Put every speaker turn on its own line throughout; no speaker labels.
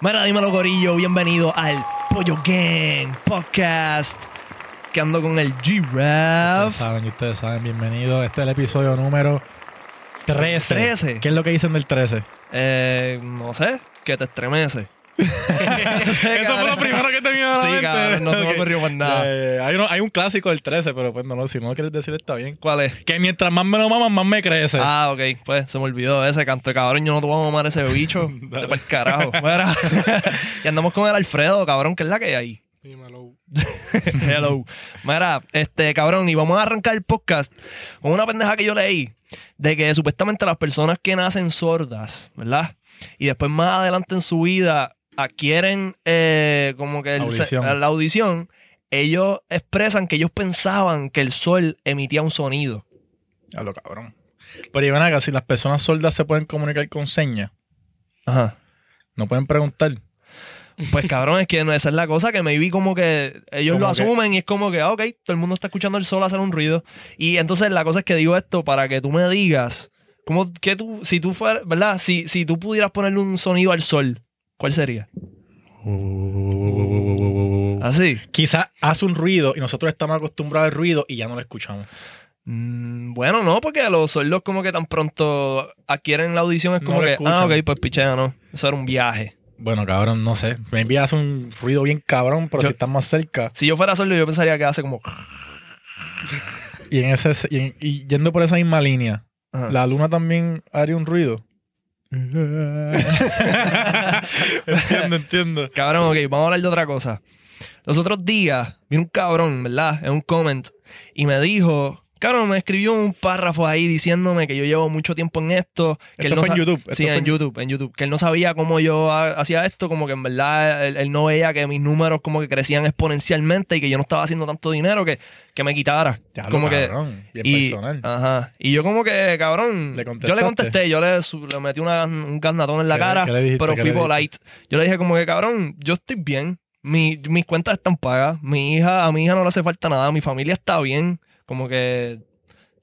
Mira, dímelo, Gorillo. Bienvenido al Pollo Gang Podcast. Que ando con el
Ustedes
G-Rap.
saben, ustedes saben, bienvenidos. Este es el episodio número 13.
13.
¿Qué es lo que dicen del 13?
Eh, no sé, que te estremece.
Eso fue lo primero que te vino a la
Sí,
mente.
cabrón, no se me
Ok.
ocurrió más nada.
Eh, hay, uno- hay un clásico del 13, pero pues no, no, si no lo quieres decir está bien.
¿Cuál es?
Que mientras más me lo maman, más me crece.
Ah, ok, pues se me olvidó ese canto de cabrón. Yo no te voy a mamar ese bicho.
Dale.
Vete pa'l carajo. Mira. y andamos con el Alfredo, cabrón, que es la que hay ahí. Hello. Mira, este cabrón, y vamos a arrancar el podcast con una pendeja que yo leí de que supuestamente las personas que nacen sordas, ¿verdad? Y después más adelante en su vida adquieren eh, como que el-
Audición.
la audición, ellos expresan que ellos pensaban que el sol emitía un sonido.
A lo cabrón. Pero Iván, acá, si las personas sordas se pueden comunicar con señas,
Ajá.
no pueden preguntar.
Pues cabrón, es que no, esa es la cosa que me vi como que ellos
Como
lo
que-
asumen y es como que, ah, ok, todo el mundo está escuchando el sol hacer un ruido. Y entonces la cosa es que digo esto para que tú me digas, como que tú, si tú fueras, ¿verdad? Si, si tú pudieras ponerle un sonido al sol, ¿cuál sería? Así.
Quizás hace un ruido y nosotros estamos acostumbrados al ruido y ya no lo escuchamos.
Mm, bueno, no, porque los sordos como que tan pronto adquieren la audición es
No
como
lo
que, ah,
escuchan.
ok, pues pichea, no. Eso era un viaje.
Bueno, cabrón, no sé. Me envías un ruido bien cabrón, pero
Yo-
si estás más cerca.
Si yo fuera sordo, yo pensaría que hace como...
Y, en ese, y, en- y yendo por esa misma línea,
Ajá.
la luna también haría un ruido. entiendo, entiendo.
Cabrón, ok, vamos a hablar de otra cosa. Los otros días vino un cabrón, ¿verdad? En un comment y me dijo, cabrón, me escribió un párrafo ahí diciéndome que yo llevo mucho tiempo en esto. Que
Esto fue en
sa-
YouTube,
Sí,
esto fue
en
en-
YouTube, en YouTube. Que él no sabía cómo yo ha- hacía esto, como que en verdad él, él no veía que mis números como que crecían exponencialmente y que yo no estaba haciendo tanto dinero que, que me quitara.
Ya
como
como
que
cabrón, bien
y, ah,
personal.
Ajá. Y yo como que, cabrón, yo le
¿Le contestaste?
contesté, yo le, su- le metí una- un garnatón en la
¿Qué-
cara,
qué le dijiste?
pero
¿Qué
fui
le dijiste?
polite. Yo le dije como que, cabrón, yo estoy bien, mi, mis cuentas están pagas, mi hija, a mi hija no le hace falta nada, mi familia está bien, como que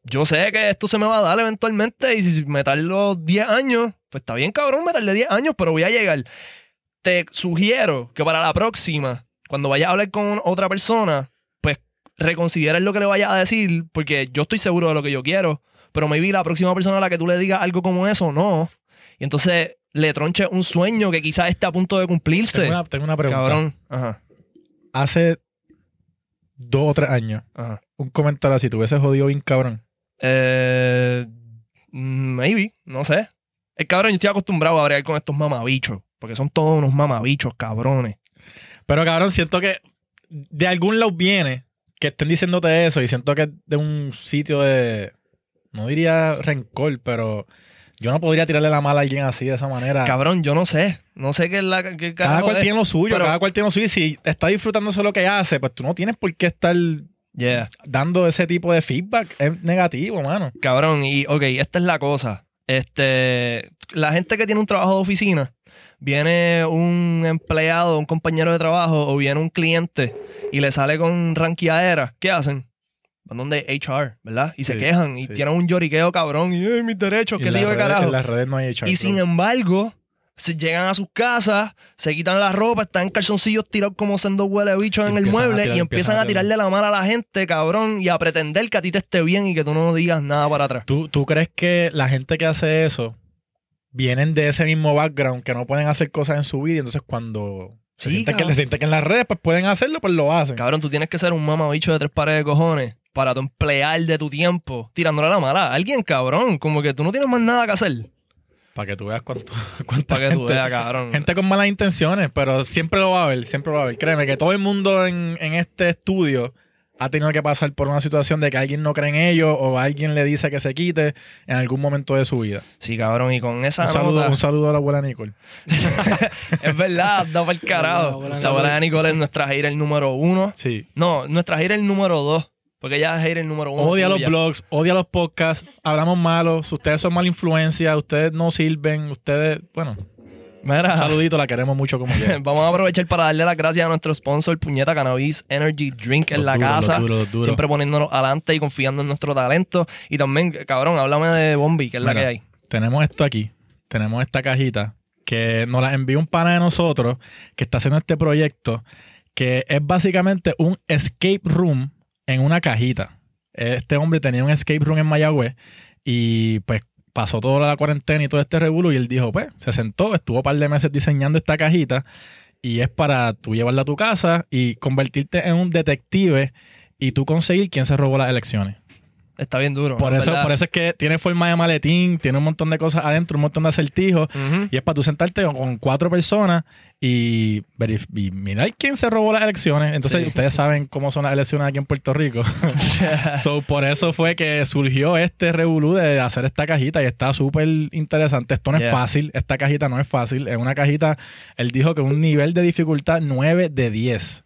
yo sé que esto se me va a dar eventualmente y si me tardo 10 años, pues está bien, cabrón, me tardé 10 años, pero voy a llegar. Te sugiero que para la próxima, cuando vayas a hablar con otra persona, pues reconsideres lo que le vayas a decir, porque yo estoy seguro de lo que yo quiero, pero maybe la próxima persona a la que tú le digas algo como eso, no. Y entonces le tronche un sueño que quizás está a punto de cumplirse.
tengo, una, tengo una pregunta.
Cabrón. Ajá,
Hace dos o tres años,
ajá.
un comentario así, te hubiese jodido bien cabrón.
Eh, maybe, no sé. El cabrón, yo estoy acostumbrado a bregar con estos mamabichos. Porque son todos unos mamabichos, cabrones.
Pero cabrón, siento que de algún lado viene que estén diciéndote eso y siento que es de un sitio de, no diría rencor, pero yo no podría tirarle la mala a alguien así de esa manera.
Cabrón, yo no sé. No sé qué es la. Qué
Ah. cada
carajo
cual
es.
tiene lo suyo,
pero-
cada cual tiene lo suyo. Y si está disfrutándose lo que hace, pues tú no tienes por qué estar
Yeah.
dando ese tipo de feedback. Es negativo, mano.
Cabrón, y ok, esta es la cosa. Este, la gente que tiene un trabajo de oficina, viene un empleado, un compañero de trabajo o viene un cliente y le sale con ranqueadera, ¿qué hacen? Van donde HR, ¿verdad? Y se
Sí,
quejan y
sí.
tienen un lloriqueo cabrón y "Ay, mis derechos,
Y
qué
en
sé yo
las
qué
redes-
carajo.
En las redes no hay echar.
Y sin embargo, se llegan a sus casas, se quitan la ropa, están en calzoncillos tirados como sendo huele bichos en el
Y empiezan a
mueble
tirar-
y empiezan a tirarle la mano a la gente, cabrón, y a pretender que a ti te esté bien y que tú no digas nada para atrás.
¿Tú, ¿Tú crees que la gente que hace eso vienen de ese mismo background, que no pueden hacer cosas en su vida? Y entonces cuando se
Sí,
sienten que,
cabrón.
se sienten que en las redes pues pueden hacerlo, pues lo hacen.
Cabrón, tú tienes que ser un mamabicho de tres pares de cojones para tu emplear de tu tiempo tirándole la mala a alguien, cabrón. Como que tú no tienes más nada que hacer.
Para que tú veas cuánto, cuánta
Para que tú
gente-
veas, cabrón.
Gente con malas intenciones, pero siempre lo va a haber, siempre lo va a haber. Créeme que todo el mundo en, en este estudio ha tenido que pasar por una situación de que alguien no cree en ellos o alguien le dice que se quite en algún momento de su vida.
Sí, cabrón, y con esa
Un saludo,
nota-
un saludo a la abuela Nicole.
es verdad, da para el carajo.
Buena, buena,
Esa abuela de Nicole es nuestra gira el número uno.
Sí.
No, nuestra gira el número dos. Porque ella es gira el número uno.
Odia los
tuya.
blogs, odia los podcasts, hablamos malos, ustedes son mala influencia, ustedes no sirven, ustedes, bueno, un
Mira,
saludito, la queremos mucho como quiera.
vamos a aprovechar para darle las gracias a nuestro sponsor, Puñeta Cannabis Energy Drink en
Los
la
duros, los
casa.
duros, los duros.
Siempre poniéndonos adelante y confiando en nuestro talento. Y también, cabrón, háblame de Bombi, que es la
Mira,
que hay.
Tenemos esto aquí, tenemos esta cajita que nos la envió un pana de nosotros que está haciendo este proyecto, que es básicamente un escape room en una cajita. Este hombre tenía un escape room en Mayagüez y pues pasó toda la cuarentena y todo este revuelo y él dijo, pues, se sentó, estuvo un par de meses diseñando esta cajita y es para tú llevarla a tu casa y convertirte en un detective y tú conseguir quién se robó las elecciones.
Está bien duro.
Por
¿no?
eso,
¿Verdad?
por eso es que tiene forma de maletín, tiene un montón de cosas adentro, un montón de acertijos.
Ujú.
Y es para tú sentarte con- con cuatro personas y, verif- y mirar quién se robó las elecciones. Entonces,
Sí.
ustedes saben cómo son las elecciones aquí en Puerto Rico. so, por eso fue que surgió este revolú de hacer esta cajita y está súper interesante. Esto no
Yeah.
es fácil, esta cajita no es fácil. Es una cajita, él dijo que un nivel de dificultad 9 de 10.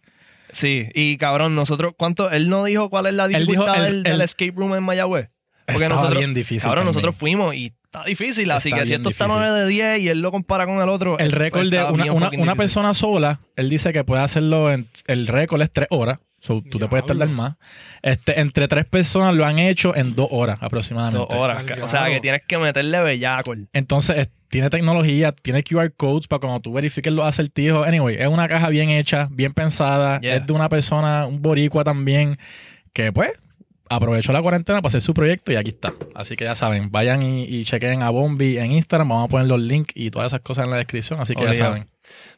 Sí, y cabrón, nosotros, ¿cuánto? Él no dijo cuál es la
Él dijo
dificultad
el-
del, del
el-
escape room en Mayagüez. Porque
Estaba
nosotros-
bien difícil.
Cabrón,
también.
nosotros fuimos y está difícil. Así
Está
que si
bien
esto está
difícil.
9 de 10 y él lo compara con el otro.
El
pues,
récord de
está
una,
bien
una-
fucking
una
difícil.
persona sola, él dice que puede hacerlo en... El récord es tres horas. So, tú te puedes
Diablo.
tardar más. Este, entre tres personas lo han hecho en dos horas aproximadamente.
Dos horas.
Está
O sea,
ligado.
que tienes que meterle bellaco.
Entonces, es- tiene tecnología, tiene QR codes para cuando tú verifiques los acertijos. Anyway, es una caja bien hecha, bien pensada.
Yeah.
Es de una persona, un boricua también, que pues aprovechó la cuarentena para hacer su proyecto y aquí está. Así que ya saben, vayan y, y chequen a Bombi en Instagram. Vamos a poner los links y todas esas cosas en la descripción. Así que ya
Obligado.
saben.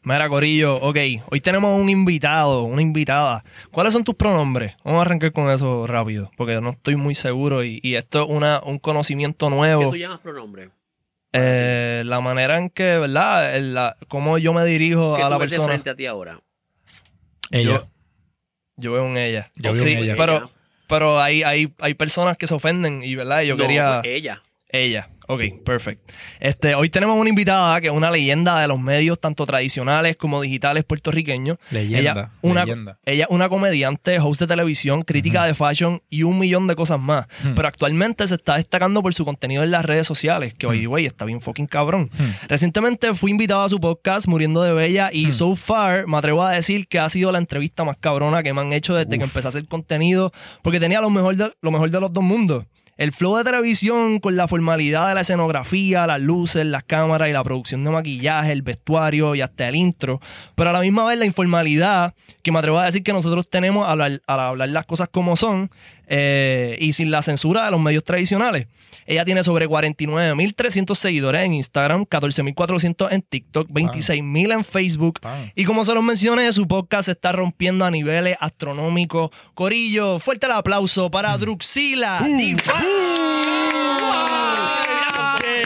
Mira, Corillo, ok. Hoy tenemos un invitado, una invitada. ¿Cuáles son tus pronombres? Vamos a arrancar con eso rápido, porque no estoy muy seguro y, y esto es una, un conocimiento
¿Qué
nuevo.
tú llamas pronombre?
Eh, la manera en que, ¿verdad? El- la- cómo yo me dirijo
¿Qué
a
tú
la
ves de
persona.
frente a ti ahora?
Ella.
Yo veo en ella.
Yo veo
sí,
en ella.
pero, pero hay, hay, hay personas que se ofenden y, ¿verdad? Yo
No,
quería...
pues Ella.
Ella. Ok, perfecto. Este, hoy tenemos una invitada que es una leyenda de los medios, tanto tradicionales como digitales puertorriqueños.
Leyenda.
Ella, una-
leyenda.
Ella es una comediante, host de televisión, crítica de fashion y un millón de cosas más.
Hmm.
Pero actualmente se está destacando por su contenido en las redes sociales, que hoy, güey, está bien fucking cabrón.
Hmm.
Recientemente fui invitado a su podcast Muriendo de Bella y so far me atrevo a decir que ha sido la entrevista más cabrona que me han hecho desde que
Uf.
empecé a hacer contenido porque tenía lo mejor de, lo mejor de los dos mundos. El flow de televisión con la formalidad de la escenografía, las luces, las cámaras y la producción de maquillaje, el vestuario y hasta el intro. Pero a la misma vez la informalidad que me atrevo a decir que nosotros tenemos al, al- al hablar las cosas como son eh, y sin la censura de los medios tradicionales. Ella tiene sobre 49.300 seguidores en Instagram, 14.400 en TikTok, 26.000 en Facebook.
Pan.
Y como se los mencioné, su podcast se está rompiendo a niveles astronómicos. Corillo, fuerte el aplauso para Druxila. Diva.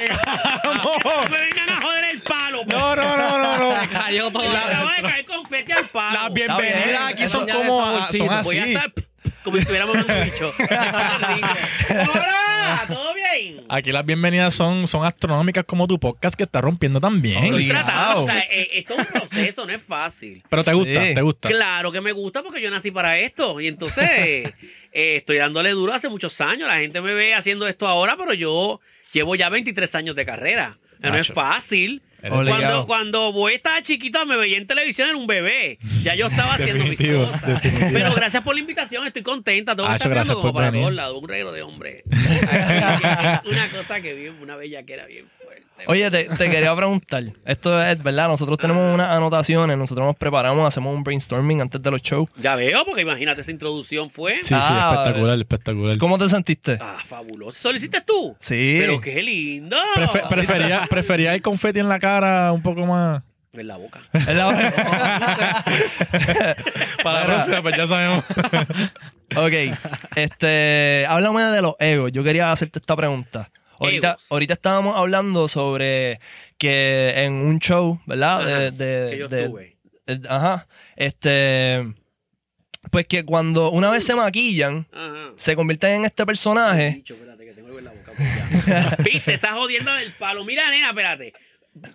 ¡Me vengan a joder el palo!
No, no, no, no, no.
Cayó todo. Acaba de caer confeti al palo.
Las
Está bien.
bienvenidas aquí
Eso
son
ya
como
de
a-
saborcito,
son
voy a
así.
estar como si estuviéramos en un bicho. ¡Hola! ¿Todo bien?
Aquí las bienvenidas son, son astronómicas como tu podcast que está rompiendo también.
Estoy
Obligado.
tratando, o sea, eh, esto es un proceso, no es fácil.
Pero te gusta,
Sí.
te gusta.
Claro que me gusta porque yo nací para esto. Y entonces eh, estoy dándole duro hace muchos años. La gente me ve haciendo esto ahora, pero yo llevo ya 23 años de carrera. No es
Nacho.
fácil.
Eres
Obligado.
Cuando, cuando vos estabas chiquita me veía en televisión en un bebé. Ya yo estaba haciendo mis
Definitivo,
cosas.
definitivo.
Pero gracias por la invitación, estoy contenta. Tengo que
Nacho,
estar
gracias
mirando como
por
para
venir.
todos lados. Un reguero de hombre. Así que es una cosa que bien, una bella que era bien fuerte.
Oye, te, te quería preguntar. Esto es verdad, nosotros tenemos unas anotaciones, nosotros nos preparamos, hacemos un brainstorming antes de los shows.
Ya veo, porque imagínate, esa introducción fue.
Sí, sí,
Ah,
espectacular, espectacular.
¿Cómo te sentiste?
Ah, fabuloso. ¿Eso lo hiciste tú?
Sí.
Pero qué lindo. Ah,
Prefe- prefería, prefería el confeti en la cara un poco más.
En la boca.
Es la-
Para la próxima, pues ya sabemos.
ok, este, háblame de los egos. Yo quería hacerte esta pregunta. Ahorita,
Egos.
ahorita estábamos hablando sobre que en un show,
Ah,
¿verdad?
Ajá,
De- de-
que yo
de-
estuve.
eh, ajá. Este, pues que cuando una vez se maquillan,
Ajá.
se convierten en este personaje.
Bicho, espérate, que tengo algo en la boca. pues, ya. Viste, esa jodienda del palo. Mira, nena, espérate.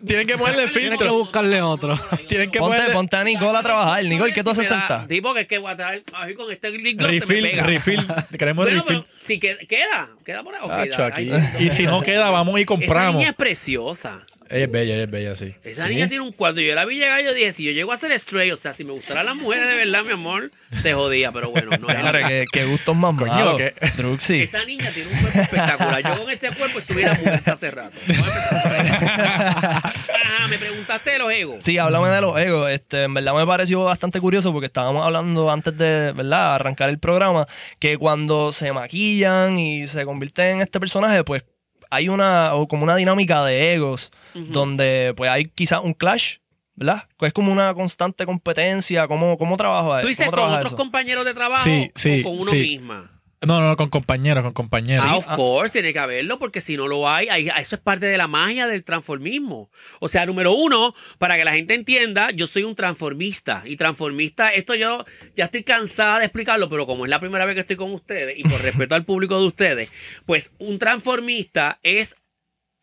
Tienen que ponerle
Tienes que
filtro.
buscarle otro.
Tienen que
Ponte,
ponerle
ponte a Nicole a trabajar. Nicole, ¿qué tú haces sentada?
Tipo, que es que voy a traer- a ver, con este lip gloss se me
refill,
pega.
refill. Queremos
Bueno,
refill.
pero si que- queda, queda por ahí. Ok,
Hacho,
dale,
aquí.
ahí.
Y si no queda, vamos y
Esa
compramos.
niña es preciosa.
Ella es bella, ella es bella, sí.
Esa
Sí.
niña tiene un cuadro. Yo la vi llegar y yo dije, si yo llego a ser straight, o sea, si me gustaran las mujeres de verdad, mi amor, se jodía, pero bueno, no era.
Claro, que, que gustos más
Coño,
malos.
que-
Druxy.
Esa niña tiene un cuerpo espectacular. Yo con ese cuerpo estuviera muerta hace rato. Vamos a empezar por ahí. Ajá, me preguntaste de los egos.
Sí, háblame de los egos. Este, en verdad me pareció bastante curioso porque estábamos hablando antes de, ¿verdad?, arrancar el programa, que cuando se maquillan y se convierten en este personaje, pues hay una, o como una dinámica de egos,
Ujú.
donde pues hay quizás un clash, ¿verdad? Es como una constante competencia, ¿cómo, cómo trabaja
Tú dices
cómo
con
trabaja
otros
eso?
compañeros de trabajo
Sí, sí,
o con uno
sí.
misma.
No, no, con compañeros, con compañeros.
Ah, of
ah.
course, tiene que haberlo, porque si no lo hay, ahí- eso es parte de la magia del transformismo. O sea, número uno, para que la gente entienda, yo soy un transformista. Y transformista, esto yo ya estoy cansada de explicarlo, pero como es la primera vez que estoy con ustedes, y por respeto al público de ustedes, pues un transformista es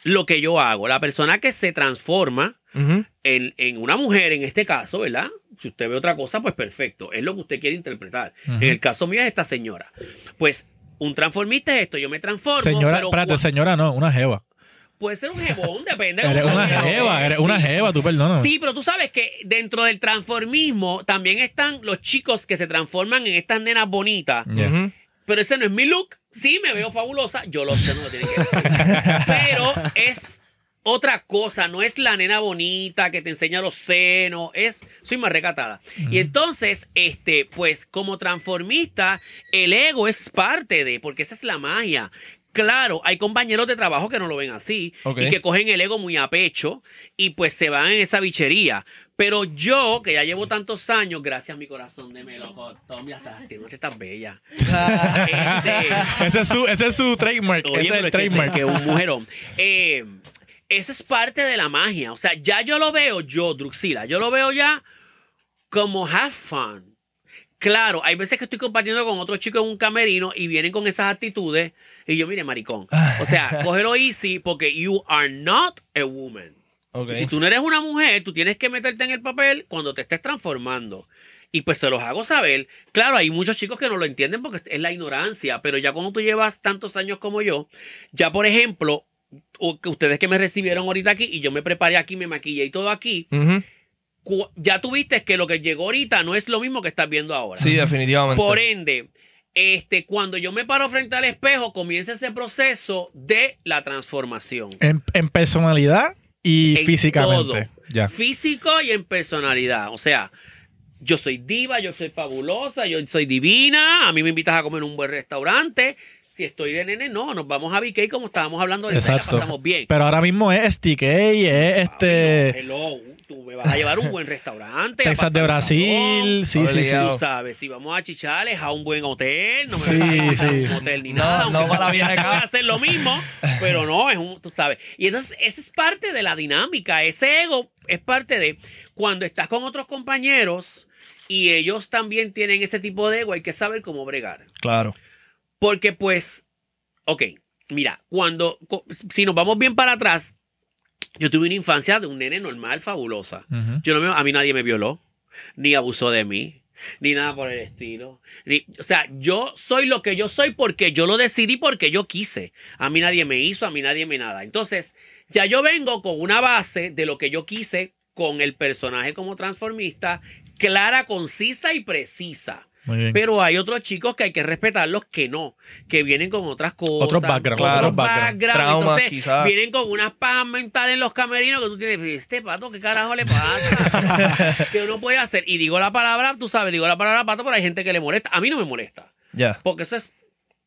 lo que yo hago. La persona que se transforma
Ujú.
en, en una mujer, en este caso, ¿verdad? Si usted ve otra cosa, pues perfecto. Es lo que usted quiere interpretar.
Ujú.
En el caso mío es esta señora. Pues un transformista es esto. Yo me transformo.
Señora,
pero
espérate,
cua-
señora no, una jeva.
Puede ser un jebón, depende. de
Eres
cómo
una
lo veas.
jeva, eh, eres una
Sí.
jeva, tú perdona.
Sí, pero tú sabes que dentro del transformismo también están los chicos que se transforman en estas nenas bonitas.
Ya.
Ujú.
Pero ese no es mi look. Sí, me veo fabulosa. Yo lo sé, no lo tiene que decir. Pero es otra cosa. No es la nena bonita que te enseña los senos. Es, soy más recatada. Y entonces, este, pues, como transformista, el ego es parte de, porque esa es la magia. Claro, hay compañeros de trabajo que no lo ven así
Ok.
y que cogen el ego muy a pecho y pues se van en esa bichería. Pero yo, que ya llevo tantos años, gracias a mi corazón de melocotón, mira, hasta las piernas están bellas. Este,
Ese es su, ese es su trademark. ese
oye,
es
pero
el
es que ese-
trademark.
que un mujerón. Eh, esa es parte de la magia. O sea, ya yo lo veo, yo, Druxila, yo lo veo ya como have fun. Claro, hay veces que estoy compartiendo con otros chicos en un camerino y vienen con esas actitudes y yo, mire, maricón. O sea, cógelo easy porque you are not a woman.
Ok.
Si tú no eres una mujer, tú tienes que meterte en el papel cuando te estés transformando. Y pues se los hago saber. Claro, hay muchos chicos que no lo entienden porque es la ignorancia, pero ya cuando tú llevas tantos años como yo, ya por ejemplo, o que ustedes que me recibieron ahorita aquí y yo me preparé aquí, me maquillé y todo aquí,
Ujú.
cu- ya tuviste que lo que llegó ahorita no es lo mismo que estás viendo ahora.
Sí, definitivamente.
Por e- ende, este, cuando yo me paro frente al espejo, comienza ese proceso de la transformación.
En, en personalidad y
En
físicamente.
todo.
Ya.
Físico y en personalidad. O sea, yo soy diva, yo soy fabulosa, yo soy divina. A mí me invitas a comer en un buen restaurante. Si estoy de nene, no, nos vamos a BK como estábamos hablando ahorita y la
Exacto.
pasamos bien.
Pero ahora mismo es STK, es
Papi,
este
no, hello, tú me vas a llevar a un buen restaurante. a
Texas de
pasarla
Brasil. Sí, sí, sí.
Obligado.
cabrón. Tú sabes, si vamos a chichales a un buen hotel, no me
Sí,
voy a ir a
sí.
un hotel ni
No,
nada.
no
aunque
para la
voy a
vieja acá.
hacer lo mismo, pero no, es un, tú sabes. Y entonces, esa es parte de la dinámica. Ese ego es parte de cuando estás con otros compañeros y ellos también tienen ese tipo de ego, hay que saber cómo bregar.
Claro.
Porque pues, ok, mira, cuando, co- si nos vamos bien para atrás, yo tuve una infancia de un nene normal, fabulosa.
Ujú.
Yo no me- a mí nadie me violó, ni abusó de mí, ni nada por el estilo. ni- o sea, yo soy lo que yo soy porque yo lo decidí, porque yo quise. A mí nadie me hizo, a mí nadie me nada. Entonces, ya yo vengo con una base de lo que yo quise con el personaje como transformista, clara, concisa y precisa.
Muy bien.
Pero hay otros chicos que hay que respetarlos que no, que vienen con otras cosas.
Otros background,
con
claro,
otros
background.
background.
Traumas,
Entonces,
quizás.
Vienen con unas pajas mentales en los camerinos que tú tienes. Este pato, ¿qué carajo le pasa? que uno puede hacer. Y digo la palabra, tú sabes, digo la palabra pato, pero hay gente que le molesta. A mí no me molesta.
Ya.
Porque eso es,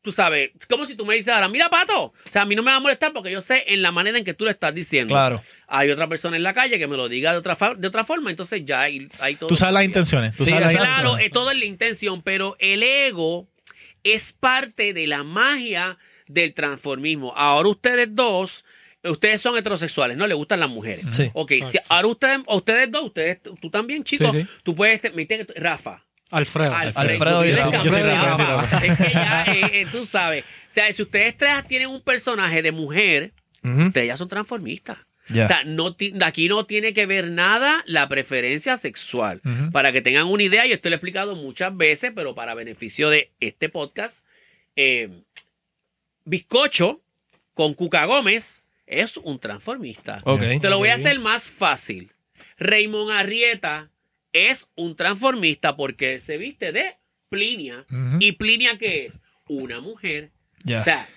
tú sabes, es como si tú me dices ahora, mira pato. O sea, a mí no me va a molestar porque yo sé en la manera en que tú lo estás diciendo.
Claro.
Hay otra persona en la calle que me lo diga de otra, fa- de otra forma. Entonces ya hay, hay todo.
Tú sabes las
cambia.
intenciones. Tú
Sí,
sabes las
exacto.
Claro,
intenciones.
es todo en la intención, pero el ego es parte de la magia del transformismo. Ahora ustedes dos, ustedes son heterosexuales, no le gustan las mujeres.
Sí.
Ok, si ahora ustedes, a ustedes dos, ustedes, tú también, chicos,
Sí, sí.
tú puedes, me dice que- Rafa.
Alfredo.
Alfredo
tú
y
tienes
Rafa.
que
Yo soy
hablar de
Rafa, yo soy
Rafa. Es que ya, eh, eh, tú sabes. O sea, si ustedes tres tienen un personaje de mujer,
Ujú.
ustedes ya son transformistas.
Ya.
O sea, no ti- aquí no tiene que ver nada la preferencia sexual.
Ujú.
Para que tengan una idea, yo esto lo he explicado muchas veces, pero para beneficio de este podcast, eh, bizcocho con Cuca Gómez es un transformista.
Ok.
Te lo voy a
Ok.
hacer más fácil. Raymond Arrieta es un transformista porque él se viste de Plinia.
Ujú.
¿Y Plinia qué es? Una mujer.
Ya.
O sea,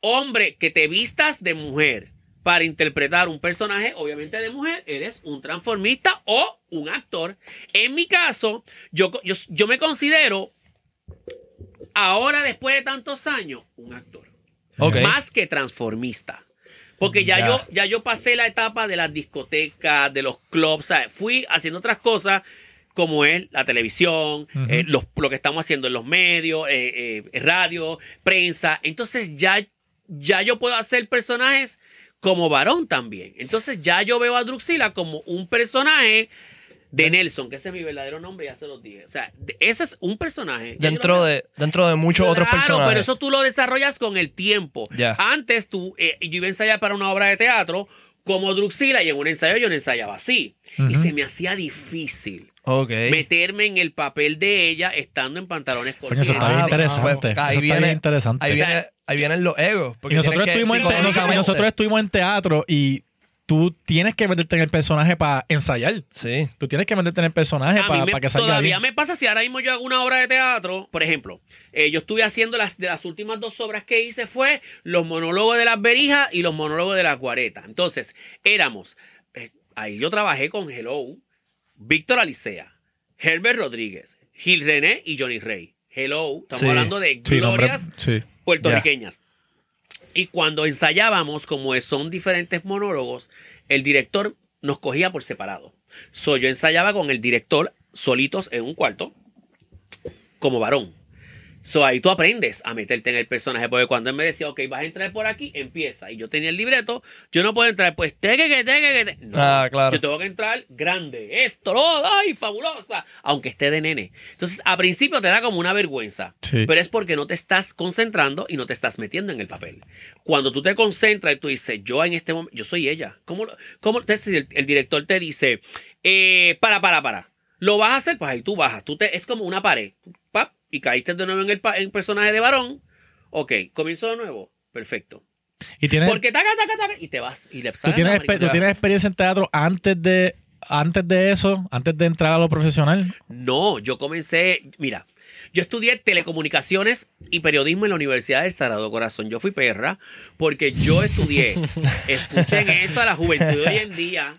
hombre, que te vistas de mujer para interpretar un personaje, obviamente de mujer, eres un transformista o un actor. En mi caso, yo, co- yo, yo me considero, ahora después de tantos años, un actor.
ok.
Más que transformista. Porque ya,
Ya.
Yo, ya yo pasé la etapa de las discotecas, de los clubs, ¿sabes? fui haciendo otras cosas como es la televisión,
Ujú.
eh, los- lo que estamos haciendo en los medios, eh, eh, radio, prensa. Entonces ya, ya yo puedo hacer personajes como varón también. Entonces ya yo veo a Druxila como un personaje de Nelson, que ese es mi verdadero nombre, ya se los dije. O sea, de- ese es un personaje. Ya yo lo
Dentro
veo.
de, dentro de muchos otros
Claro,
personajes.
pero eso tú lo desarrollas con el tiempo.
Ya.
Antes tú, eh, yo iba a ensayar para una obra de teatro como Druxila y en un ensayo yo no ensayaba así. Y
Ujú.
se me hacía difícil
Ok.
meterme en el papel de ella estando en pantalones
Coño, eso
cortos.
está bien
Ah,
interesante.
pues, ahí
eso está
viene-
bien interesante.
Ahí,
O sea,
viene, ahí vienen los egos. Porque
y nosotros
tienes que
estuvimos, en te-
psicológicamente-
nosotros estuvimos en teatro y tú tienes que meterte en el personaje para ensayar.
Sí.
Tú tienes que meterte en el personaje
A mí
para
me-
que salga
todavía
bien.
me pasa si ahora mismo yo hago una obra de teatro, por ejemplo, eh, yo estuve haciendo las de las últimas dos obras que hice fue los monólogos de las berijas y los monólogos de las guaretas. Entonces, éramos, eh, ahí yo trabajé con Hello, Víctor Alicea, Herbert Rodríguez, Gil René y Johnny Rey. Hello, estamos
Sí,
hablando de
Sí, nombre-
glorias
sí.
puertorriqueñas. Y cuando ensayábamos, como son diferentes monólogos, el director nos cogía por separado. So, yo ensayaba con el director solitos en un cuarto, como varón. So, ahí tú aprendes a meterte en el personaje, porque cuando él me decía, ok, vas a entrar por aquí, empieza. Y yo tenía el libreto, yo no puedo entrar, pues, te, que, te, que, te. No,
Ah, claro.
yo tengo que entrar grande, esto, lo, ay, fabulosa, aunque esté de nene. Entonces, a principio te da como una vergüenza,
Sí.
pero es porque no te estás concentrando y no te estás metiendo en el papel. Cuando tú te concentras y tú dices, yo en este momento, yo soy ella. ¿Cómo, lo- cómo entonces, si el, el director te dice, eh, para, para, para? ¿Lo vas a hacer? Pues ahí tú bajas. Tú te, es como una pared. Pap, y caíste de nuevo en el, pa- en el personaje de varón. Ok, comienzo de nuevo. Perfecto.
Y tienes,
Porque taca, taca, taca. Y te vas. Y le
Eh. tú,
sales
tienes
la mariquita.
exper- tú tienes experiencia en teatro antes de, antes de eso, antes de entrar a lo profesional.
Mm. No, yo comencé, mira, yo estudié telecomunicaciones y periodismo en la Universidad del Sagrado Corazón. Yo fui perra porque yo estudié. Escuchen esto a la juventud de hoy en día,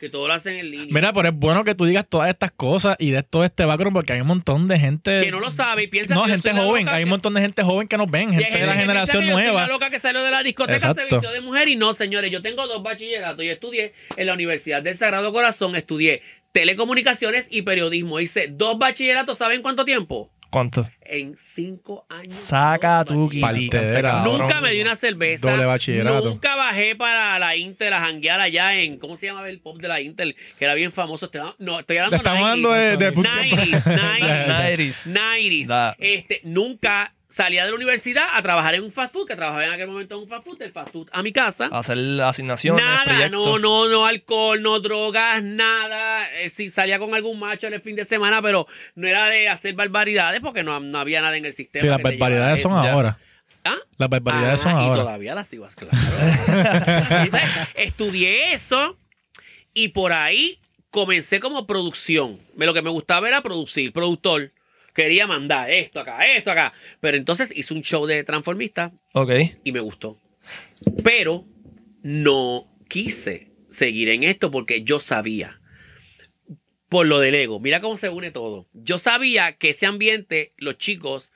que todo lo hacen en línea.
Mira, pero es bueno que tú digas todas estas cosas y de todo este background porque hay un montón de gente.
que no lo sabe y piensa
eh, No,
que yo
gente
soy la
joven.
loca
Hay
que-
un montón de gente joven que nos ven,
y hay
gente de la
que piensa
generación
que yo soy la
nueva.
loca que salió de la discoteca se
Exacto.
vistió de mujer y no, señores, yo tengo dos bachilleratos. Yo estudié en la Universidad del Sagrado Corazón, estudié telecomunicaciones y periodismo. Hice dos bachilleratos, ¿saben cuánto tiempo?
¿Cuánto?
En cinco años.
Saca
dos
tu
bachilleratos.
guiti.
Partedera,
cabrón.
Nunca me di una cerveza.
Doble bachillerato.
Nunca bajé para la Intel a janguear allá en. ¿Cómo se llamaba el pop de la Intel? Que era bien famoso. Te- No, estoy
Le
hablando
estamos hablando de- de-
90s, 90s,
90s.
90s.
Da.
Este, nunca salía de la universidad a trabajar en un fast food, que trabajaba en aquel momento en un fast food, del fast food a mi casa.
Hacer asignaciones,
Nada,
proyectos.
no, no, no alcohol, no drogas, nada. Eh, sí, salía con algún macho en el fin de semana, pero no era de hacer barbaridades porque no, no había nada en el sistema.
Sí, las
que te llevara
barbaridades
a
son
eso.
ahora.
¿Ah?
Las barbaridades
Ah,
son
y
ahora.
todavía las sigo, claro. Así que Estudié eso y por ahí comencé como producción. Me- Lo que me gustaba era producir, productor. Quería mandar esto acá, esto acá. Pero entonces hice un show de transformista
Ok.
y me gustó. Pero no quise seguir en esto porque yo sabía, por lo del ego, mira cómo se une todo. Yo sabía que ese ambiente, los chicos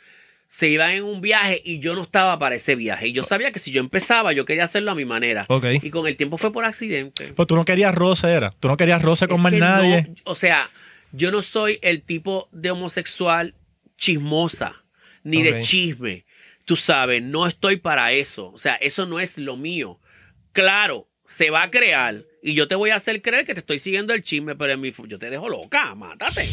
se iban en un viaje y yo no estaba para ese viaje. Y yo sabía que si yo empezaba, yo quería hacerlo a mi manera.
Ok.
Y con el tiempo fue por accidente.
Pues tú no querías roce, era. Tú no querías roce con
Es
más
que
nadie.
no, o sea, yo no soy el tipo de homosexual chismosa, ni
Ok.
de chisme. Tú sabes, no estoy para eso. O sea, eso no es lo mío. Claro, se va a crear. Y yo te voy a hacer creer que te estoy siguiendo el chisme, pero en mi, fu- yo te dejo loca, mátate.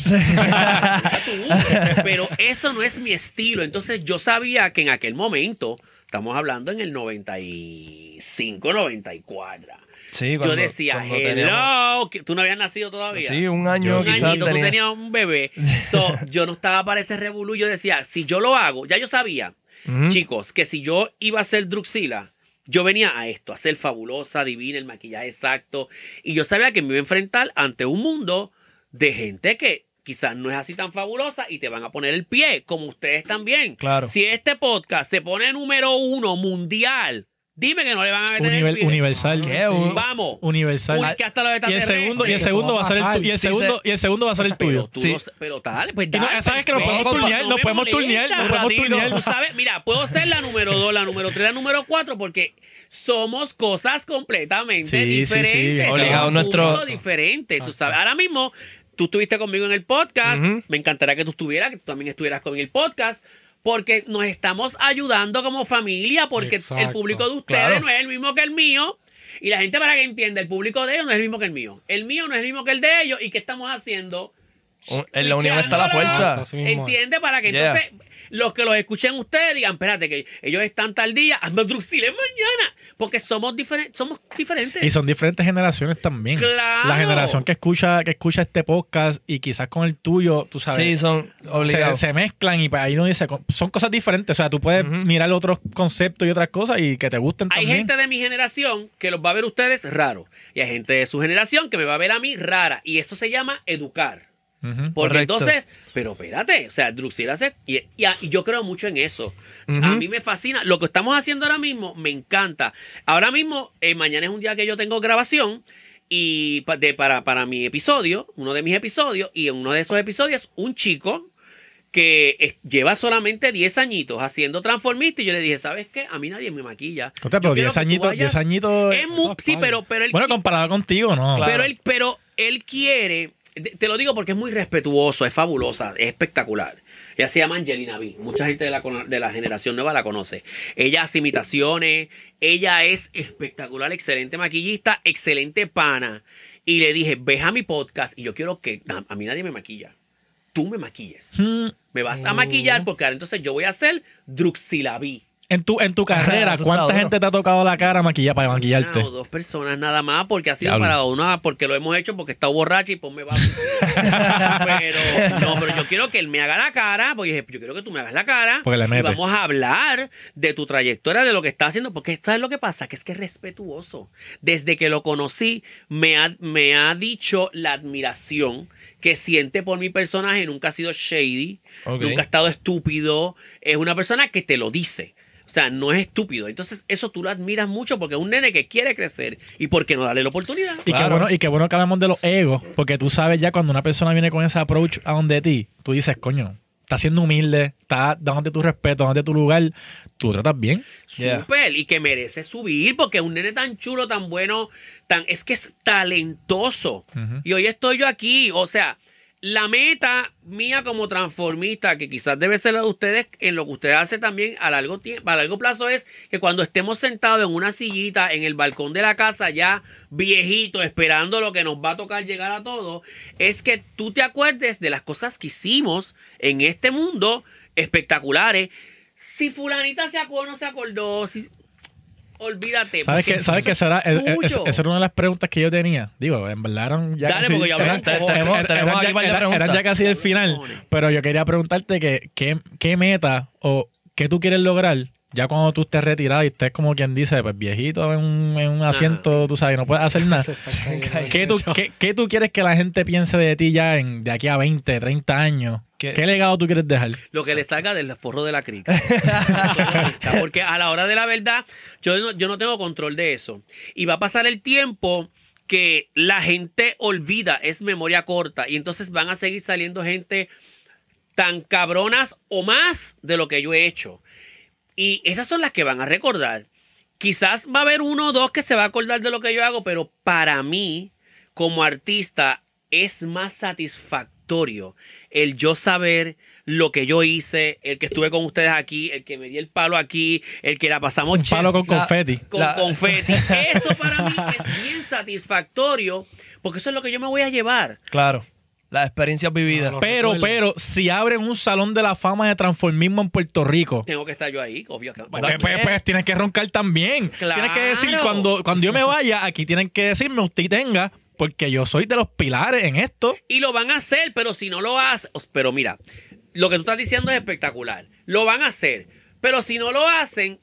pero eso no es mi estilo. Entonces yo sabía que en aquel momento, estamos hablando en el 95, 94,
Sí,
yo
cuando-
decía,
cuando
hello,
teníamos-
que tú no habías nacido todavía.
Sí, un año
Yo sí.
quizás
Un añito,
tenía.
tú tenías un bebé. So, yo no estaba para ese revolú. Yo decía, si yo lo hago, ya yo sabía,
Ujú.
chicos, que si yo iba a ser Druxila, Yo venía a esto, a ser fabulosa, divina, el maquillaje exacto. Y yo sabía que me iba a enfrentar ante un mundo de gente que quizás no es así tan fabulosa y te van a poner el pie, como ustedes también.
Claro.
Si este podcast se pone número uno mundial, dime que no le van a meter el
Univer-
pie.
universal.
¿Qué? Un-
Vamos.
Universal.
Uy, que hasta la beta
y el
terrestre.
segundo, y el
Eso
segundo
va
va
a
a ser el
pasar.
tuyo. Y el
Sí,
segundo, y el segundo va a ser el
Pero,
tuyo.
tú
Sí.
no sa- pero tal, pues
Y no,
dale,
sabes que nos
perfecto,
podemos turnear, nos
me
podemos turnear,
molesta.
nos podemos
Ratito.
turnear.
Tú sabes, mira, puedo ser la número dos, la número tres, la número cuatro, porque somos cosas completamente
Sí, sí, sí,
diferentes.
obligado,
somos
nuestro-
un mundo diferente, tú sabes. Ahora mismo, tú estuviste conmigo en el podcast,
Ujú.
me encantaría que tú estuvieras, que tú también estuvieras con el podcast. Porque nos estamos ayudando como familia, porque el
Exacto,
público de ustedes
claro.
no es el mismo que el mío. Y la gente para que entienda, el público de ellos no es el mismo que el mío. El mío no es el mismo que el de ellos. ¿Y qué estamos haciendo?
Un- Oh, en la unión está la fuerza.
Así mismo es.
¿Entiendes? Para que
Yeah.
entonces los que los escuchen ustedes digan, espérate, que ellos están tal día, hazme druxiles mañana. Porque somos, diferentes somos diferentes.
Y son diferentes generaciones también.
Claro.
La generación que escucha, que escucha este podcast y quizás con el tuyo, tú
Sí,
sabes,
son
se,
obligados.
se mezclan y pues ahí uno dice, co- son cosas diferentes. O sea, tú puedes
Ujú.
mirar otros conceptos y otras cosas y que te gusten
Hay
también.
gente de mi generación que los va a ver ustedes raro. Y hay gente de su generación que me va a ver a mí rara. Y eso se llama educar.
Ujú.
Porque
Correcto.
entonces, pero espérate, o sea, Druxil hace. Y, y a- y yo creo mucho en eso.
Ujú.
A mí me fascina. Lo que estamos haciendo ahora mismo me encanta. Ahora mismo, eh, mañana es un día que yo tengo grabación y pa- de- para, para mi episodio, uno de mis episodios, y en uno de esos episodios, un chico que eh, lleva solamente 10 añitos haciendo transformista y yo le dije, ¿sabes qué? A mí nadie me maquilla.
Contra,
Yo
pero
quiero
10
que tú
añitos,
vayas-
10 añitos.
Es muy-
Eso es
sí,
fácil.
pero, pero él
Bueno, comparado contigo, no.
Claro.
pero él, pero él quiere, de- te lo digo porque es muy respetuoso, es fabulosa, es espectacular. Ella se llama Angelina B. Mucha gente de la, cono- de la generación nueva la conoce. Ella hace imitaciones, ella es espectacular, excelente maquillista, excelente pana. Y le dije, ves a mi podcast y yo quiero que a a mí nadie me maquilla. Tú me maquilles.
Mm,
Me vas a maquillar porque ahora entonces yo voy a hacer Druxilaví.
En tu, en tu carrera,
Eso está
¿cuánta
duro.
gente te ha tocado la cara maquilla para
Una o
maquillarte?
dos personas nada más, porque ha sido
Diablo.
para una, porque lo hemos hecho, porque está borracho y ponme va. pero no, pero yo quiero que él me haga la cara, porque dije, yo quiero que tú me hagas la cara.
Porque le
y
mete.
vamos a hablar de tu trayectoria, de lo que estás haciendo, porque ¿sabes lo que pasa? Que es que es respetuoso. Desde que lo conocí, me ha, me ha dicho la admiración que siente por mi personaje, nunca ha sido shady,
Ok.
nunca ha estado estúpido, es una persona que te lo dice. O sea, no es estúpido. Entonces, eso tú lo admiras mucho porque es un nene que quiere crecer y porque no darle la oportunidad.
Y,
Claro.
qué bueno, y qué bueno que hablamos de los egos, porque tú sabes ya cuando una persona viene con ese approach a donde ti, tú dices, coño, está siendo humilde, está dándote tu respeto, dándote tu lugar, tú tratas bien.
Yeah.
Súper, y que merece subir porque es un nene tan chulo, tan bueno, tan es que es talentoso.
Ujú.
Y hoy estoy yo aquí, o sea, la meta mía como transformista, que quizás debe ser la de ustedes, en lo que ustedes hacen también a largo tiempo, a largo plazo es que cuando estemos sentados en una sillita en el balcón de la casa ya viejito, esperando lo que nos va a tocar llegar a todos, es que tú te acuerdes de las cosas que hicimos en este mundo espectaculares. Si fulanita se acordó o no se acordó, si- olvídate.
¿Sabes
porque
qué? ¿Sabes qué? Esa era,
es
es- es-
Eh, pues, tuyo.
esa era una de las preguntas que yo tenía. Digo, en verdad eran ya
Dale,
casi,
porque ya
eran-
hablamos,
eran-
tenemos-
eran-
tenemos aquí
eran-
varias
eran- eran
preguntas.
ya casi el final, pero yo quería preguntarte que, qué, qué meta o qué tú quieres lograr ya cuando tú estés retirado y estés como quien dice, pues viejito en un, en un asiento, tú sabes, no puedes hacer nada.
Se está cayendo.
¿Qué tú, qué, qué tú quieres que la gente piense de ti ya en, de aquí a 20, 30 años?
¿Qué?
¿Qué, legado tú quieres dejar?
Lo que le salga del forro de la crica. Está, Porque a la hora de la verdad, yo no, yo no tengo control de eso. Y va a pasar el tiempo que la gente olvida, es memoria corta. Y entonces van a seguir saliendo gente tan cabronas o más de lo que yo he hecho. Y esas son las que van a recordar. Quizás va a haber uno o dos que se va a acordar de lo que yo hago, pero para mí, como artista, es más satisfactorio el yo saber lo que yo hice, el que estuve con ustedes aquí, el que me di el palo aquí, el que la pasamos
Un palo
chévere
con confeti.
con
La-
confeti. Eso para mí es bien satisfactorio, porque eso es lo que yo me voy a llevar.
Claro. Las experiencias vividas.
No, no.
Pero,
recuerdo.
pero, si abren un salón de la fama de transformismo en Puerto Rico,
Tengo que estar yo ahí, obvio. que-
Pues, pues, pues, tienes que roncar también.
Claro.
Tienes que decir, cuando, cuando yo me vaya, aquí tienen que decirme, usted tenga, porque yo soy de los pilares en esto.
Y lo van a hacer, pero si no lo hacen. Pero mira, lo que tú estás diciendo es espectacular. Lo van a hacer, pero si no lo hacen,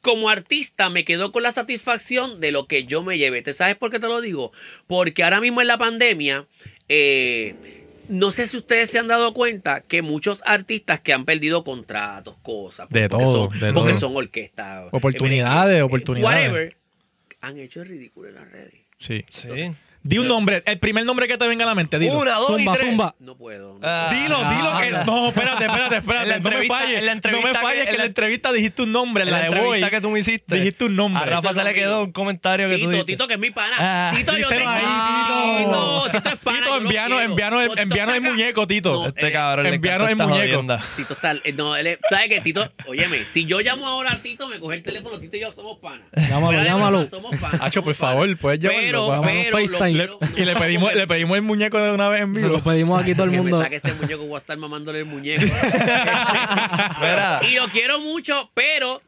como artista me quedo con la satisfacción de lo que yo me llevé. ¿Te sabes por qué te lo digo? Porque ahora mismo en la pandemia, eh, no sé si ustedes se han dado cuenta que muchos artistas que han perdido contratos, cosas,
De
porque
todo,
son,
de
porque
todo.
son orquestas,
Oportunidades,
eh,
oportunidades.
whatever, han hecho el ridículo en las redes.
Sí.
Sí.
Di un nombre, el primer nombre que te venga a la mente, dilo.
Una, dos
Zumba,
y tres.
zumba.
No puedo. no
Ah.
Dilo, dilo.
Ah,
que-
ah.
no, espérate, espérate,
En la
espérate. No me
entrevista- en
falles.
la
No me
entrevista
falles
que-
que en la
en-
entrevista dijiste un nombre, en
En la
la de Boy.
entrevista que tú me hiciste.
Dijiste un nombre.
A Rafa se le quedó un comentario que
Tito,
tú dijiste.
Tito, que es mi pana.
Ah,
Tito, yo
díselo
te-
ahí,
Ay,
Tito.
no, Tito es pana.
Tito,
yo lo
envíanos-
quiero.
envíanos el-
Tito está
envíanos el
acá.
muñeco, Tito.
No,
Este
él-
cabrón le
Eh, enviaron
encanta
el
esta
muñeco.
jodienda.
Tito está. eh, No, él es- ¿Sabes qué, Tito? Óyeme, si yo llamo ahora a Tito, me coge el teléfono. Tito y yo somos panas.
Llámalo,
Fuera de broma,
llámalo.
Somos panas.
Hacho, por
somos panas.
favor, pues, puedes llamarlo.
Pero,
vamos a
pero. lo
FaceTime.
quiero-
Y le pedimos, le pedimos el muñeco de una vez en
Se lo
vivo.
pedimos aquí todo el
que
mundo.
me saque ese muñeco, voy a estar mamándole el muñeco.
Mira.
y lo quiero mucho, pero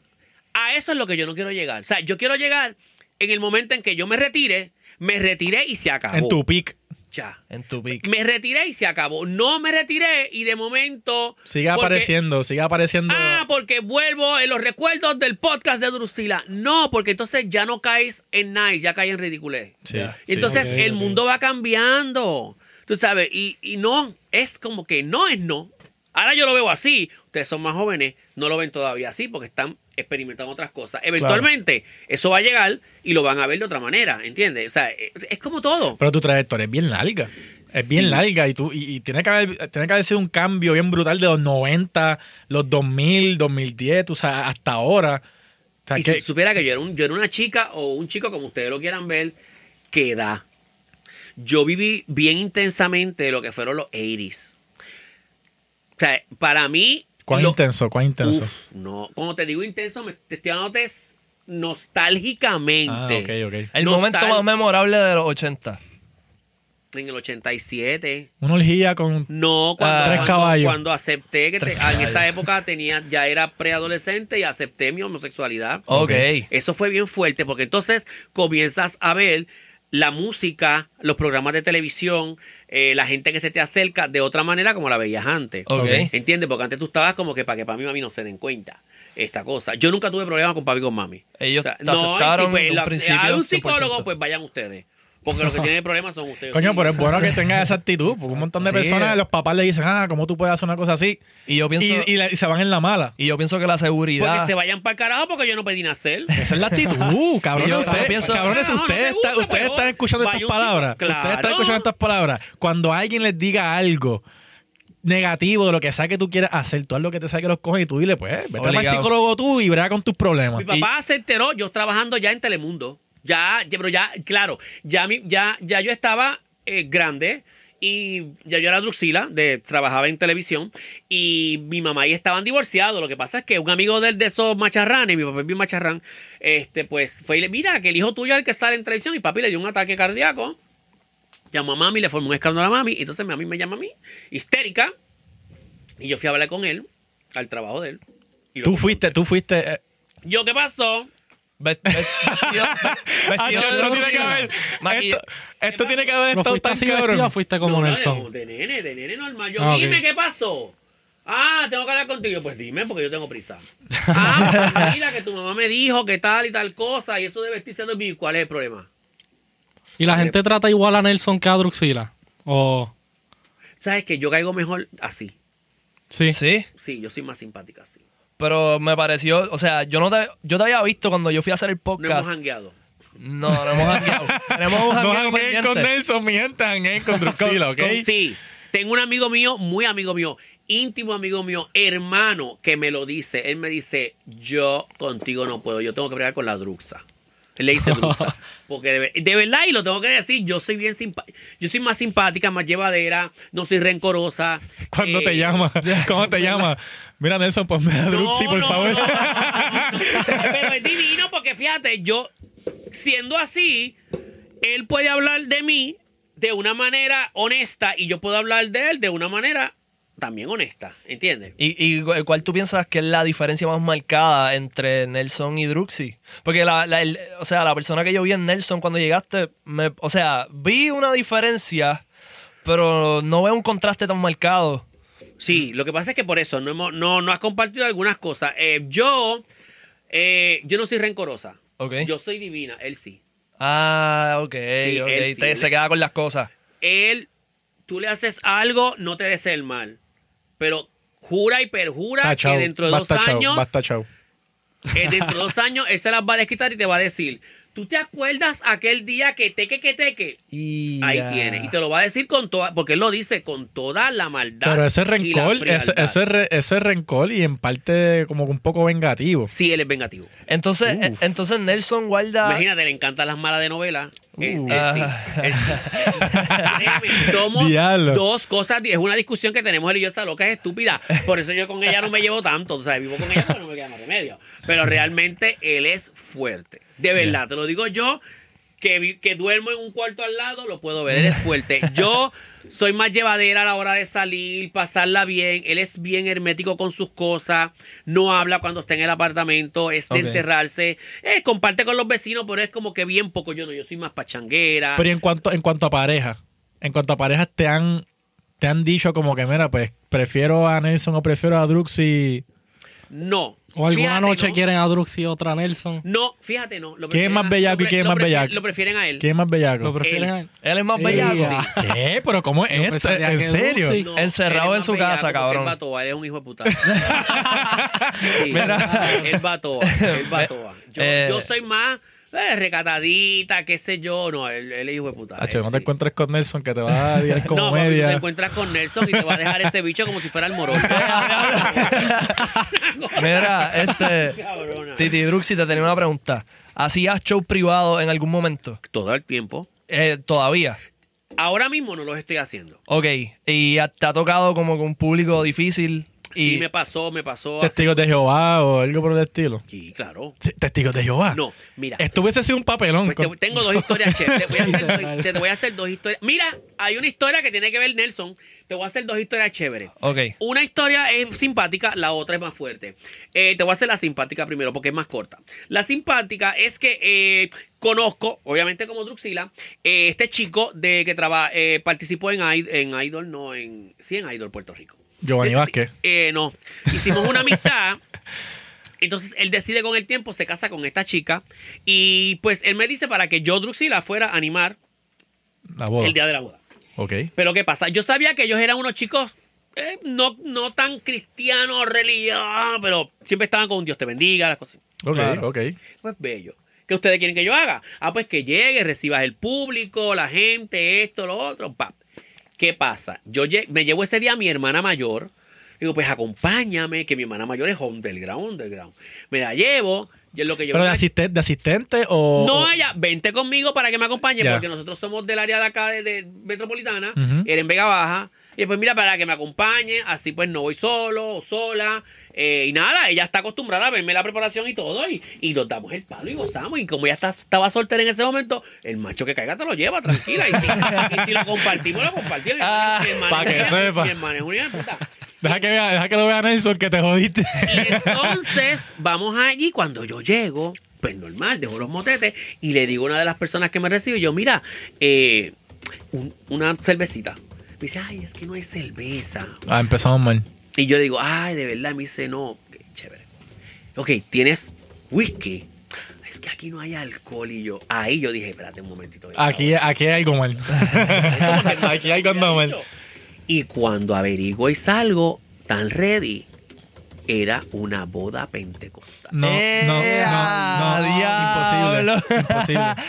a eso es lo que yo no quiero llegar. O sea, yo quiero llegar en el momento en que yo me retire, me retiré y se acabó.
En tu pick.
Ya.
En tu pick.
Me retiré y se acabó. No me retiré y de momento.
Sigue
porque-
apareciendo, sigue apareciendo.
Ah, porque vuelvo en los recuerdos del podcast de Drusila. No, porque entonces ya no caes en nice, ya caes en ridiculez.
Sí,
pues, Ya.
sí.
Entonces
ok,
el
ok.
mundo va cambiando. Tú sabes, y, y no, es como que no es no. Ahora yo lo veo así. Ustedes son más jóvenes, no lo ven todavía así porque están experimentando otras cosas. Eventualmente eso va a llegar y lo van a ver de otra manera, ¿entiendes? O sea, es, es como todo.
Pero tu trayectoria es bien larga. Es
Sí.
bien larga y tú y, y tiene, que haber, tiene que haber sido un cambio bien brutal de los 90, los 2000, 2010, o sea, hasta ahora. O sea,
Y
que-
si supiera que yo era, un- yo era una chica o un chico, como ustedes lo quieran ver, que da. Yo viví bien intensamente lo que fueron los 80s. O sea, para mí.
¿Cuán
lo-
intenso? ¿Cuán intenso?
Uf, no, cuando te digo intenso, me te estoy dándote es- nostálgicamente.
ah, ok, ok.
El
No
momento
está-
más memorable de los 80.
En el 87.
Una orgía con.
No, cuando,
Ah, tres
cuando-
caballos.
cuando acepté que te- ah, en esa época tenía, ya era preadolescente y acepté mi homosexualidad.
Ok.
Eso fue bien fuerte porque entonces comienzas a ver la música, los programas de televisión, eh, la gente que se te acerca de otra manera como la veías antes.
Ok.
¿Entiendes? Porque antes tú estabas como que para que papi y mami no se den cuenta esta cosa. Yo nunca tuve problemas con papi y con mami.
Ellos te
y
aceptaron
pues,
de un
la-
principio
A un
100%.
psicólogo, pues vayan ustedes. Porque los que tienen problemas son ustedes.
Coño, pero es bueno que tengas esa actitud, porque un montón de
Sí.
personas, los papás le dicen, ah, ¿cómo tú puedes hacer una cosa así?
Y yo pienso,
Y, y la- y se van en la mala.
y yo pienso que la
Porque
seguridad.
se vayan para el carajo porque yo no pedí nacer.
Esa es la actitud, cabrones.
Yo
ustedes,
pienso-
cabrones,
No, no te
ustedes,
gusta,
están- ustedes
pero
están escuchando
vaya
estas
un tipo-
palabras. Ustedes
Claro.
están escuchando estas palabras. Cuando alguien les diga algo negativo de lo que sea que tú quieras hacer, tú haz lo que te saque los cojones y tú dile, pues, vete al
Obligado.
psicólogo tú y verá con tus problemas.
Mi papá se enteró, yo trabajando ya en Telemundo. Ya, ya- pero ya, claro, ya, mi- ya, ya yo estaba eh, grande y ya yo era Druxila, de, trabajaba en televisión y mi mamá y estaban divorciados. Lo que pasa es que un amigo de, de esos macharranes, mi papá es bien macharrán, este, pues fue y le, mira, que el hijo tuyo es el que sale en televisión y papi le dio un ataque cardíaco. Llamó a mami, le formó un escándalo a mami, y entonces mami me llama a mí, histérica, y yo fui a hablar con él, al trabajo de él.
Y
y lo
tú
confronté.
fuiste, tú fuiste. eh,
Yo, ¿qué pasó?
Ve- ve- Vestido,
ah,
vestido de
esto tiene que
Drusila.
haber-
Maqui-
esto- Esto tiene que haber
¿No
estado
fuiste
tan
así vestido o
cabrón.
fuiste como
No, no,
Nelson?
De, de nene, de nene normal. Yo,
Ah, ok.
dime qué pasó. Ah, tengo que hablar contigo. Pues dime, porque yo tengo prisa. Ah, pues mira, que tu mamá me dijo que tal y tal cosa, y eso de vestirse de mí. ¿Cuál es el problema?
Y la gente trata igual a Nelson que a Druxila. O.
¿Sabes que Yo caigo mejor así.
Sí.
Sí,
Sí, yo soy más simpática así.
pero me pareció, o sea, yo no te, yo te había visto cuando yo fui a hacer el
No hemos
podcast.
hangueado.
No, no hemos jangueado. Tenemos un
No
jangueo
jangueen con
pendiente.
Nelson, mi gente, jangueen con Druxila, ¿ok?
Con- sí. Tengo un amigo mío, muy amigo mío, íntimo amigo mío, hermano, que me lo dice. Él me dice, yo contigo no puedo, yo tengo que bregar con la druxa. Él le dice druxa. Porque de, ver- de verdad, y lo tengo que decir, yo soy bien simpa- yo soy más simpática, más llevadera, no soy rencorosa.
Cuando
Eh,
te llama, ¿cómo te llama? Mira, Nelson, pues ponme a Druxy, por
no,
favor.
no, no. Pero es divino porque fíjate, yo, siendo así, él puede hablar de mí de una manera honesta y yo puedo hablar de él de una manera también honesta, ¿entiendes?
¿Y, y cu- cuál tú piensas que es la diferencia más marcada entre Nelson y Druxy? Porque la, la- el- o sea, la persona que yo vi en Nelson cuando llegaste, me- o sea, vi una diferencia, pero no veo un contraste tan marcado.
Sí, lo que pasa es que por eso no, hemos, no, no has compartido algunas cosas. Eh, yo Eh, yo no soy rencorosa.
Ok.
Yo soy divina, él sí.
Ah, ok.
Sí,
ok.
él sí,
Te-
él-
se queda con las cosas.
Él, tú le haces algo, no te des el mal. Pero jura y perjura
Está chao.
que dentro de dos
Basta chao.
años,
Basta chao.
eh, dentro de dos años, él se las va a desquitar y te va a decir, ¿tú te acuerdas aquel día que teque, que teque?
Y
Ahí
ya.
tiene. Y te lo va a decir con toda, porque él lo dice con toda la maldad.
Pero ese
y la
rencor, eso,
frialdad.
eso es re- eso es rencor y en parte como que un poco vengativo.
Sí, él es vengativo.
Entonces, eh,
Uf.
entonces Nelson guarda.
Imagínate, le encantan las malas de novela. Eh,
Uh.
eh, sí,
Ah.
eh, sí. Créeme, Somos
Diablo.
dos cosas. Es una discusión que tenemos él y yo, esa loca es estúpida. Por eso yo con ella no me llevo tanto. O sea, vivo con ella, pero no me queda más remedio. Pero realmente él es fuerte. De verdad, te lo digo yo, que, vi- que duermo en un cuarto al lado, lo puedo ver. Él es fuerte. Yo soy más llevadera a la hora de salir, pasarla bien. Él es bien hermético con sus cosas. No habla cuando está en el apartamento. Es de
Ok.
encerrarse. Eh, comparte con los vecinos, pero es como que bien poco. Yo no, yo soy más pachanguera.
Pero y en cuanto, en cuanto a pareja, en cuanto a parejas te han, te han dicho como que, mira, pues prefiero a Nelson o prefiero a Druxy.
No.
O alguna
Fíjate,
noche
¿no?
quieren a Druxy y otra a Nelson.
No, fíjate, no.
¿Quién es
Lo prefieren
más
a-
bellaco y
lo
quién es
pre-
más
lo prefieren-
bellaco?
Lo prefieren a él.
¿Quién es más
Lo
bellaco?
prefieren a él.
Él es más
Sí.
bellaco.
Sí.
¿Qué? ¿Pero cómo es
Yo
esto?
pensaría
¿En
que
serio?
Druxy.
No,
Encerrado
él es
en su
más
casa,
bellaco porque
cabrón.
Él va a toa, él es un hijo de puta. Sí, Él va a toa, él va a toa. Yo,
Eh.
yo soy más eh, recatadita, qué sé yo. No, él, él es hijo de puta.
Hacho,
él
no te
sí.
encuentres con Nelson que te va a dar como
no, papi, tú te
media.
encuentras con Nelson y te va a dejar ese bicho como si fuera el morón.
Mira, este.
Cabrona.
Titi Druxy, te tenía una pregunta. ¿Hacías show privado en algún momento?
Todo el tiempo.
Eh, todavía.
Ahora mismo no los estoy haciendo.
Ok. Y ha- te ha tocado como con un público difícil. Y
Sí, me pasó, me pasó. hace-
Testigos de Jehová o algo por el estilo.
Sí, claro.
Sí, Testigos de Jehová.
No, mira.
Esto hubiese sido un papelón.
Pues te-
con-
tengo dos historias, che. Te voy, a hacer dos, te voy a hacer dos historias. Mira, hay una historia que tiene que ver Nelson. Te voy a hacer dos historias chéveres.
Ok.
Una historia es simpática, la otra es más fuerte. Eh, te voy a hacer la simpática primero porque es más corta. La simpática es que eh, conozco, obviamente como Druxila, eh, este chico de que traba, eh, participó en, Id- en Idol, no, en, sí, en Idol Puerto Rico.
Giovanni
Ese sí-
Vázquez.
eh, no, hicimos una amistad. Entonces él decide con el tiempo, se casa con esta chica. Y pues él me dice para que yo, Druxila, fuera a animar
La boda.
el día de la boda.
Ok.
Pero ¿qué pasa? Yo sabía que ellos eran unos chicos eh, no, no tan cristianos, religiosos, pero siempre estaban con un Dios te bendiga, las cosas.
Ok,
Claro.
ok.
Pues bello. ¿Qué ustedes quieren que yo haga? Ah, pues que llegue, recibas el público, la gente, esto, lo otro. pap. ¿Qué pasa? Yo lle- me llevo ese día a mi hermana mayor. Digo, pues acompáñame, que mi hermana mayor es underground, underground. Me la llevo. Y es lo que yo
¿Pero de, asisten- de asistente o...?
no,
o-
ella, vente conmigo para que me acompañe,
Ya.
porque nosotros somos del área de acá, de, de metropolitana,
Ujú.
era en Vega Baja. Y pues mira, para que me acompañe, así pues no voy solo o sola. eh, y nada, ella está acostumbrada a verme la preparación y todo, y, y nos damos el palo y gozamos. Y como ella está- estaba soltera en ese momento, el macho que caiga te lo lleva, tranquila. Y si, y si lo compartimos, lo compartimos. Mi hermana- mi hermana
Ah, pa'
es
que
una-
sepa.
Mi hermana es una hija de puta.
Deja que, vea, deja que lo vea Nelson que te jodiste.
Y entonces vamos allí. Cuando yo llego, pues normal, dejo los motetes y le digo a una de las personas que me recibe, yo, mira, eh, un- una cervecita. Me dice, ay, es que no hay cerveza.
Ah, empezamos mal.
Y yo le digo, ay, de verdad. Me dice, no, ok, chévere. Ok, ¿tienes whisky? Es que aquí no hay alcohol. Y yo, ahí yo dije, espérate un momentito. ven,
Aquí, aquí hay algo mal. aquí hay algo mal.
Y cuando averiguo y salgo, tan ready. Era una boda pentecostal.
No,
¡Eh,
no, no, no.
diablo!
Imposible. Imposible.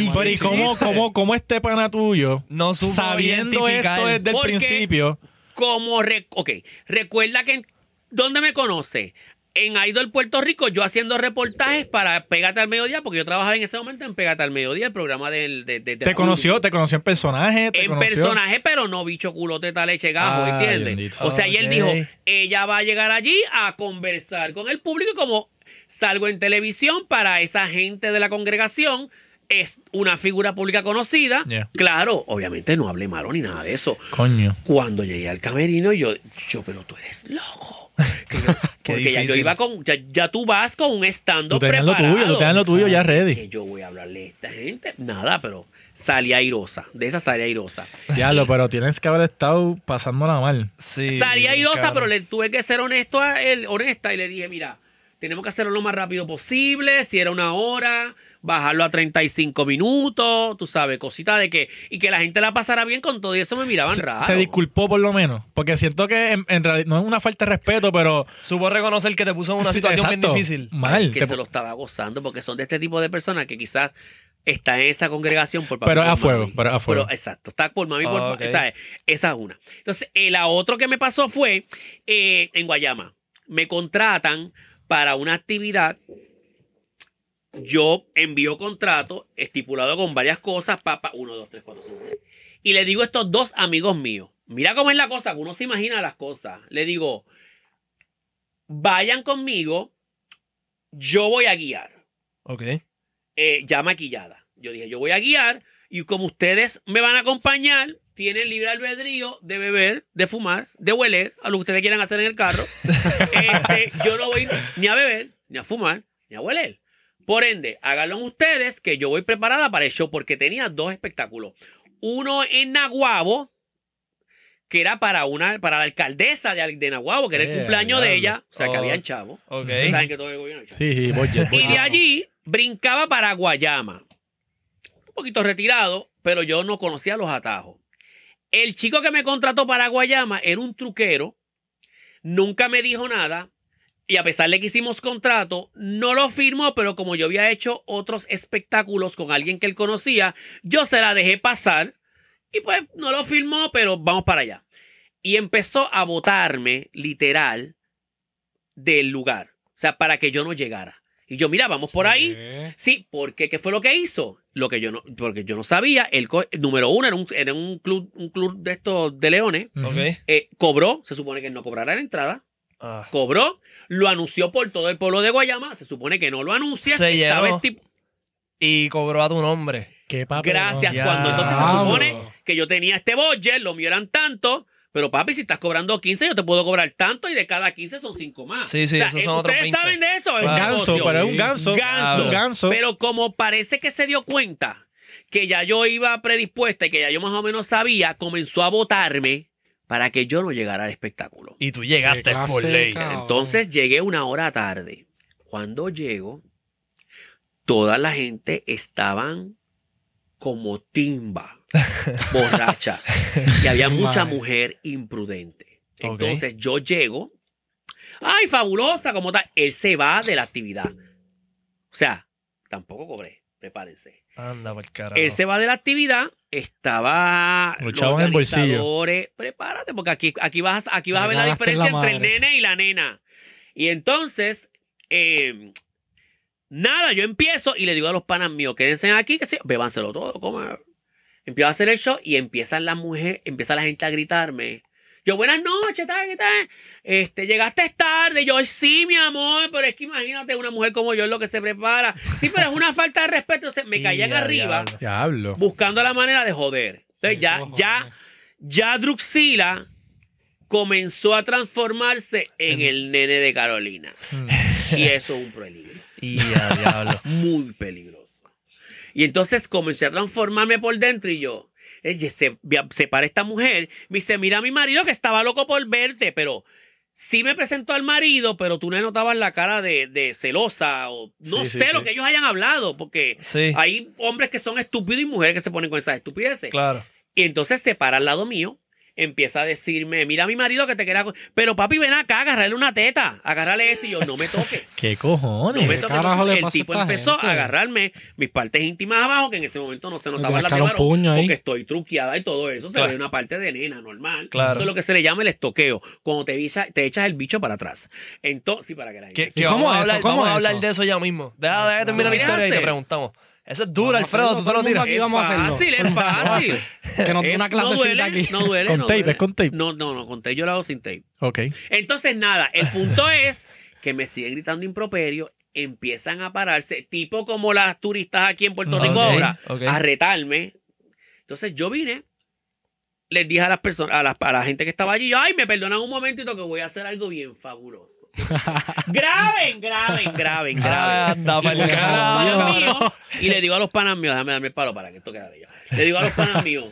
Y
madre.
Pero ¿y cómo, cómo, cómo este pana tuyo,
No supo
sabiendo
identificar.
esto desde el
Porque-
principio,
Como, re- ok, recuerda que, en- ¿dónde me conoce? En Idol Puerto Rico, yo haciendo reportajes para Pégate al Mediodía, porque yo trabajaba en ese momento en Pégate al Mediodía, el programa del, de, de- de
te
la
conoció,
Uni.
te conoció en personaje, te
En
conoció.
personaje, pero no bicho culote, tal leche, gajo,
Ay,
¿entiendes?
bendito.
O sea, y él
Ok.
dijo, ella va a llegar allí a conversar con el público y como salgo en televisión para esa gente de la congregación. Es una figura pública conocida.
Yeah.
Claro, obviamente no hablé malo ni nada de eso.
Coño.
Cuando llegué al camerino, yo, yo pero tú eres loco. Que yo-
Qué
porque ya yo
difícil.
iba con, ya, ya tú vas con un stand
Tú tenías lo tuyo, tú tenías lo tuyo ya ready.
Que yo voy a hablarle a esta gente. Nada, pero salí airosa. De esa salí airosa.
Diablo, pero tienes que haber estado pasándola mal.
Sí,
salí airosa,
cabrón.
pero le tuve que ser honesto a él, honesta y le dije, mira, tenemos que hacerlo lo más rápido posible, si era una hora, bajarlo a 35 minutos, tú sabes, cosita de que, y que la gente la pasara bien con todo y eso me miraban
Se,
raro.
se disculpó por lo menos. Porque siento que en, en realidad no es una falta de respeto, pero.
Supo reconocer que te puso en una
Sí,
situación bien
exacto.
difícil.
Mm.
Mal.
que
Te-
se lo estaba gozando porque son de este tipo de personas que quizás está en esa congregación por
Pero
por
a fuego,
mami.
pero a fuego.
exacto, está por mami, por
Ah,
papi,
ok.
¿sabes? Esa es una. Entonces, eh, la otra que me pasó fue eh, en Guayama. Me contratan para una actividad. Yo envío contrato estipulado con varias cosas, papá, uno, dos, tres, cuatro, cinco. seis. Y le digo a estos dos amigos míos, mira cómo es la cosa, que uno se imagina las cosas. Le digo, vayan conmigo, yo voy a guiar
Ok.
eh, ya maquillada. Yo dije, yo voy a guiar y como ustedes me van a acompañar, tienen libre albedrío de beber, de fumar, de hueler, a lo que ustedes quieran hacer en el carro. Este, yo no voy ni a beber, ni a fumar, ni a hueler. Por ende, háganlo ustedes que yo voy preparada para el show porque tenía dos espectáculos. Uno en Naguabo, que era para, una, para la alcaldesa de, Al- de Naguabo, que era el
Eh,
cumpleaños de
diablo.
ella. O sea, que
Oh.
habían chavos.
Ok.
Saben que todo el gobierno hay chavos.
Sí, sí, Boyer,
Y
Boyer.
de allí brincaba para Guayama. Un poquito retirado, pero yo no conocía los atajos. El chico que me contrató para Guayama era un truquero, nunca me dijo nada, y a pesar de que hicimos contrato, no lo firmó, pero como yo había hecho otros espectáculos con alguien que él conocía, yo se la dejé pasar y pues no lo firmó, pero vamos para allá. Y empezó a votarme, literal, del lugar. O sea, para que yo no llegara. Y yo, mira, vamos por ahí. Sí, porque ¿qué fue lo que hizo? Lo que yo no, porque yo no sabía, el número uno era un, era un club, un club de estos de leones,
Ujú.
Ok.
eh, cobró, se supone que él no cobrará la entrada,
Ah.
cobró, lo anunció por todo el pueblo de Guayama, se supone que no lo anuncia,
Se
estaba
llenó.
estip-
Y cobró a tu nombre.
Qué papelón.
Gracias,
Ya.
cuando entonces se
Ah,
supone
bro.
que yo tenía este budget, lo mío eran tanto, pero papi, si estás cobrando 15, yo te puedo cobrar tanto y de cada 15 son 5 más. eh,
Sí, sí, esos son otros
Ustedes
20.
saben de esto, es
Un
Claro.
ganso,
negocio.
pero es un ganso.
Ganso.
Un ganso.
Pero como parece que se dio cuenta que ya yo iba predispuesta y que ya yo más o menos sabía, comenzó a votarme para que yo no llegara al espectáculo.
Y tú llegaste
Qué clase
por
de
ley.
cabrón.
Entonces llegué una hora tarde. Cuando llego, toda la gente estaban como timba, borrachas. Y había mucha
Madre.
mujer imprudente.
Ok.
Entonces yo llego, ¡ay, fabulosa! Como tal, él se va de la actividad. O sea, tampoco cobré, prepárense.
Anda, por carajo.
Él se va de la actividad, estaba
Los chavos en el bolsillo.
organizadores. Prepárate, porque aquí, aquí vas, aquí vas a
Me
ver la
cagaste en
diferencia
la
entre el
madre.
nene y la nena. Y entonces, eh, nada, yo empiezo y le digo a los panas míos, quédense aquí, que se bébanselo todo, coman. Empiezo a hacer el show y empiezan las mujeres, empieza la gente a gritarme. Yo, buenas noches, tal, ¿qué tal? Este, llegaste tarde. Yo, sí, mi amor, pero es que imagínate una mujer como yo es lo que se prepara. Sí, pero es una falta de respeto. Entonces, me caían
Ya,
arriba
diablo.
Diablo.
buscando la manera de joder. Entonces, ya,
Ojo,
ya, ya Druxila comenzó a transformarse en el nene de Carolina.
Mm.
Y eso es un peligro.
Y a diablo.
Muy peligroso. Y entonces comencé a transformarme por dentro y yo. eh, Se, se para esta mujer, me dice, mira a mi marido que estaba loco por verte, pero sí me presentó al marido, pero tú le notabas la cara de, de celosa o no
Sí, sí,
sé lo
sí.
que ellos hayan hablado, porque
Sí,
hay hombres que son estúpidos y mujeres que se ponen con esas estupideces.
claro.
Y entonces se para al lado mío, empieza a decirme, mira a mi marido que te quería... co- Pero papi, ven acá, agarrarle una teta, agarrarle esto. Y yo, no me toques.
¿Qué
No
cojones?
me
¿Qué
toques.
carajo
Entonces,
le
el
pasa a
tipo
esta
empezó
gente?
a agarrarme mis partes íntimas abajo, que en ese momento no se
Le
notaban las de
rascaron
varón,
puño ahí.
porque estoy truqueada y todo eso. Se
Claro.
ve una parte de nena normal.
Claro.
Eso es lo que se le llama el estoqueo. Cuando te, visa- te echas el bicho para atrás. Entonces, sí, para que la gente...
Que-
¿Y
que
cómo
vamos a
eso?
hablar,
¿Cómo
vamos a
eso?
hablar de eso ya mismo. Deja, deja que termine la
Mira,
historia y te
hace.
preguntamos. Esa es dura,
Vamos a
Alfredo. Tú
hacerlo,
te lo
todo el
tiras.
mundo aquí vamos a hacerlo.
fácil, es fácil.
Que nos dé
Es-
una
duele,
clasecita aquí.
No duele,
Con
no
tape,
duele.
es con tape.
No, no, no, con tape yo la hago sin tape.
Ok.
Entonces, nada, el punto es que me siguen gritando improperio, empiezan a pararse, tipo como las turistas aquí en Puerto Rico
Ok,
ahora,
ok.
a retarme. Entonces yo vine, les dije a las personas, a, las- a la gente que estaba allí, yo, ay, me perdonan un momentito que voy a hacer algo bien fabuloso. graben, graben, graben, graben.
Anda, pa'l
Y voy a los
carajo.
panas míos, y le digo a los panas míos, déjame darme el palo para que esto quede yo. Le digo a los panas míos,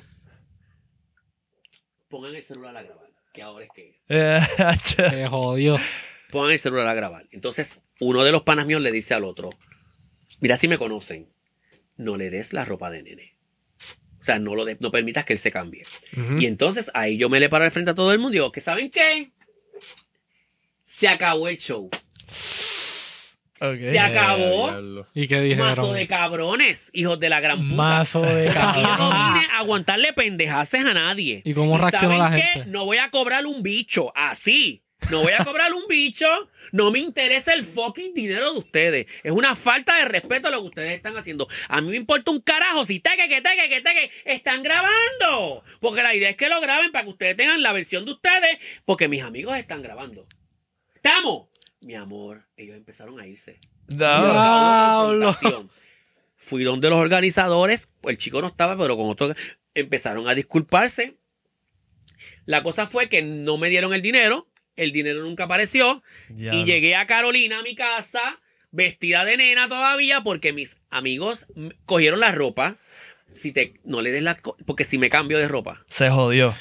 pongan el celular a grabar, que ahora es que.
Eh, che.
Se jodió.
pongan el celular a grabar. Entonces, uno de los panas míos le dice al otro, mira si me conocen, no le des la ropa de nene. O sea, no, lo de- no permitas que él se cambie.
Ujú.
Y entonces ahí yo me le paro al frente a todo el mundo y digo, ¿que saben qué? Se acabó el show.
Ok.
Se acabó.
¿Y qué dijeron?
Mazo de cabrones, hijos de la gran puta.
Mazo de
Aquí yo no
cabrón.
vine a aguantarle pendejaces a nadie.
Ah. ¿Y cómo reaccionó
saben
la
qué?
gente?
No voy a cobrar un bicho, así. No voy a cobrar un bicho. No me interesa el fucking dinero de ustedes. Es una falta de respeto a lo que ustedes están haciendo. A mí me importa un carajo si teque, que teque, que teque. Están grabando. Porque la idea es que lo graben para que ustedes tengan la versión de ustedes. Porque mis amigos están grabando. ¿Estamos? Mi amor, ellos empezaron a irse.
Da-
Diablo.
Confrontación. Fui donde los organizadores, pues el chico no estaba, pero con otro empezaron a disculparse. La cosa fue que no me dieron el dinero, el dinero nunca apareció y llegué a Carolina a mi casa vestida de nena todavía porque mis amigos m- cogieron la ropa. Si te no le des la co- porque si me cambio de ropa.
Se jodió.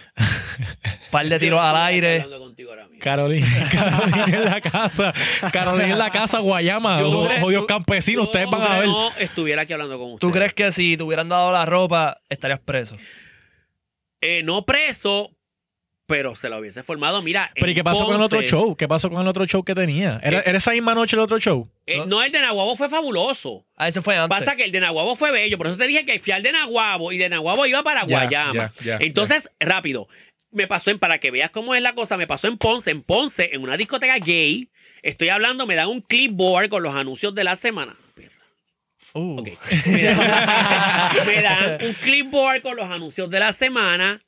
Par de tiros al aire.
Hablando contigo ahora mismo.
Carolina, Carolina en la casa. Carolina en la casa, Guayama.
Yo-
Los jodidos
tú-
campesinos, ustedes
Yo
van a ver.
No estuviera aquí hablando con ustedes.
¿Tú crees que si te hubieran dado la ropa estarías preso?
Eh, no preso, pero se lo hubiese formado. Mira,
Pero ¿y qué pasó con el otro
entonces,
show? ¿Qué pasó con el otro show que tenía? ¿Era, era esa misma noche el otro show?
eh, no, el de Nahuabo fue fabuloso.
Ah, ese fue antes.
Pasa que el de Nahuabo fue bello. Por eso te dije que fui al de Nahuabo y de Nahuabo iba para
Ya,
Guayama.
ya, ya,
Entonces, rápido, me pasó en, para que veas cómo es la cosa, me pasó en Ponce, en Ponce, en una discoteca gay. Estoy hablando, me dan un clipboard con los anuncios de la semana.
Uh.
Ok. Me dan, me dan un clipboard con los anuncios de la semana.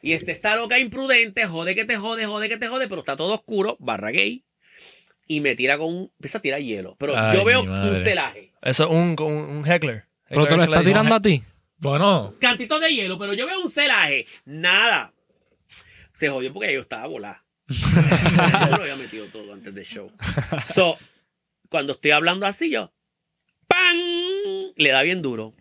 Y este está loca imprudente, jode que te jode, jode que te jode, pero está todo oscuro, barra gay. Y me tira con un. Empieza a tirar hielo. Pero
Ay,
yo veo
mi madre.
un celaje.
Eso es un, un, un heckler.
Pero te lo
Heckler
está
que le
tirando a ti.
Bueno,
Cantito de hielo, pero yo veo un celaje. Nada. Se jodió porque yo estaba volada. yo me lo había metido todo antes del show. So, cuando estoy hablando así, yo. ¡Pam! Le da bien duro.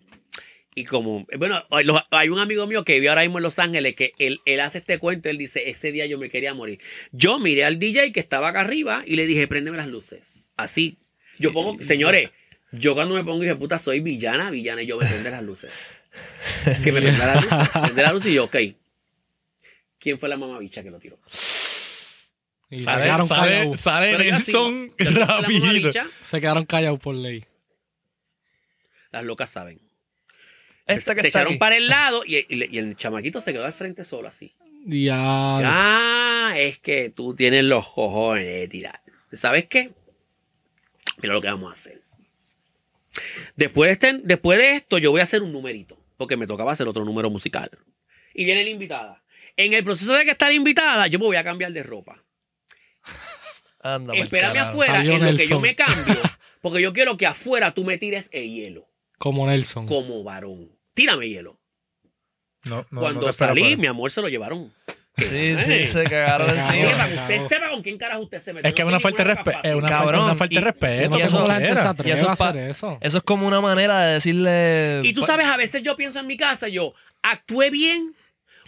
Y como, bueno, hay los- hay un amigo mío que vive ahora mismo en Los Ángeles que él, él hace este cuento, él dice, ese día yo me quería morir. Yo miré al DJ que estaba acá arriba y le dije, préndeme las luces. Así. Yo pongo, señores, yo cuando me pongo, dije, puta, soy villana, villana, y yo me prende las luces. Que me prenda las luces. Prende las luces y yo, ok. ¿Quién fue la mamabicha que lo tiró?
Y se
sale,
quedaron
sale-
callados.
sale
Pero ya sí,
Nelson
ya fue la
rapidito.
mamabicha,
Se quedaron callados por ley.
Las locas saben.
dice, Esta que
se
está
echaron
aquí.
para el lado y, y le- y el chamaquito se quedó al frente solo así.
Ya.
Ah, es que tú tienes los cojones de tirar. ¿Sabes qué? Mira lo que vamos a hacer. Después de, este- después de esto, yo voy a hacer un numerito, porque me tocaba hacer otro número musical. Y viene la invitada. En el proceso de que está la invitada, yo me voy a cambiar de ropa.
"Ah, Anda, pa'l
Espérame
carajo.
afuera
Salió
en lo que yo
Nelson.
me cambio, porque yo quiero que afuera tú me tires el hielo,
Como Nelson.
como varón. Tírame hielo.
No, no,
Cuando
no te espero
salí,
afuera.
mi amor se lo llevaron.
Sí,
Ay.
sí, se cagaron
Se
Así que
cagó.
encima.
para que usted sepa con quién carajo usted se metió.
Es que es
No
una
soy
falta de
ninguna
respeto.
cafacita.
Es una
Cabrón,
falta- una falta de
y-
Yo
respeto.
No
y
sé
eso-
cómo la gente se
era.
atreve
y eso
a
es pa-
hacer eso.
Eso es como una manera de decirle.
Y tú
pues
sabes, a veces yo pienso en mi casa, yo, ¿actué bien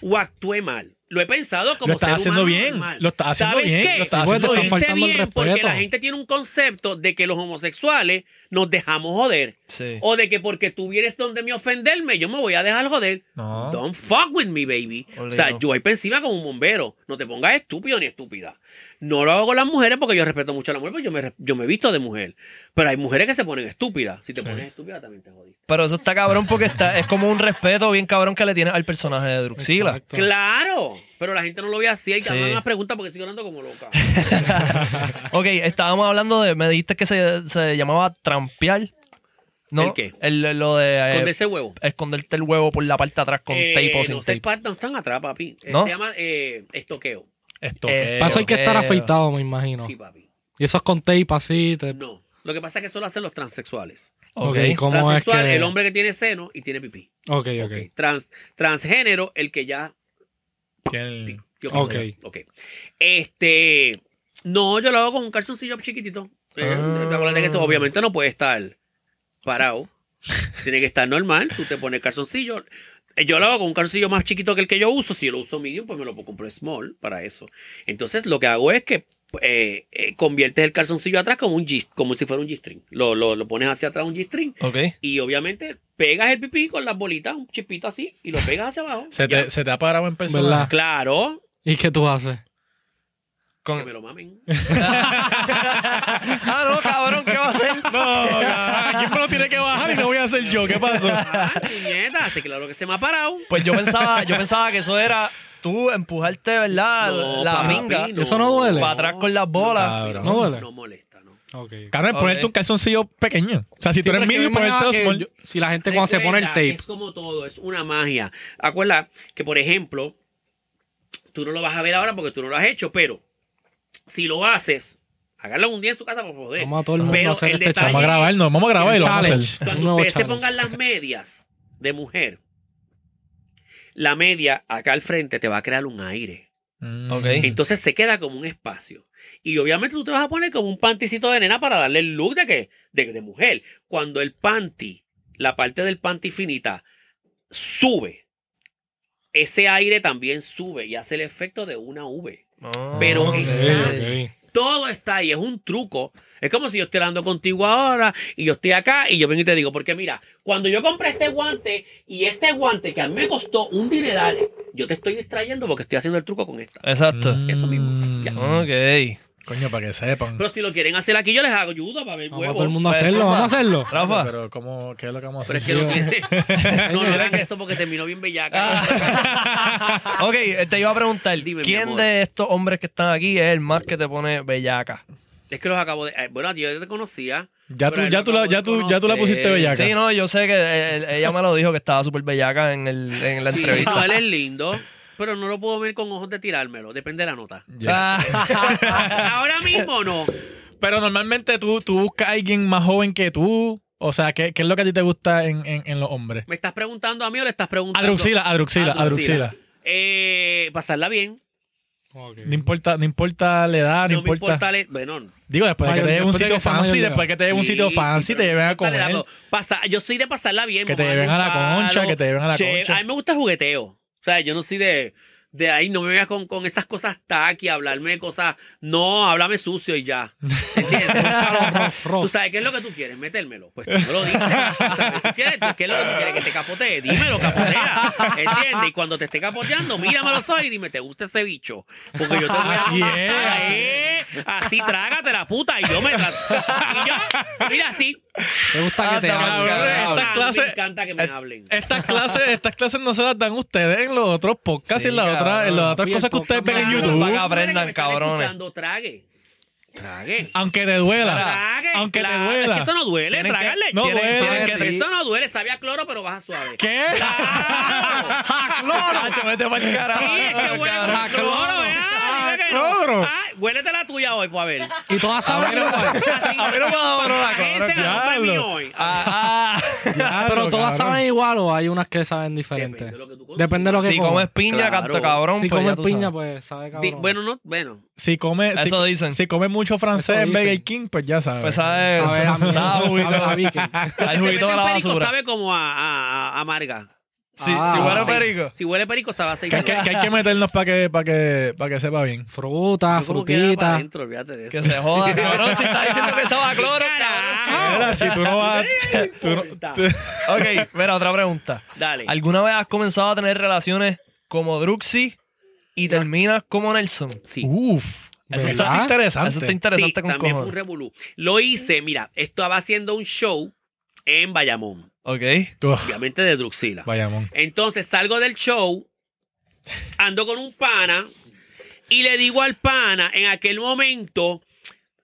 o actué mal? Lo he pensado como
Lo estás
ser
haciendo
humano
bien,
normal.
lo estás haciendo
¿Sabes
bien,
qué?
lo estás
Lo
haciendo
hice
bien.
Faltando el
bien porque
respeto.
la gente tiene un concepto de que los homosexuales nos dejamos joder.
Sí.
O de que porque tú vienes donde me ofenderme, yo me voy a dejar joder.
No.
Don't fuck with me, baby.
Obligado.
O sea, yo voy para encima como un bombero. No te pongas estúpido ni estúpida. No lo hago con las mujeres porque yo respeto mucho a la mujer, porque yo me, yo me visto de mujer. Pero hay mujeres que se ponen estúpidas. Si te pones estúpida, también te jodiste.
Pero eso está cabrón porque está, es como un respeto bien cabrón que le tienes al personaje de Druxila.
Exacto.
Claro, pero la gente no lo ve así. Hay que
Sí.
hacer más preguntas porque sigo hablando como loca.
Ok, estábamos hablando de. Me dijiste que se, se llamaba trampear. ¿No?
¿El qué?
El- lo de. eh,
Con ese huevo.
esconderte el huevo por la parte de atrás con
Eh,
tape o sin
no, se
tape.
espa- no están atrás, papi. Eh,
¿No?
Se llama eh, estoqueo.
Esto
Eh,
que-
Para eso hay que estar
Pero-
afeitado, me imagino.
Sí, papi.
Y eso es con tape así. Te...
No. Lo que pasa es que eso lo hacen los transexuales.
Ok.
Ok, ¿cómo es
Transexual,
que...?
el hombre que tiene seno y tiene pipí.
Ok, ok.
Ok. Trans, transgénero, el que ya
tiene-
Yo
Mm. Ok.
creo. Ok. Este. No, yo lo hago con un calzoncillo chiquitito. Eh,
Ah.
acuérdate que eso obviamente no puede estar parado. Tiene que estar normal. Tú te pones calzoncillo. Eh, Yo lo hago con un calzoncillo más chiquito que el que yo uso. Si lo uso medium, pues me lo puedo comprar small para eso. Entonces, lo que hago es que eh, eh, conviertes el calzoncillo atrás como un G, como si fuera un G-string. Lo, lo, lo pones hacia atrás un G-string
Ok.
y obviamente pegas el pipí con las bolitas, un chipito así, y lo pegas hacia abajo.
Se
Ya.
te, se te ha parado en persona.
¿Verdad?
Claro,
¿Y qué tú haces?
que me
Con...
lo mamen.
Ah, no, cabrón, ¿qué va a hacer?
No, cabrón, ¿quién me lo tiene que bajar y no voy a hacer yo? ¿Qué pasó?
Ah, niñeta, así claro que se me ha parado.
Pues yo pensaba, yo pensaba que eso era tú empujarte, ¿verdad?
No,
la
papi,
minga
Eso no duele.
para atrás con las bolas.
Cabrón.
¿No duele?
No molesta, no.
Ok.
Cabrón,
Ok.
ponerte un calzoncillo pequeño. O sea, si pues, tú
Sí, pero
eres
es que
mini,
yo me
ponerte
imaginaba
dos
que
small.
yo- Si la gente Este cuando se pone el
Recuerda,
tape.
Es como todo, es una magia. Acuerda que, por ejemplo, tú no lo vas a ver ahora porque tú no lo has hecho, pero si lo haces, hágalo un día en su casa por poder.
Vamos a todo el mundo
Pero
a hacer
el
este
detalle
Vamos a
challenge.
grabarnos, vamos a grabar y lo vamos a hacer.
Challenge. Un
Cuando
nuevo
ustedes se
challenge.
pongan las medias de mujer, la media acá al frente te va a crear un aire.
Mm.
Ok.
Entonces se queda como un espacio. Y obviamente tú te vas a poner como un panticito de nena para darle el look de que de, de mujer. Cuando el panty, la parte del panty finita, sube, ese aire también sube y hace el efecto de una V.
Oh,
Pero
ok.
está-
ok.
Todo está ahí, es un truco. Es como si yo estuviera hablando contigo ahora y yo estoy acá y yo vengo y te digo, porque mira, cuando yo compré este guante y este guante que a mí me costó un dineral, yo te estoy distrayendo porque estoy haciendo el truco con esta.
Exacto.
Eso mismo.
Mm.
Ya.
Ok.
Coño, para que sepan.
Pero si lo quieren hacer aquí, yo les hago ayuda para ver
Vamos a todo el
huevo.
mundo a
Pues,
hacerlo,
zumba.
vamos a hacerlo.
Rafa.
Pero, ¿cómo, ¿qué es lo que vamos a
Pero
hacer?
es que no tiene. No, no hagan
que-
eso porque terminó bien
Ah.
bellaca.
Ok, eh, te iba a preguntar,
Dime, mi
¿quién
amor.
de estos hombres que están aquí es el más que te pone bellaca?
Es que los acabo de. eh, Bueno, yo te conocía.
Ya tú,
Pero
ya
lo
tú, la,
acabo de
ya, tú, ya tú la
conocer.
pusiste bellaca.
Sí, no, yo sé que eh, eh, ella me lo dijo que estaba súper bellaca en, el, en la
Sí,
entrevista.
no, él es lindo, pero no lo puedo ver con ojos de tirármelo. Depende de la nota.
Ya.
Ah.
Ah,
Ahora mismo no.
Pero normalmente tú, tú buscas a alguien más joven que tú. O sea, ¿qué, qué es lo que a ti te gusta en, en, en los hombres?
¿Me estás preguntando a mí o le estás preguntando?
Adruxila, adruxila,
Adruxila.
adruxila.
Eh, pasarla bien.
Ok.
No importa, no importa la edad,
No,
no,
me
importa.
importa. le- Bueno,
Digo, después de que te
Mayor-
lleven un
después de
sitio
que sea
fancy,
mayor de
después que te lleven un
sí,
sitio
sí,
fancy,
pero
te
no
lleven a
importa la
comer.
edad. Pasa- yo soy de pasarla bien.
Que te
mamarme
lleven
un
a la
palo.
concha, que te lleven a la
Che,
concha.
A mí me gusta el jugueteo. O sea, yo no soy de. De ahí no me veas con, con esas cosas taqui, hablarme de cosas. No, háblame sucio y ya. ¿Entiendes?
Rof, rof.
Tú sabes qué es lo que tú quieres, metérmelo. Pues tú me lo dices. Tú sabes, ¿Tú quieres, tú- ¿Qué es lo que tú quieres? Que te capotee. Dímelo, capotea. ¿Entiendes? Y cuando te esté capoteando, mírame a los ojos y dime, ¿te gusta ese bicho? Porque yo te voy a
Así es,
Ah, eh, Así trágate la puta. Y yo me trato. Y yo, mira, así.
¿Te gusta que te
Anda,
hablen?
cabrón,
que te
esta
hablen?
Ah,
clase-
Me encanta que me
eh,
hablen.
Estas clases, estas clases no se las dan ustedes en los otros podcasts
Sí,
y en las otras,
cabrón.
en las otras
Oye,
cosas que
el
ustedes ven en
podcast
Claro,
YouTube.
para
ustedes
que aprendan,
me están
cabrones.
escuchando, Trague. Trague.
Aunque te duela.
Trague.
Aunque te
claro, Es que
duela.
eso no duele,
Tienen que-
tragarle.
No
Tienen-
duele.
tienen que-
eso no duele, sabía a cloro, pero baja suave.
¿Qué?
Claro.
Tacho, vete pa'l carajo.
Sí, es que huele
Cabrón.
a cloro, ¿eh? Ah, dime que no.
cloro.
Ah, huélete la tuya hoy, pues a ver.
Y todas
A mí
saben,
no me- a mí no me va a dar olor a cloro.
Ese la nombre
diablo.
mío hoy.
Ah, ah.
pero todas saben igual o hay unas que saben diferente.
Depende de lo que tú consumas.
Depende de lo que
Si comes piña,
Claro.
canto cabrón,
Si
pues ya
comes
tú
piña,
sabes.
pues sabe
Di-
cabrón.
bueno, no, bueno.
Si come, si-
Eso dicen.
si come mucho francés
Eso
en Burger
dicen.
King, pues ya sabes.
Pues sabes,
Sabe a mierda,
sabes a juguito.
sabe a Viking.
Al
Si
juguito de la
huele perico,
basura.
sabe como a, a, a- a marga.
Si
Ah,
si huele
sí.
perico.
Si huele perico, sabe a aceite.
Que hay que, que hay que meternos para que, pa' que, pa' que sepa bien.
Fruta,
Yo como que era para
frutita.
adentro, olvídate de
Que
eso.
se joda, cabrón. Si estás diciendo que sabe a cloro,
Carajo.
Mira, si tú no vas. tú no-
Puta.
tú-
cabrón. Ok, mira, otra pregunta.
Dale.
¿Alguna vez has comenzado a tener relaciones como Druxy y terminas como Nelson?
Sí.
Uf. Eso
¿Verdad?
está interesante.
Eso está interesante
Sí,
con
también fue un
cojones.
revolú. Lo hice, mira, estaba haciendo un show en Bayamón,
Ok.
Uf,
obviamente de Druxila.
Bayamón.
Entonces salgo del show, ando con un pana y le digo al pana, en aquel momento,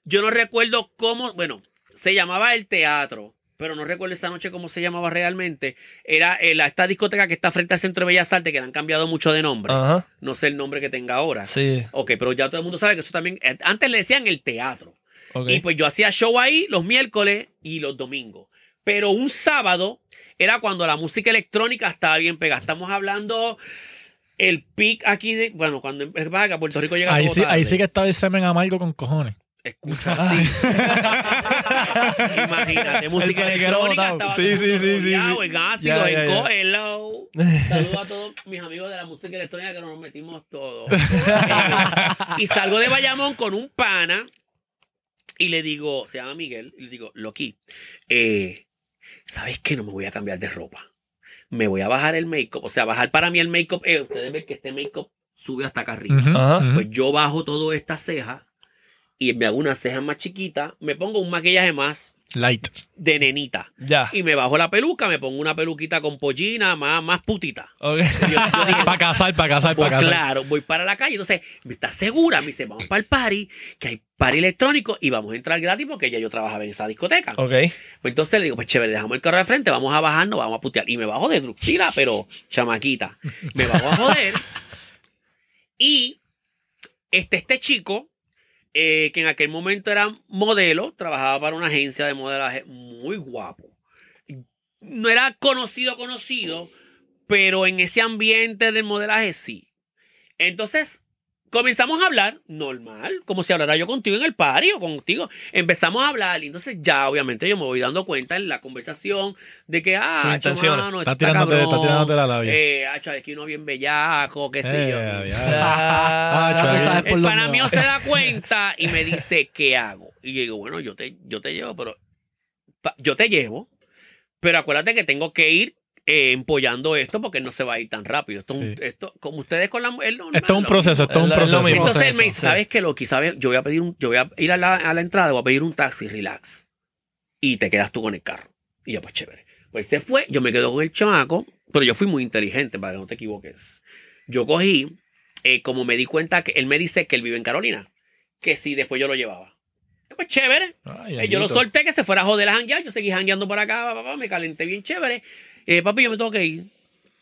yo no recuerdo cómo, bueno, se llamaba el teatro, pero no recuerdo esa noche cómo se llamaba realmente. Era eh, la- esta discoteca que está frente al Centro de Bellas Artes, que le han cambiado mucho de nombre.
Ajá.
No sé el nombre que tenga ahora.
Ah. Sí.
Ok, pero ya todo el mundo sabe que eso también, eh, antes le decían el teatro.
Ok.
Y pues yo hacía show ahí los miércoles y los domingos. Pero un sábado era cuando la música electrónica estaba bien pegada. Estamos hablando el pic aquí de. Bueno, cuando es verdad que a Puerto Rico llega
Ahí
todo
sí, ahí
tarde.
sí que está el semen amargo con cojones.
escucha así. Imagínate, música
periquero
electrónica.
botado.
estaba
Sí,
todo
sí, sí, sí,
rodeado,
sí.
En ácido,
Ya, ya,
en
ya.
co- hello. Saludos a todos mis amigos de la música electrónica que nos metimos todos. Eh, y salgo de Bayamón con un pana y le digo, se llama Miguel, y le digo, Loki, eh, ¿sabes qué? No me voy a cambiar de ropa. Me voy a bajar el make-up. O sea, bajar para mí el make-up. eh, ustedes ven que este make-up sube hasta acá arriba.
¿Mm?
Ajá.
Pues yo bajo todas estas cejas y me hago una ceja más chiquita, me pongo un maquillaje más
Light.
de nenita.
Ya.
Y me bajo la peluca, me pongo una peluquita con pollina más, más putita.
Ok.
Y Yo, yo dije,
Para casar, para casar,
voy,
para casar.
Pues, claro, voy para la calle. Entonces, me está segura, me dice, vamos para el party, que hay party electrónico y vamos a entrar gratis porque ya yo trabajaba en esa discoteca.
Oh.
Ok.
Pues entonces le digo, pues chévere, dejamos el carro de frente, vamos a bajarnos, vamos a putear. Y me bajo de Druxila, pero chamaquita. Me bajo a joder. Y este, este chico, eh, que en aquel momento era modelo, trabajaba para una agencia de modelaje muy guapo. No era conocido, conocido, pero en ese ambiente del modelaje sí. Entonces, comenzamos a hablar normal, como si hablara yo contigo en el party o contigo. Empezamos a hablar y entonces ya obviamente yo me voy dando cuenta en la conversación de que, ah,
Sus
hacho,
intenciones.
mano,
Está
este
tirándote,
cabrón,
está tirándote la labia.
eh, hacho, aquí uno bien bellaco, qué sé yo.
Eh, ya.
Ah,
Ah,
ya.
tú sabes
El pana mío se da cuenta y me dice, ¿qué hago? Y yo digo, bueno, yo te, yo te llevo, pero pa- yo te llevo, pero acuérdate que tengo que ir eh, empollando esto porque no se va a ir tan rápido. Esto, es un-
Sí.
esto como ustedes con la él no-
Esto es un
no-
proceso, esto es un
Es lo- es lo
proceso.
mismo.
Entonces él me dice,
proceso, sí.
¿sabes qué, Loki? ¿Sabes? Yo voy a pedir un, yo voy a ir a la, a la entrada, voy a pedir un taxi, relax. Y te quedas tú con el carro. Y yo, pues chévere. Pues se fue, yo me quedo con el chamaco, pero yo fui muy inteligente para que no te equivoques. Yo cogí, eh, como me di cuenta que él me dice que él vive en Carolina, que si después yo lo llevaba. Eh, Pues chévere.
Ay,
Eh, yo lo
amiguito.
solté que se fuera a joder a janguear, yo seguí jangueando por acá, papá, me calenté bien chévere. Eh, papi, yo me tengo que ir.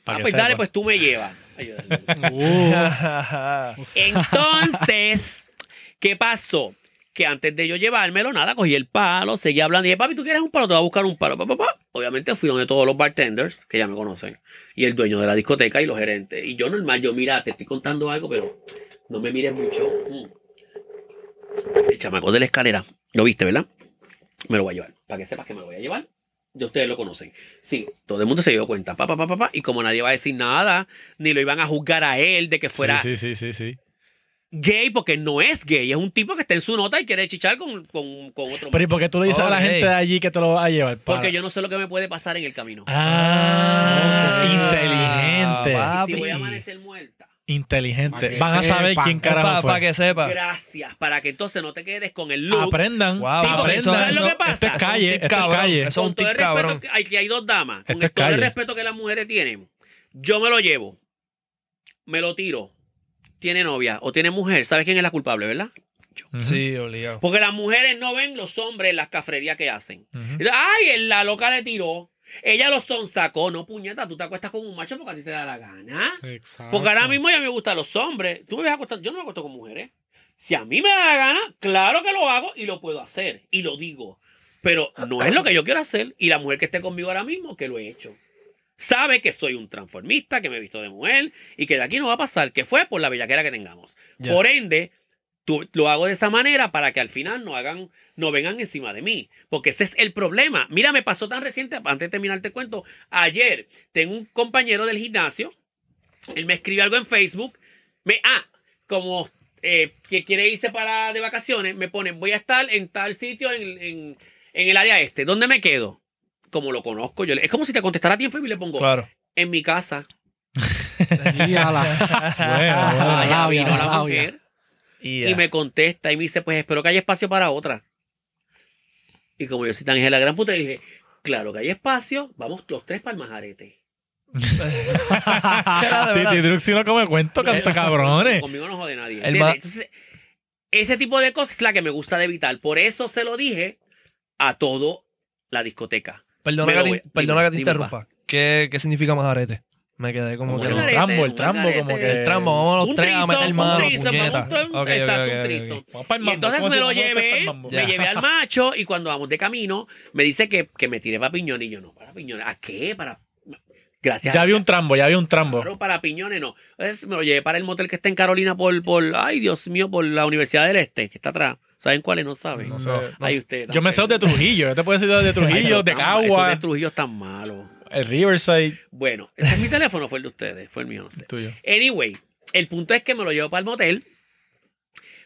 Pa'
ah,
que
pues dale,
sepa.
pues tú me llevas. Ay, yo, dale.
Uh,
Entonces, ¿qué pasó? Que antes de yo llevármelo, nada, cogí el palo, seguí hablando. Y dije, papi, ¿tú quieres un palo? Te voy a buscar un palo. Pa, pa, pa. Obviamente fui donde todos los bartenders, que ya me conocen, y el dueño de la discoteca y los gerentes. Y yo normal, yo, mira, te estoy contando algo, pero no me mires mucho. Mm. El chamaco de la escalera, lo viste, ¿verdad? Me lo voy a llevar. Para que sepas que me lo voy a llevar. Ya ustedes lo conocen. Sí, todo el mundo se dio cuenta. Pa, pa, pa, pa, pa. Y como nadie va a decir nada, ni lo iban a juzgar a él de que fuera
Sí, sí, sí, sí, sí.
gay porque no es gay, es un tipo que está en su nota y quiere chichar con, con, con otro.
Pero ¿y por qué tú le dices a la
Ok.
gente de allí que te lo vas a llevar? Para-
porque yo no sé lo que me puede pasar en el camino.
Ah,
Ok.
inteligente.
Ah,
y si voy a
papi.
amanecer muerta.
Inteligente.
Pa' que
Van a saber
sepan.
quién
Para
carajo fue.
que sepa.
Gracias, para que entonces no te quedes con el
Ah,
look.
Aprendan.
Wow,
Sí, porque
aprendan.
¿sabes lo que pasa?
Esto es
Eso es
un
calle,
tip
esto es
cabrón.
calle.
Eso- es
con
un
todo el
tip,
respeto
cabrón.
que hay, que hay dos damas. Con
Esto es
todo el
calle.
respeto que las mujeres tienen. Yo me lo llevo. Me lo tiro. Tiene novia o tiene mujer. ¿Sabes quién es la culpable, verdad?
Ujú,
Sí, obligado.
Porque las mujeres no ven los hombres las cafrerías que hacen.
ujú.
Entonces, Ay, el- la loca le tiró. Ella lo sonsacó. No, puñeta, tú te acuestas con un macho porque a ti te da la gana.
exacto.
Porque ahora mismo ya me gustan los hombres. Tú me ves acostar. Yo no me acuesto con mujeres. Si a mí me da la gana, claro que lo hago y lo puedo hacer. Y lo digo. Pero no es lo que yo quiero hacer. Y la mujer que esté conmigo ahora mismo, que lo he hecho. Sabe que soy un transformista, que me he visto de mujer y que de aquí no va a pasar. Que fue por la bellaquera que tengamos.
Ya.
Por ende, tú- lo hago de esa manera para que al final no hagan, no vengan encima de mí. Porque ese es el problema. Mira, me pasó tan reciente, antes de terminar te cuento, ayer tengo un compañero del gimnasio, él me escribe algo en Facebook, me, ah, como eh, que quiere irse para de vacaciones, me pone, voy a estar en tal sitio en, en- en el área este, ¿dónde me quedo? Como lo conozco, yo le- es como si te contestara a ti en Facebook y le pongo,
Claro.
en mi casa.
Y a la-
Bueno, bueno.
La
Ah, ya
labia,
vino
la
la
labia.
mujer.
Y
Y me contesta y me dice, pues espero que haya espacio para otra. Y como yo soy tan hija de la gran puta, dije, claro que hay espacio, vamos los tres para el majarete.
Titi Drux, si no come cuento, canto cabrones.
Conmigo no jode nadie.
El
¿entiendes?
ma-
Entonces, ese tipo de cosas es la que me gusta de evitar. Por eso se lo dije a todo la discoteca.
Perdona,
me
que
lo
te,
voy-
perdona
dime,
que te
dime,
interrumpa. ¿Qué, ¿Qué significa majarete? Me quedé como
Como
que...
El
Margarete,
trambo, el trambo,
Margarete.
como que.
El tramo, vamos los
Un
tres a
threesome,
meter mano,
un threesome,
puñeta.
vamos un threesome,
Ok, ok, ok,
exacto, un
ok, ok.
threesome.
Vamos pa'l
Y
mambo,
entonces
¿cómo
me
se
lo
llama? Vamos
llevé,
pa'l mambo.
me llevé al macho y cuando vamos de camino me dice que, que me tiré para piñones y yo no, para piñones, ¿a qué? Para... Gracias.
Ya
a-
vi un trambo, ya vi un trambo.
Claro, para piñones no. Entonces me lo llevé para el motel que está en Carolina por, por ay Dios mío, por la Universidad del Este, que está atrás. ¿Saben cuáles? No saben.
Pues, No sé. no
Ay,
sé.
ustedes
Yo me sé
también.
los de Trujillo. Yo te puedo decir los de
Ay,
Trujillo, de
pero tan mal, esos
Cagua,
de Trujillo están malos.
el Riverside.
Bueno, ese es mi teléfono, fue el de ustedes, fue el mío, no sé.
Tuyo.
Anyway, el punto es que me lo llevo para el motel.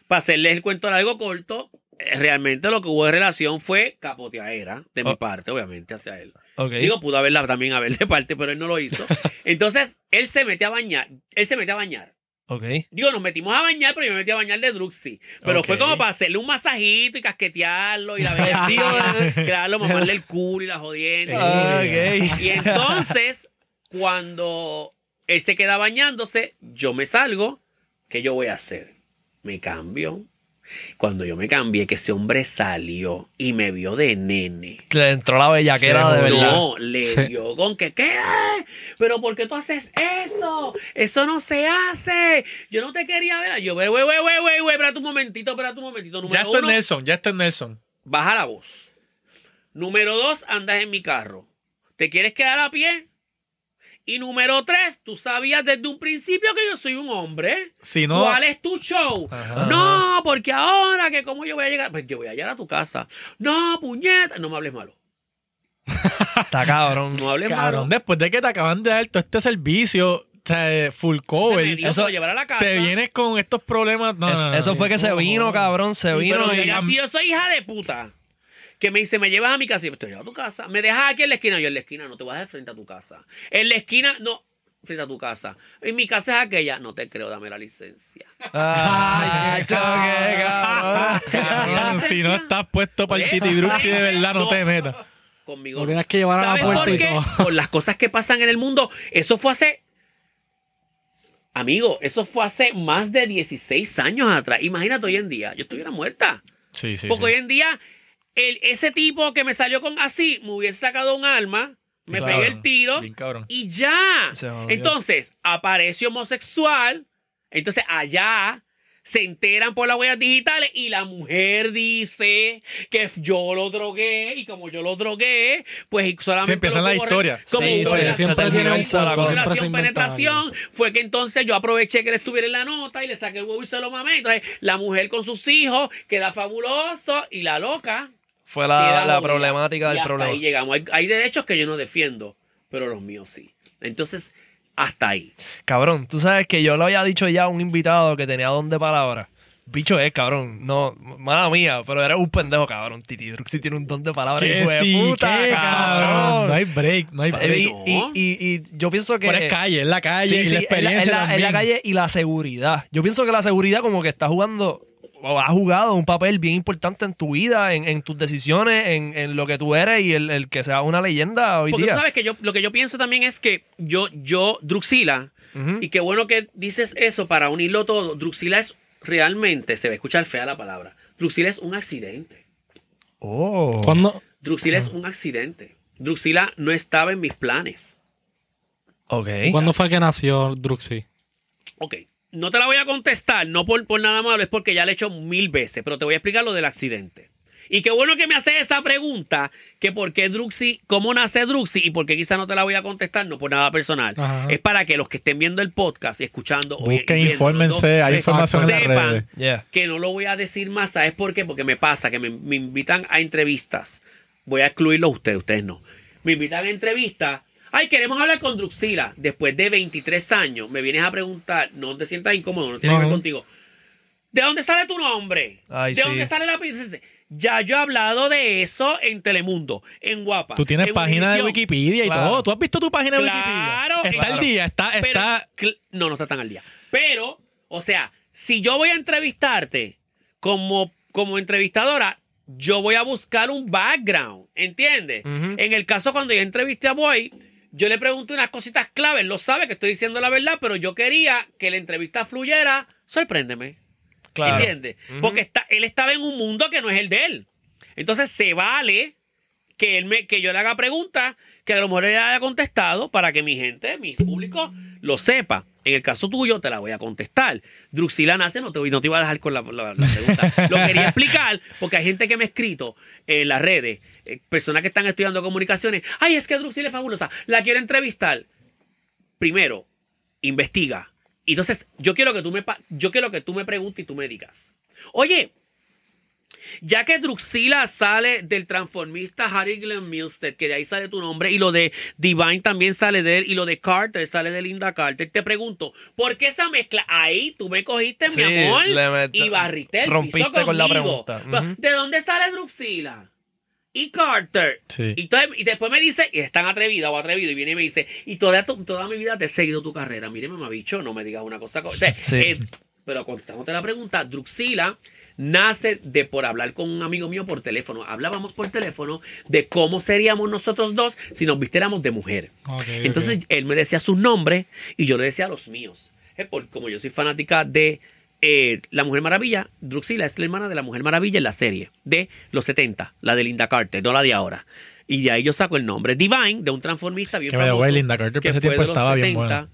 Para hacerles el cuento largo corto, eh, realmente lo que hubo de relación fue capoteadera, de mi
Oh.
parte, obviamente, hacia él.
Ok.
Digo, pudo haberla también haber de parte, pero él no lo hizo. Entonces, él se mete a bañar. Él se mete a bañar.
ok.
Digo, nos metimos a bañar, pero yo me metí a bañar de Druxy. Pero fue
Ok.
como para hacerle un masajito y casquetearlo y la bella
Tío,
Claro, mamarle el culo y la jodienda.
ok.
Y entonces, cuando él se queda bañándose, yo me salgo. ¿Qué yo voy a hacer? Me cambio. Cuando yo me cambié, que ese hombre salió y me vio de nene.
Le entró la bellaquera
Se
de verdad.
No, le
Sí.
dio con que, ¿qué? ¿Pero por qué tú haces eso? Eso no se hace. Yo no te quería ver. Yo, güey, güey, güey, güey, güey, güey, espérate un momentito, espérate un momentito.
Ya
Número
está en
uno,
Nelson, ya está en Nelson.
baja la voz. Número dos, andas en mi carro. ¿Te quieres quedar a pie? Y número tres, tú sabías desde un principio que yo soy un hombre.
Si no, Ah.
¿Cuál es tu show?
Ajá.
No, porque ahora que cómo yo voy a llegar. Pues yo voy a llegar a tu casa. No, puñeta. No me hables malo.
Está cabrón.
No hables malo.
cabrón, después de que te acaban de dar todo este servicio, o sea, eh, full
Se me
cover,
dio,
eso-
pero llevar a la casa.
te vienes con estos problemas. No,
Es-
no, no,
eso fue que se
no,
vino,
no.
cabrón. Se
Sí, pero
vino y.
mira, si yo soy hija de puta, que me dice, me llevas a mi casa, y yo estoy a tu casa, me dejas aquí en la esquina, yo en la esquina, no te vas a dejar frente a tu casa. En la esquina, no, frente a tu casa. En mi casa es aquella, no te creo, dame la licencia.
Ay, qué cabrón.
Cabrón, si no estás puesto para el
Oye,
Titi Druxy, de verdad no te metas.
Conmigo.
Lo
no.
tienes que llevar a
¿Sabes
la puerta
por
y
qué?
todo.
Por las cosas que pasan en el mundo. Eso fue hace. Amigo, eso fue hace más de 16 años atrás. Imagínate hoy en día. Yo estuviera muerta.
Sí, sí.
Porque hoy en día, el, ese tipo que me salió con así, me hubiese sacado un arma, me
Claro.
pegué el tiro
Bien cabrón.
y ya.
Se jodió.
Entonces, aparece homosexual. Entonces, allá se enteran por las huellas digitales y la mujer dice que yo lo drogué y como yo lo drogué, pues y solamente...
Sí, empiezan
lo
las
tuvo re-
historias.
Como
Sí,
una
sí,
relación-
siempre
como
tiene
una
un punto,
relación,
siempre
se inventa
penetración, fue que entonces yo aproveché que él estuviera en la nota y le saqué el huevo y se lo mamé. Entonces, la mujer con sus hijos queda fabuloso y la loca
Fue la,
queda
Ah, la
jodida.
problemática
Y
del
hasta Ahí
problema.
llegamos. Hay, hay derechos que yo no defiendo, pero los míos sí. Entonces, hasta ahí.
Cabrón, tú sabes que yo le había dicho ya a un invitado que tenía don de palabras. Bicho es, cabrón. No, mala mía, pero eres un pendejo, cabrón. Titi Druxy tiene un don de palabras.
Que
hijo de
sí,
puta, Eh,
que cabrón. No hay break, no hay
Y,
break.
no.
y, y- y yo pienso que.
Pero es calle, es la calle
Sí,
y
sí,
la
en la- en la-
experiencia
en la,
también.
calle y la seguridad. Yo pienso que la seguridad como que está jugando o ha jugado un papel bien importante en tu vida, en, en tus decisiones, en, en lo que tú eres y el, el que sea una leyenda hoy
Porque tú
día.
sabes que yo, lo que yo pienso también es que yo, yo, Druxila,
Ujú.
y qué bueno que dices eso para unirlo todo. Druxila es realmente, se va a escuchar fea la palabra. Druxila es un accidente.
Oh.
¿Cuándo?
Druxila es un accidente. Druxila no estaba en mis planes.
Ok.
¿Cuándo fue que nació Druxy?
Ok. No te la voy a contestar, no por, por nada malo, es porque ya la he hecho mil veces, pero te voy a explicar lo del accidente. Y qué bueno que me haces esa pregunta, que por qué Druxy, cómo nace Druxy y por qué quizá no te la voy a contestar, no por nada personal.
Ajá.
Es para que los que estén viendo el podcast y escuchando... oye,
Busquen,
y viendo,
infórmense,
los
hay
dos, eh,
información en las
sepan
redes.
Yeah.
que no lo voy a decir más, ¿sabes por qué? Porque me pasa que me, me invitan a entrevistas. Voy a excluirlo a ustedes, ustedes no. Me invitan a entrevistas. Ay, queremos hablar con Druxila. Después de 23 años, me vienes a preguntar, no te sientas incómodo, no tiene que ver
Ajá.
contigo. ¿De dónde sale tu nombre?
Ay,
¿De
sí.
dónde sale la princesa? Ya yo he hablado de eso en Telemundo, en Guapa.
Tú tienes
en
página de
Univisión.
Wikipedia y
Claro.
todo. ¿Tú has visto tu página de Wikipedia?
Claro,
Está
claro.
al día, está,
Pero-
está.
cl- no, no está tan al día. Pero, o sea, si yo voy a entrevistarte como, como entrevistadora, yo voy a buscar un background, ¿entiendes?
Ujú.
En el caso cuando yo entrevisté a Boy, yo le pregunté unas cositas claves, él lo sabe que estoy diciendo la verdad, pero yo quería que la entrevista fluyera, sorpréndeme.
Claro.
¿Entiendes? Porque está, él estaba en un mundo que no es el de él. Entonces se vale que él me, que yo le haga preguntas que a lo mejor él haya contestado para que mi gente, mi público, lo sepa. En el caso tuyo, te la voy a contestar. Druxila nace, no te, no te iba a dejar con la, la- la pregunta. Lo quería explicar porque hay gente que me ha escrito en las redes, eh, personas que están estudiando comunicaciones. Ay, es que Druxila es fabulosa, la quiero entrevistar. Primero, investiga. Entonces, yo quiero que tú me, pa- yo quiero que tú me preguntes y tú me digas. Oye, Ya que Druxila sale del transformista Harry Glenn Milstead, que de ahí sale tu nombre, y lo de Divine también sale de él, y lo de Carter sale de Linda Carter, te pregunto, ¿por qué esa mezcla? Ahí tú me cogiste,
Sí,
mi amor,
le met-
y barriste el piso
rompiste con la
conmigo.
pregunta. Ujú.
¿De dónde sale Druxila? Y Carter.
Sí.
Y, entonces- y después me dice, y es tan atrevida o atrevido, y viene y me dice, y toda, tu- toda mi vida te he seguido tu carrera. Mire, mamabicho, no me digas una cosa. co- Entonces,
Sí.
eh, pero contándote la pregunta, Druxila nace de por hablar con un amigo mío por teléfono. Hablábamos por teléfono de cómo seríamos nosotros dos si nos vistiéramos de mujer.
Ok, ok.
Entonces él me decía sus nombres y yo le decía los míos. Eh, por- como yo soy fanática de eh, La Mujer Maravilla, Druxila es la hermana de La Mujer Maravilla en la serie de los 70, la de Linda Carter, no la de ahora. Y de ahí yo saco el nombre. Divine, de un transformista bien
Que by the
famoso.
way, Linda Carter
que
para ese
fue
tiempo
de los
estaba bien
70,
buena.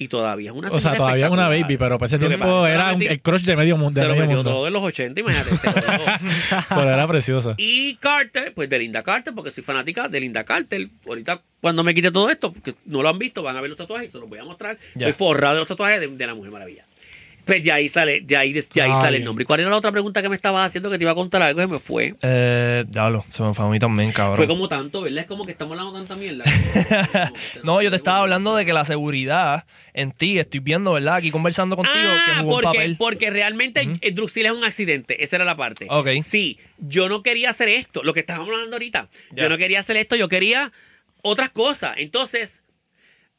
Y todavía es una
O sea,
señora
todavía es una baby,
espectacular.
pero para ese
Lo que
tiempo
pasa es que
era
la
un-
metí-
el crush de medio mundo.
Se
De
lo
medio
metió
mundo.
todo en los 80, imagínate. se lo dejó.
Pero era preciosa.
Y Carter, pues de Linda Carter, porque soy fanática de Linda Carter. Ahorita, cuando me quite todo esto, porque no lo han visto, van a ver los tatuajes, se los voy a mostrar.
Ya.
Estoy forrado de los tatuajes de, de la Mujer Maravilla. Pues de ahí sale, de ahí, de ahí
Ah,
sale
bien.
el nombre. ¿Y cuál era la otra pregunta que me estabas haciendo que te iba a contar algo? Se me fue.
Eh, diablo, se me fue a mí también, cabrón.
Fue como tanto, ¿verdad? Es como que estamos hablando tanta mierda. Como que se nos-
No, yo te estaba hablando de que la seguridad en ti, estoy viendo, ¿verdad? Aquí conversando contigo,
Ah,
que jugó un
porque,
papel.
porque realmente eh, Druxila es un accidente. Esa era la parte.
Ok.
Sí, yo no quería hacer esto, lo que estábamos hablando ahorita.
Ya.
Yo no quería hacer esto, yo quería otras cosas. Entonces,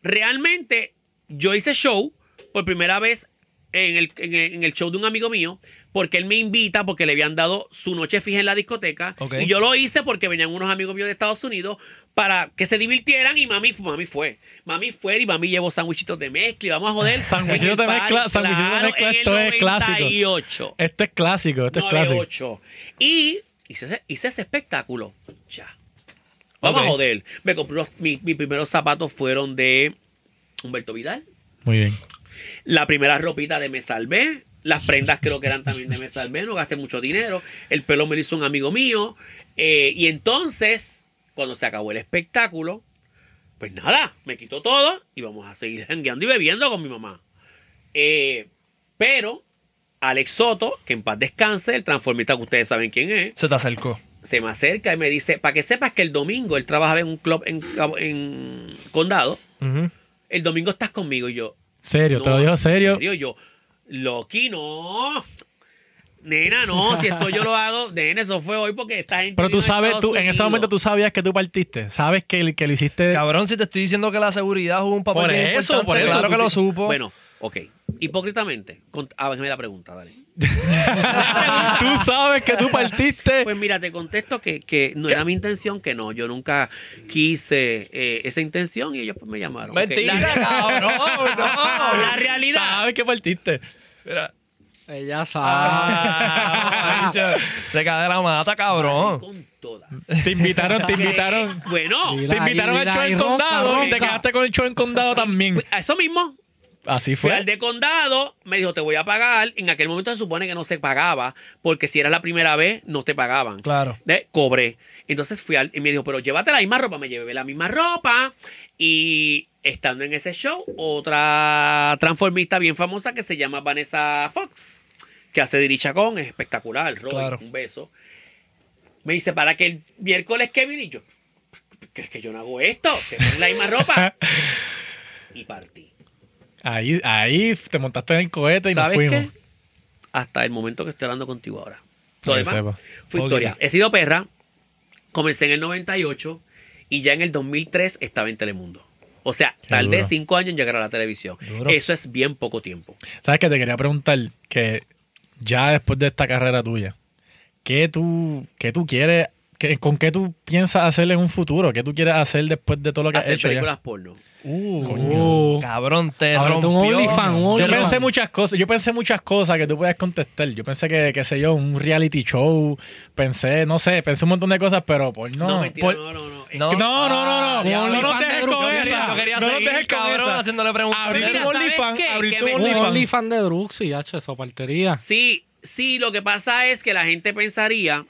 realmente yo hice show por primera vez en el, en el- en el show de un amigo mío, porque él me invita, porque le habían dado su noche fija en la discoteca.
Ok.
Y yo lo hice porque venían unos amigos míos de Estados Unidos para que se divirtieran y mami, mami fue. Mami fue y mami llevó sándwichitos de mezcla y vamos a joder.
Sándwichitos
en el
de
bar,
mezcla- sándwichitos de
claro,
mezcla,
en el
esto es clásico.
98.
Esto es clásico, esto es clásico.
98. Y hice ese, hice ese espectáculo. Ya. Vamos
Ok.
a joder. Me compré unos- mi- mis primeros zapatos fueron de Humberto Vidal.
Muy bien.
La primera ropita de Me Salvé. Las prendas creo que eran también de Me Salvé. No gasté mucho dinero. El pelo me lo hizo un amigo mío. Eh, y entonces, cuando se acabó el espectáculo, pues nada, me quitó todo y vamos a seguir jangueando y bebiendo con mi mamá. Eh, pero Alex Soto, que en paz descanse, el transformista que ustedes saben quién es,
Se te acercó.
se me acerca y me dice, para que sepas que el domingo él trabajaba en un club en, Cabo- en Condado,
Ujú.
el domingo estás conmigo y yo,
Serio, te lo
no,
digo serio.
en Yo, Loki, no. Nena, no. Si esto yo lo hago, nena, eso fue hoy porque esta gente.
Pero tú
vino de
sabes,
Estados
tú, en ese
Unidos.
momento tú sabías que tú partiste. Sabes que, el- que lo hiciste.
Cabrón, si te estoy diciendo que la seguridad jugó un papel.
Por
bien
eso,
importante,
por eso,
Claro
tú
que
te-
lo supo.
Bueno, ok. Hipócritamente, cont- ah, déjame la pregunta, dale.
Eh. tú sabes que tú partiste.
Pues mira, te contesto que, que no era mi intención, que no. Yo nunca quise eh, esa intención y ellos pues me llamaron. Ok,
Mentira,
la-
cabrón, no.
la realidad.
Sabes que partiste.
Mira.
Ella sabe.
Ah, bicho, se cae de la mata, cabrón.
Con todas.
Te invitaron, te invitaron.
Bueno,
Dila
Te invitaron
ahí,
al
dila
show
ahí,
en
ronca,
condado y te
ronca.
quedaste con el show en condado también.
pues, a eso mismo.
Así
Fue al
fue.
de condado, me dijo, te voy a pagar. En aquel momento se supone que no se pagaba, porque si era la primera vez, no te pagaban.
Claro.
Eh, cobré. Entonces fui al, y me dijo, pero llévate la misma ropa. Me llevé la misma ropa. Y estando en ese show, otra transformista bien famosa que se llama Vanessa Fox, que hace Diri Chacón, es espectacular. Roy,
Claro.
un beso. Me dice, para que el miércoles que viene, y yo, ¿crees que yo no hago esto? Que ponen la misma ropa. Y partí.
Ahí, ahí te montaste en el cohete y nos
¿Sabes
fuimos.
qué? Hasta el momento que estoy hablando contigo ahora. Lo
Para que
demás
sepa.
fue
Ok.
historia. He sido perra, comencé en el 98 y ya en el 2003 estaba en Telemundo. O sea, tardé
duro.
cinco años en llegar a la televisión.
Duro.
Eso es bien poco tiempo.
¿Sabes qué? Te quería preguntar que ya después de esta carrera tuya, ¿qué tú, qué tú quieres, qué- con qué tú piensas hacer en un futuro? ¿Qué tú quieres hacer después de todo lo que has
Hacer
hecho ya?
películas porno.
Uh.
Cabrón, te
Ahora tú un
rompió.
OnlyFans, un
Yo
OnlyFans.
pensé muchas cosas, yo pensé muchas cosas que tú puedes contestar. Yo pensé que, qué sé yo, un reality show, pensé, no sé, pensé un montón de cosas, pero por no.
No, mentira,
por-
no, no, no. Eh,
No,
No, no, no, no, no,
diablo,
no nos
OnlyFans
dejes
de
con
Druxila.
esa.
Yo quería
No nos
seguir,
dejes con
cabrón,
esa.
haciéndole preguntas.
Abrir
Mira,
tu
¿sabes
OnlyFans,
qué?
abrir
Que
tu
me-
Un
OnlyFans.
OnlyFans de Druxy, hacho, eso partería.
Sí, sí, lo que pasa es que la gente pensaría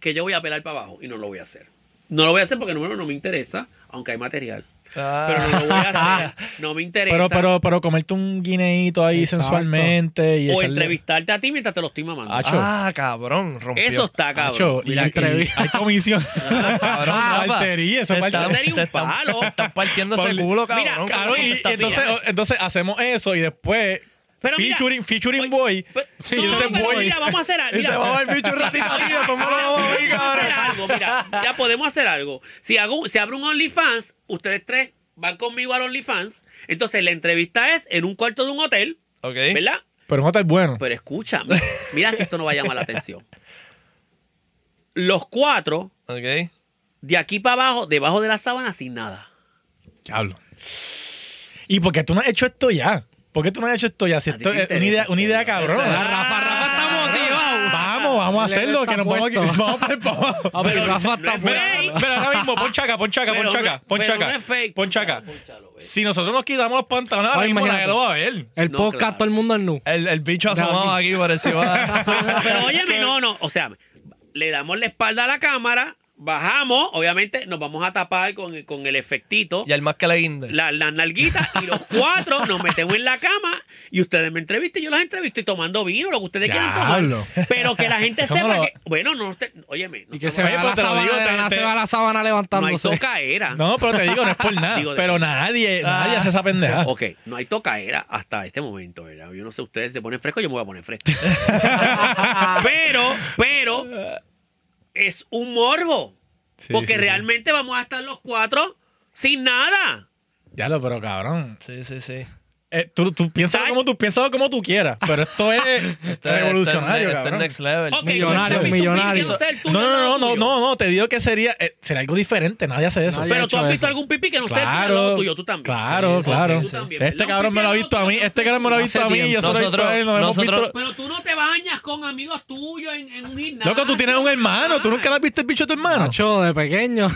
que yo voy a pelar para abajo y no lo voy a hacer. No lo voy a hacer porque, número uno, no me interesa, aunque hay material.
Ah.
Pero no lo voy a hacer. No me interesa.
Pero, pero, pero comerte un guineíto ahí
Exacto.
sensualmente y
o
echarle-
entrevistarte a ti mientras te lo estoy mamando.
Ah,
ah, cabrón, rompió.
Eso está cabrón.
Acho, y,
la
y-
entrevista.
hay comisión.
Cabrón,
Ah,
Rafa.
altería, esa
Te
parte.
están-
Sería un
te están-
palo.
te Están partiendo ese
Pablo,
culo, cabrón. eh.
mira,
con
Cabrón, y- y
contestación.
entonces, o- entonces hacemos eso y después
Pero mira-
featuring, featuring
Oye,
boy.
Pero-
Sí,
no,
yo sé,
no, pero
voy.
Pues, mira, vamos a hacer algo.
Este
Mira,
va a ver bicho un ratito aquí, después me lo vamos a ver,
Vamos a hacer
cabrón.
algo, mira, ya podemos hacer algo. Si, hago, si abro un OnlyFans, ustedes tres van conmigo al OnlyFans. Entonces la entrevista es en un cuarto de un hotel,
Ok.
¿verdad?
Pero un hotel bueno.
Pero escúchame, mira si esto no va a llamar la atención. Los cuatro,
Ok.
de aquí para abajo, debajo de la sábana, sin nada.
Diablo. ¿Y por qué tú no has hecho esto ya? ¿Por qué tú no has hecho esto ya? Si
A ti
esto
te
es una idea,
interesa
una idea
hacerlo.
cabrón.
Ah, Rafa, Rafa está motivado.
Vamos, vamos a
Le
hacerlo, que
está
nos vamos a
puesto.
vamos a- vamos a-
Ah, pero
Pero
Rafa
no
está
es
fuera.
fake.
Pero ahora mismo, pon chaca, pon chaca, pon
Pero no-
chaca, pon
pero
chaca.
no es fake.
Pon chaca.
Ponchalo, ve.
Si nosotros nos quitamos los pantalones, ahora
Oye,
mismo nadie
imagínate.
lo va a ver.
El
No,
podcast,
claro.
todo el mundo en nu.
Ah, El, el bicho asomado aquí por encima.
Pero óyeme, no, no. O sea, le damos la espalda a la cámara, bajamos, obviamente nos vamos a tapar con, con el efectito,
y el más que le guinde.
la, la nalguita, y los cuatro nos metemos en la cama y ustedes me entrevistan, yo los entrevisto y tomando vino, lo que ustedes quieran
Diablo.
tomar. Pero que la gente
Eso
sepa
no lo-
que, bueno, no, usted, óyeme, no,
Y que se
estamos-
Oye,
va
pero
a la
te lo
sábana,
digo,
de la
te-
nada se
te-
va a la sábana
no hay
levantándose.
tocaera.
No, pero te digo, no es por
Digo
nada.
de- Ah.
pero nadie, nadie hace esa pendeja.
Ok, no hay tocaera hasta este momento, ¿verdad? Yo no sé, ustedes se ponen fresco, yo me voy a poner fresco. pero, pero, es un morbo.
Sí,
porque
sí, sí.
realmente vamos a estar los cuatro sin nada.
Ya lo, pero cabrón.
Sí, sí, sí.
Eh, tú, tú piénsalo
Ay.
como tú piénsalo como tú quieras, pero esto es
Este-
revolucionario,
este es
cabrón.
next level.
Ok,
Millonario,
tú- tú- tú
millonario.
quieres ser tú,
No, no,
yo
no,
lo
no,
tuyo.
no, no, te digo que sería eh, sería algo diferente, nadie hace eso.
Nadie.
Pero tú
hecho
has visto
eso.
algún pipi que no sea el
Claro,
tuyo, tú también.
claro,
Sí, sí,
claro.
sí, tú también,
Este
¿verdad?
cabrón
Un
me lo ha
pipi
visto
al
a
otro,
mí,
no sé.
este cabrón me lo ha
Hace
visto a mí,
tiempo.
yo solo he visto a él, nos hemos
Nosotros-
visto.
Pero tú no te bañas con amigos tuyos en, en un gimnasio.
Loco, tú tienes un hermano, tú nunca le has visto el bicho a tu hermano.
Nacho, de pequeño.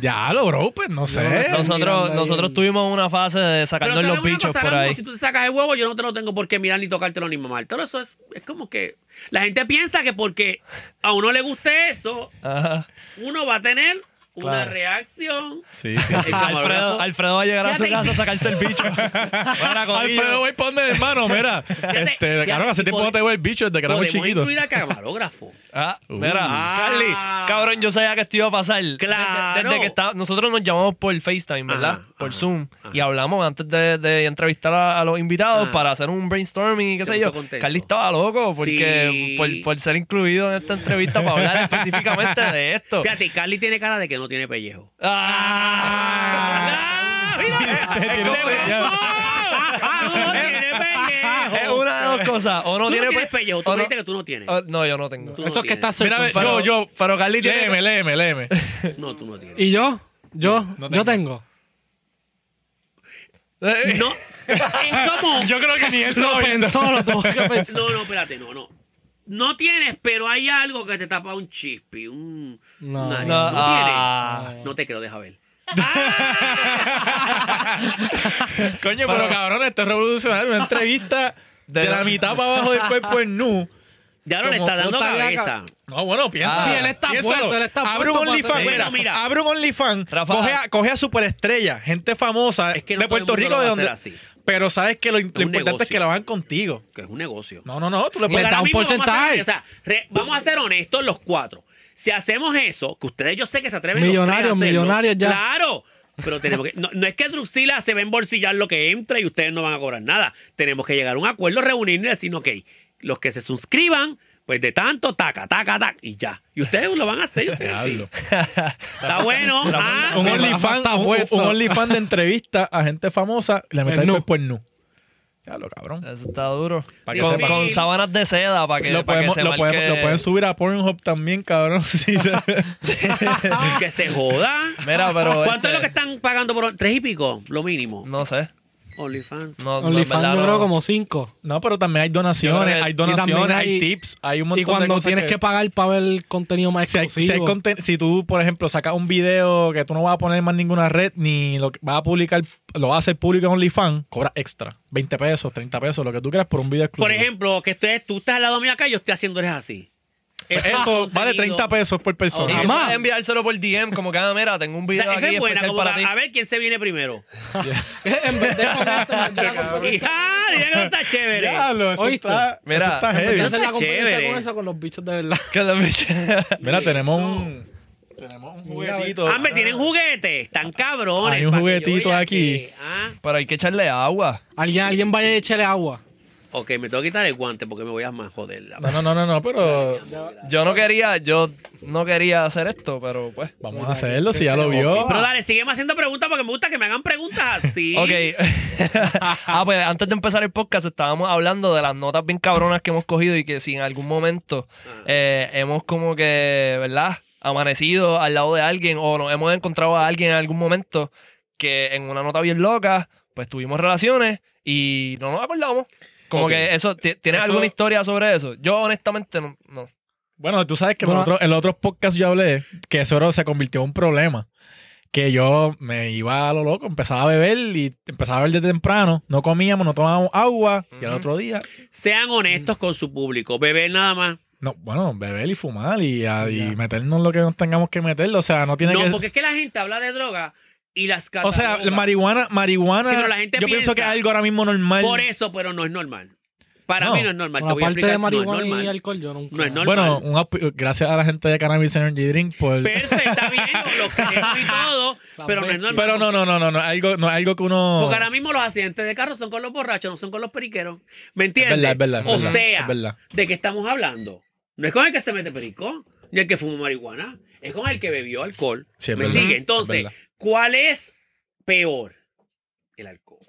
Ya lo, bro, pues no sé.
no sé. mirando
Nosotros,
ahí
nosotros
el-
tuvimos una fase de
Pero
sacarnos
¿sabes
los
una
bichos
cosa,
por
Ramón?
ahí.
Si tú te sacas el huevo, yo no te lo tengo por qué mirar, ni tocártelo, ni mamártelo. Eso es, es como que... La gente piensa que porque a uno le guste eso,
Ajá.
uno va a tener una
Claro.
reacción.
Sí, sí.
El
Alfredo,
camarógrafo.
Alfredo va a llegar a su
Fíjate.
casa a sacarse el bicho. Bueno, corillo.
Alfredo, voy para donde, hermano, mira. Este,
fíjate,
cabrón, hace tiempo
pod-
no te veo el bicho desde que éramos
Podemos
chiquitos.
incluir al camarógrafo.
Ah,
Ah.
mira, Carly, cabrón, yo sabía que esto iba a pasar.
Claro.
Desde, desde que está, nosotros nos llamamos por FaceTime, ¿verdad?
Ajá,
por
ajá,
Zoom.
ajá.
Y hablamos antes de, de entrevistar a, a los invitados
Ajá.
para hacer un brainstorming y qué
Se
sé
puso
yo.
contento.
Carly estaba loco porque
Sí.
por, por ser incluido en esta entrevista para hablar específicamente de esto.
Fíjate, Carly tiene cara de que no tiene pellejo.
Ah.
¡Ah! ¡Mira!
Te tiró
¡Este
pellejo.
¡No tiene pellejo!
Es una de dos cosas. O no
Tú no
tiene
tienes
pe-
pellejo. Tú
o
me
no-
dijiste que tú no tienes.
o- no, yo no tengo.
Tú-
Eso es que está
Mira, ve, yo,
circunfan-
yo,
Pero Carly tiene.
léeme, léeme, léeme.
No, tú no tienes.
¿Y yo? Yo,
No
yo tengo.
Eh,
No. Es como...
Yo creo que ni eso
Lo
ha visto.
pensó, lo tuvo que pensar.
No, no, espérate, no, no. No tienes, pero hay algo que te tapa un chispi, un...
No.
nariz.
No,
No, tienes.
ah.
No te creo, deja ver.
Coño, pero,
Pero-
cabrón, esto es revolucionario. Una entrevista de,
De
la,
la-
mitad para abajo pues, del cuerpo en nu.
Ya ahora le
Como
está dando
puta
cabeza.
No, bueno, piensa.
Ah. Sí,
él está
Piénsalo.
puesto, él está
Abre
puesto
un
para
OnlyFans,
hacer-
mira,
Bueno, mira.
Abre un OnlyFans.
Rafa.
Coge a, coge a superestrella, gente famosa
Es que no
de
todo el
Puerto
mundo
Rico,
lo
de
va a hacer
donde.
así.
Pero sabes que lo, lo
un
importante es que
negocio.
la van contigo.
Que es un negocio.
No, no, no. Tú le
Mira,
puedes.
da
Ahora
un
mismo vamos a hacer-
porcentaje.
o sea, re- vamos a ser honestos los cuatro. Si hacemos eso, que ustedes yo sé que se atreven los tres a
Millonarios,
hacerlo,
millonarios ya.
Claro. Pero tenemos que. No, no es que Druxila se va a embolsillar lo que entra y ustedes no van a cobrar nada. Tenemos que llegar a un acuerdo, reunirnos y decir, ok, los que se suscriban, pues de tanto, taca, taca, taca, y ya. Y ustedes lo van a hacer. yo sé que sí.
Diablo.
Está bueno. ah.
Un
Rafa
OnlyFans
está
un- un-
puesto.
un OnlyFans de entrevista a gente famosa, la mitad
En
del
nu.
cuerpo en nu. Ya lo, cabrón.
Eso está duro.
Pa' que
con,
sepa.
con sábanas de seda para que,
lo,
para que
podemos,
se
lo, podemos-
marque-
lo pueden subir a Pornhub también, cabrón. Sí, sí.
que se joda.
Mira, pero,
¿Cuánto
este-
es lo que están pagando por tres y pico? Lo mínimo.
No sé.
OnlyFans.
No, no, en
OnlyFans
verdad
yo creo
no.
como cinco.
No, pero también hay
Yo creo
donaciones,
que-
hay
y
también
donaciones,
hay-
hay tips, hay un
Y
montón de
cuando
cosas
tienes que,
que
pagar para ver contenido más
si, hay- si, hay
exclusivo.
conten- si tú, por ejemplo, sacas un video que tú no vas a poner más ninguna red ni lo que vas a publicar, lo vas a hacer público en OnlyFans, cobras extra. 20 pesos, 30 pesos, lo que tú quieras por un video exclusivo.
Por ejemplo, que tú, tú estás al lado mío acá y yo estoy haciéndoles así. Eso
Pues
es
Eso vale
contenido.
30 pesos por
Y
persona.
tú
Jamás.
puedes enviárselo por DM, como cada mira, tengo un
O
video
sea, esa
aquí
es buena,
especial
como
para
pa-
ti.
a ver quién se viene primero.
en vez de ponerte, en vez de la
Y
competencia-
¡ah! Mira que está chévere.
Diablo, eso
¿Oíste?
está, eso
Mira,
está
en vez de
heavy.
hacer la competencia
Chévere.
con eso, con los bichos de verdad.
Que la bicha-
Mira, tenemos un, tenemos un juguetito.
Ah, me tienen juguetes, están cabrones.
Hay un
pa' que yo
juguetito
vea
aquí.
que- ah,
Pero hay que echarle agua.
Alguien, alguien vaya a echarle agua.
ok, me tengo que quitar el guante porque me voy a más joder. la-
No, Ah, no, no, no, no, pero
Yo no quería, yo no quería hacer esto, pero pues.
vamos a hacerlo si ya lo vio.
Pero dale, sígueme haciendo preguntas porque me gusta que me hagan preguntas así.
Ok. ah, pues antes de empezar el podcast estábamos hablando de las notas bien cabronas que hemos cogido y que si en algún momento
Ah.
Ajá.
eh, hemos como que, ¿verdad? Amanecido al lado de alguien o nos hemos encontrado a alguien en algún momento que en una nota bien loca, pues tuvimos relaciones y no nos acordamos. Como
Ok.
que eso, ti- ¿tienes
Eso-
alguna historia sobre eso? Yo honestamente no. no.
Bueno, tú sabes que
Bueno.
en, otro, en otros podcasts yo hablé que eso era- se convirtió en un problema. Que yo me iba a lo loco, empezaba a beber y empezaba a beber desde temprano. No comíamos, no tomábamos agua. Y al
Ujú.
otro día,
Sean honestos con su público. Beber nada más.
no, bueno, beber y fumar y, a- y meternos lo que nos tengamos que meterlo. O sea, no tiene
No,
que.
porque es que la gente habla de droga y las
O sea,
cataloga.
marihuana, marihuana.
Sí, pero la gente
yo pienso
piensa-
que es algo ahora mismo normal.
Por eso, pero no es normal. Para
No.
mí no es normal. Te
Una
voy a
parte de
explicar. No es
marihuana y
normal.
alcohol yo nunca.
No es normal.
bueno, un apo- gracias a la gente de Cannabis Energy Drink por. Pero,
Perfecto, está bien, lo que y todo, pero no es normal.
no, no, no, no, no, algo, no, algo que uno.
Porque ahora mismo los accidentes de carro son con los borrachos, no son con los periqueros. ¿Me
es
entiendes?
verdad, es verdad. es
o
verdad,
sea,
es verdad.
¿de qué estamos hablando? No es con el que se mete perico, ni el que fuma marihuana, es con el que bebió alcohol.
Sí, es
¿Me
verdad,
sigue?
es
Entonces,
verdad.
¿cuál es peor? El alcohol.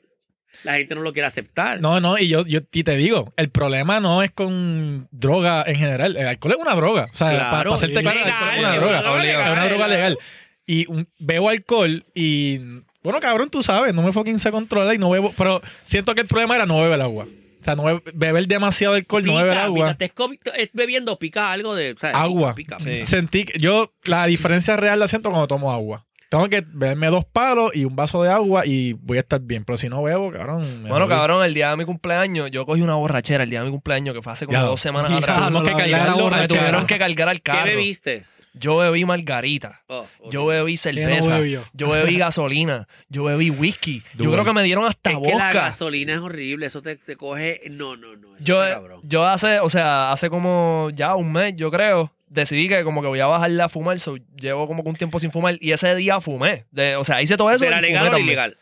La gente no lo quiere aceptar.
No, no, y yo, yo y te digo, el problema no es con droga en general. El alcohol es una droga. O sea,
Claro,
para, para hacerte claro, el alcohol es una
legal,
droga.
es una droga
es una
legal.
droga legal. Y un- bebo alcohol y. Bueno, cabrón, tú sabes, no me fucking se controla y no bebo. Pero siento que el problema era no beber agua. O sea, no be- beber demasiado alcohol, no beber
Pica,
agua.
pica, te es comi- es bebiendo pica algo de. o sea,
Agua.
pica, pica.
Sí.
Sentí que yo la diferencia real la siento cuando tomo agua. Tengo que beberme dos palos y un vaso de agua y voy a estar bien. Pero si no bebo, cabrón. me
Bueno,
jodí.
cabrón, el día de mi cumpleaños, yo cogí una borrachera el día de mi cumpleaños que fue hace como
Ya.
dos semanas
Ya,
atrás.
tuvimos que
la- la-
cargar
la
los
Me
borrachera.
tuvieron que cargar al
¿Qué
carro.
bebiste?
Yo bebí margarita.
Oh, ok.
Yo bebí cerveza.
bebió?
yo bebí gasolina. Yo bebí whisky. Yo
Duro.
creo que me dieron hasta
Es que la
vodka.
gasolina es horrible, eso te, te coge. No, no, no. eso
Yo,
está cabrón.
yo hace, o sea, hace como ya un mes, yo creo, decidí que como que voy a bajarle a fumar. so, llevo como que un tiempo sin fumar. Y ese día fumé. De- o sea, hice todo eso.
¿De la
y fumé
legal o la
también.
ilegal?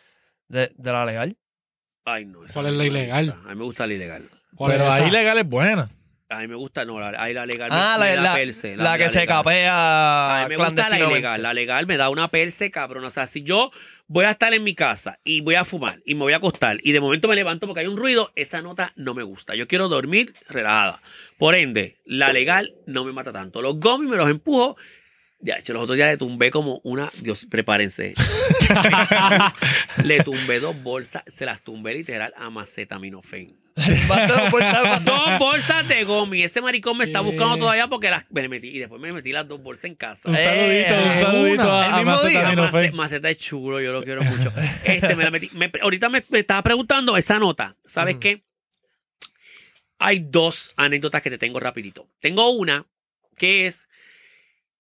De, de la legal.
Ay, no. esa
¿Cuál es
no
la
me
ilegal?
gusta. A mí me gusta la ilegal.
¿Cuál
Pero
es esa?
ahí legal es buena.
A mí me gusta, no, la, ahí la legal. me-
Ah,
me
la,
da
la-
perse,
la que se
legal. A
capea
mí me gusta la
Ah, clandestinamente.
ilegal. La legal me da una perse, cabrón. O sea, si yo voy a estar en mi casa y voy a fumar y me voy a acostar y de momento me levanto porque hay un ruido, esa nota no me gusta. Yo quiero dormir relajada. Por ende, la legal no me mata tanto. Los gomis me los empujo. Ya, hecho, los otros días le tumbé como una. Dios, prepárense. le tumbé dos bolsas, se las tumbé literal a macetaminofén.
Basta de forzar, basta.
Dos bolsas de gomi. Ese maricón me está
Sí.
buscando todavía porque las. me metí, y después me metí las dos bolsas en casa.
Un
Eh,
saludito, un
una.
saludito
El
a, a
mismo día.
Esa
Macetaminofén.
mace- maceta es chulo, yo lo quiero mucho. Este, me la metí. Me- ahorita me, me estaba preguntando esa nota. ¿Sabes qué? Hay dos anécdotas que te tengo rapidito. Tengo una que es,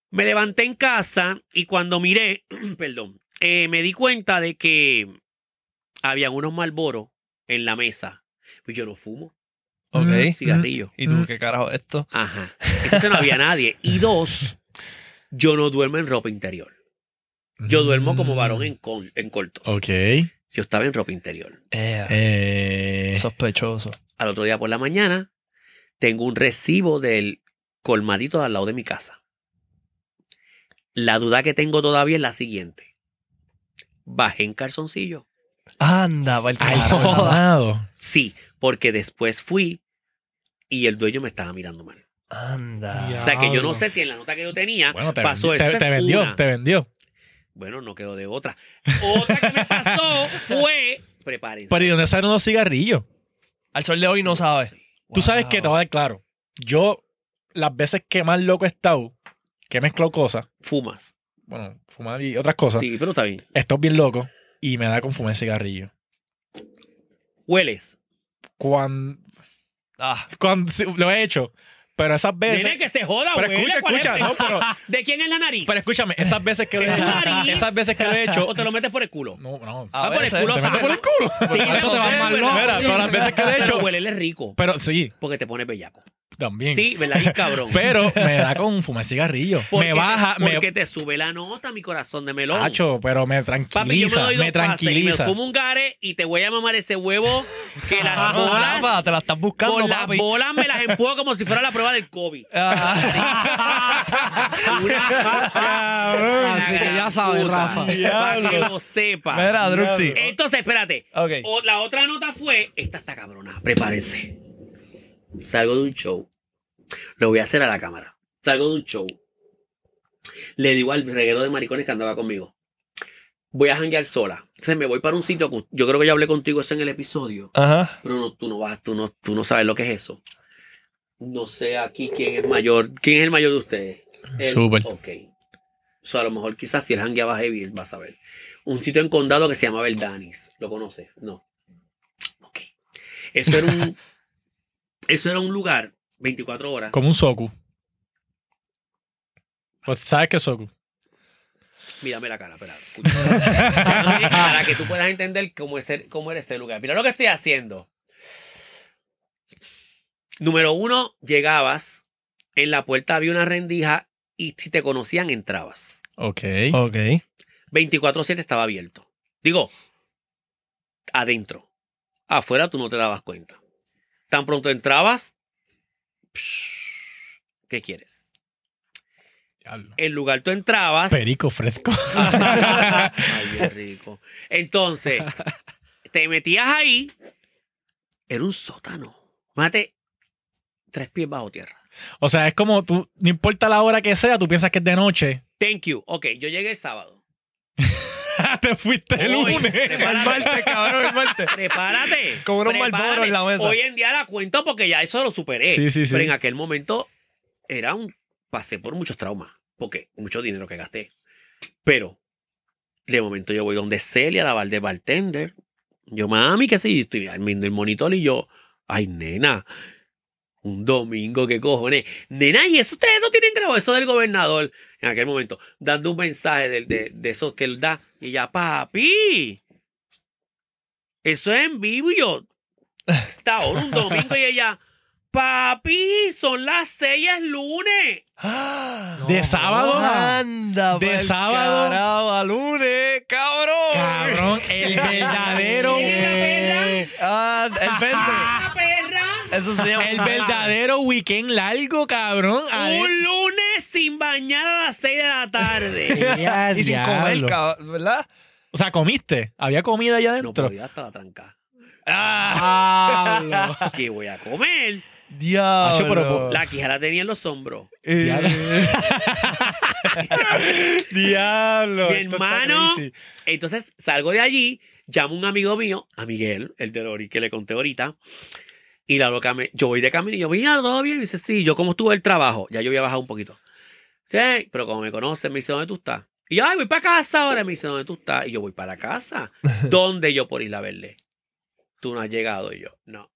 me levanté en casa y cuando miré, perdón, eh, me di cuenta de que habían unos malboros en la mesa. Y yo no fumo,
Ok.
cigarrillo.
¿Y tú
Mm.
qué carajo es esto?
Ajá. Entonces no había nadie. Y dos, yo no duermo en ropa interior. Yo duermo como varón en, col- en cortos.
Ok.
Yo estaba en ropa interior.
Eh,
Eh,
Sospechoso.
Al otro día por la mañana, tengo un recibo del colmadito de al lado de mi casa. La duda que tengo todavía es la siguiente. ¿Bajé en calzoncillo?
Anda, va el
Ay,
carajo.
no.
amado.
Sí, porque después fui y el dueño me estaba mirando mal.
Anda.
Ya.
O sea, que yo no
Diablo.
sé si en la nota que yo tenía
Ah, Bueno, te,
pasó
vendi-
eso.
te, te vendió, te vendió.
Bueno, no quedó de otra. Otra que me pasó fue... Prepárense.
Pero ¿y dónde salen unos cigarrillos?
Al sol de hoy no sabe.
Tú sabes que te
Wow.
voy a dar claro. Yo, las veces que más loco he estado, que he mezclado cosas,
Fumas.
bueno, fumar y otras cosas,
Sí, pero está bien.
estoy bien loco y me da con fumar cigarrillo.
Hueles.
Cuando,
Ah,
cuando sí, lo he hecho, Pero esas veces.
Nene, que se joda,
Pero
huele,
escucha,
¿cuál es
escucha,
el
no, pero-
¿De quién es la nariz?
Pero escúchame, esas veces que lo
Es tu nariz.
he, esas veces que lo he hecho.
o te lo metes por el culo.
No, no.
A
Ah, por el
veces,
culo.
se
mete por el culo.
Sí,
Esto
se
te va
jode,
mal,
huele.
loco.
Mira, todas las veces que lo he
Pero
hecho.
huele es rico.
Pero sí,
Porque te pone bellaco.
también.
Sí, ¿verdad? Y cabrón.
Pero me da con fumar cigarrillo.
Porque
Me baja,
te,
me
Porque te sube la nota, mi corazón de melón.
Hacho, pero me tranquiliza,
Papi, yo me doy
me,
dos pases y me
tranquiliza.
fumo un gare y te voy a mamar ese huevo que las
No, Ah, Rafa,
bolas,
te la estás buscando,
con las
papi.
bolas me las empujo como si fuera la prueba del COVID.
Ah.
Cabrón.
Así que ya sabes, Rafa.
Para que
Diablo.
lo sepa.
Mira, Druxy.
Entonces, espérate.
Ok.
O- la otra nota fue, esta está cabrona, prepárense. Salgo de un show. Lo voy a hacer a la cámara. Salgo de un show. Le digo al reguero de maricones que andaba conmigo. Voy a janguear sola. Entonces me voy para un sitio. con- Yo creo que ya hablé contigo eso en el episodio.
Ajá.
Pero no, tú no vas, tú no, tú no sabes lo que es eso. No sé aquí quién es mayor. ¿Quién es el mayor de ustedes? El-
Súper.
Ok. O sea, a lo mejor quizás si él jangueaba heavy, él va a saber. Un sitio en condado que se llama Verdanis. ¿Lo conoces? No. Ok. Eso era un, eso era un lugar 24 horas.
Como un soku. Pues sabes qué es soku.
Mírame la cara, espera. escucha. Mírame la cara, que tú puedas entender cómo es, el- cómo era ese lugar. Mira lo que estoy haciendo. Número uno, llegabas, en la puerta había una rendija y si te conocían entrabas.
Ok.
Oh.
Ok.
24-7 estaba abierto. Digo, adentro. Afuera tú no te dabas cuenta. Tan pronto entrabas, psh, ¿qué quieres?
Diablo.
El lugar tú entrabas.
Perico fresco.
Ay, qué rico. Entonces, te metías ahí, era un sótano. Mate, tres pies bajo tierra.
O sea, es como tú, no importa la hora que sea, tú piensas que es de noche.
Thank you. Ok, yo llegué el sábado.
Te fuiste el
Hoy,
lunes.
El martes, cabrón, el martes.
Prepárate.
Con unos
prepárate.
Marlboro en la mesa.
Hoy en día la cuento porque ya eso lo superé.
Sí, sí, sí.
Eh, Pero en aquel momento era un. Pasé por muchos traumas. Porque mucho dinero que gasté. Pero de momento yo voy donde Celia, la bar de bartender. Yo, mami, qué sé yo, y estoy viendo el monitor y yo, ay, nena. Un domingo, qué cojones. Nena, y eso ustedes no tienen grabado, eso del gobernador. En aquel momento, dando un mensaje del- de, de esos que él da. Y ya, papi, eso es en vivo. Y yo, está ahora un domingo. Y ella, papi, son las seis, es lunes.
De sábado.
Anda,
De
pa'l
sábado.
carajo, a lunes, cabrón.
Cabrón, el verdadero.
Mira,
Ah, el verde.
¡Ah, perra!
Eso se llama.
El verdadero weekend largo, cabrón. Adentro.
Un lunes sin bañar a las seis de la tarde.
Ya,
Y sin
diablo.
comer, cabrón, ¿verdad?
O sea, comiste. Había comida allá
No
adentro.
podía, estaba trancada.
Ah.
Diablo.
¿Qué voy a comer?
Diablo.
pero-
La quijada tenía en los hombros.
Eh,
Diablo. Diablo.
Mi
esto está
hermano.
crazy.
Entonces salgo de allí, llamo a un amigo mío, a Miguel, el de Lori, que le conté ahorita. Y la loca me. Yo voy de camino y yo, mira, todo bien. Y me dice, sí, yo como estuve el trabajo. Ya yo había bajado un poquito. Sí, pero como me conoce, me dice, ¿dónde tú estás? Y yo, ay, voy para casa ahora. Me dice, ¿dónde tú estás? Y yo, voy para la casa. ¿Dónde yo por Isla Verde? Tú no has llegado. Y yo, no.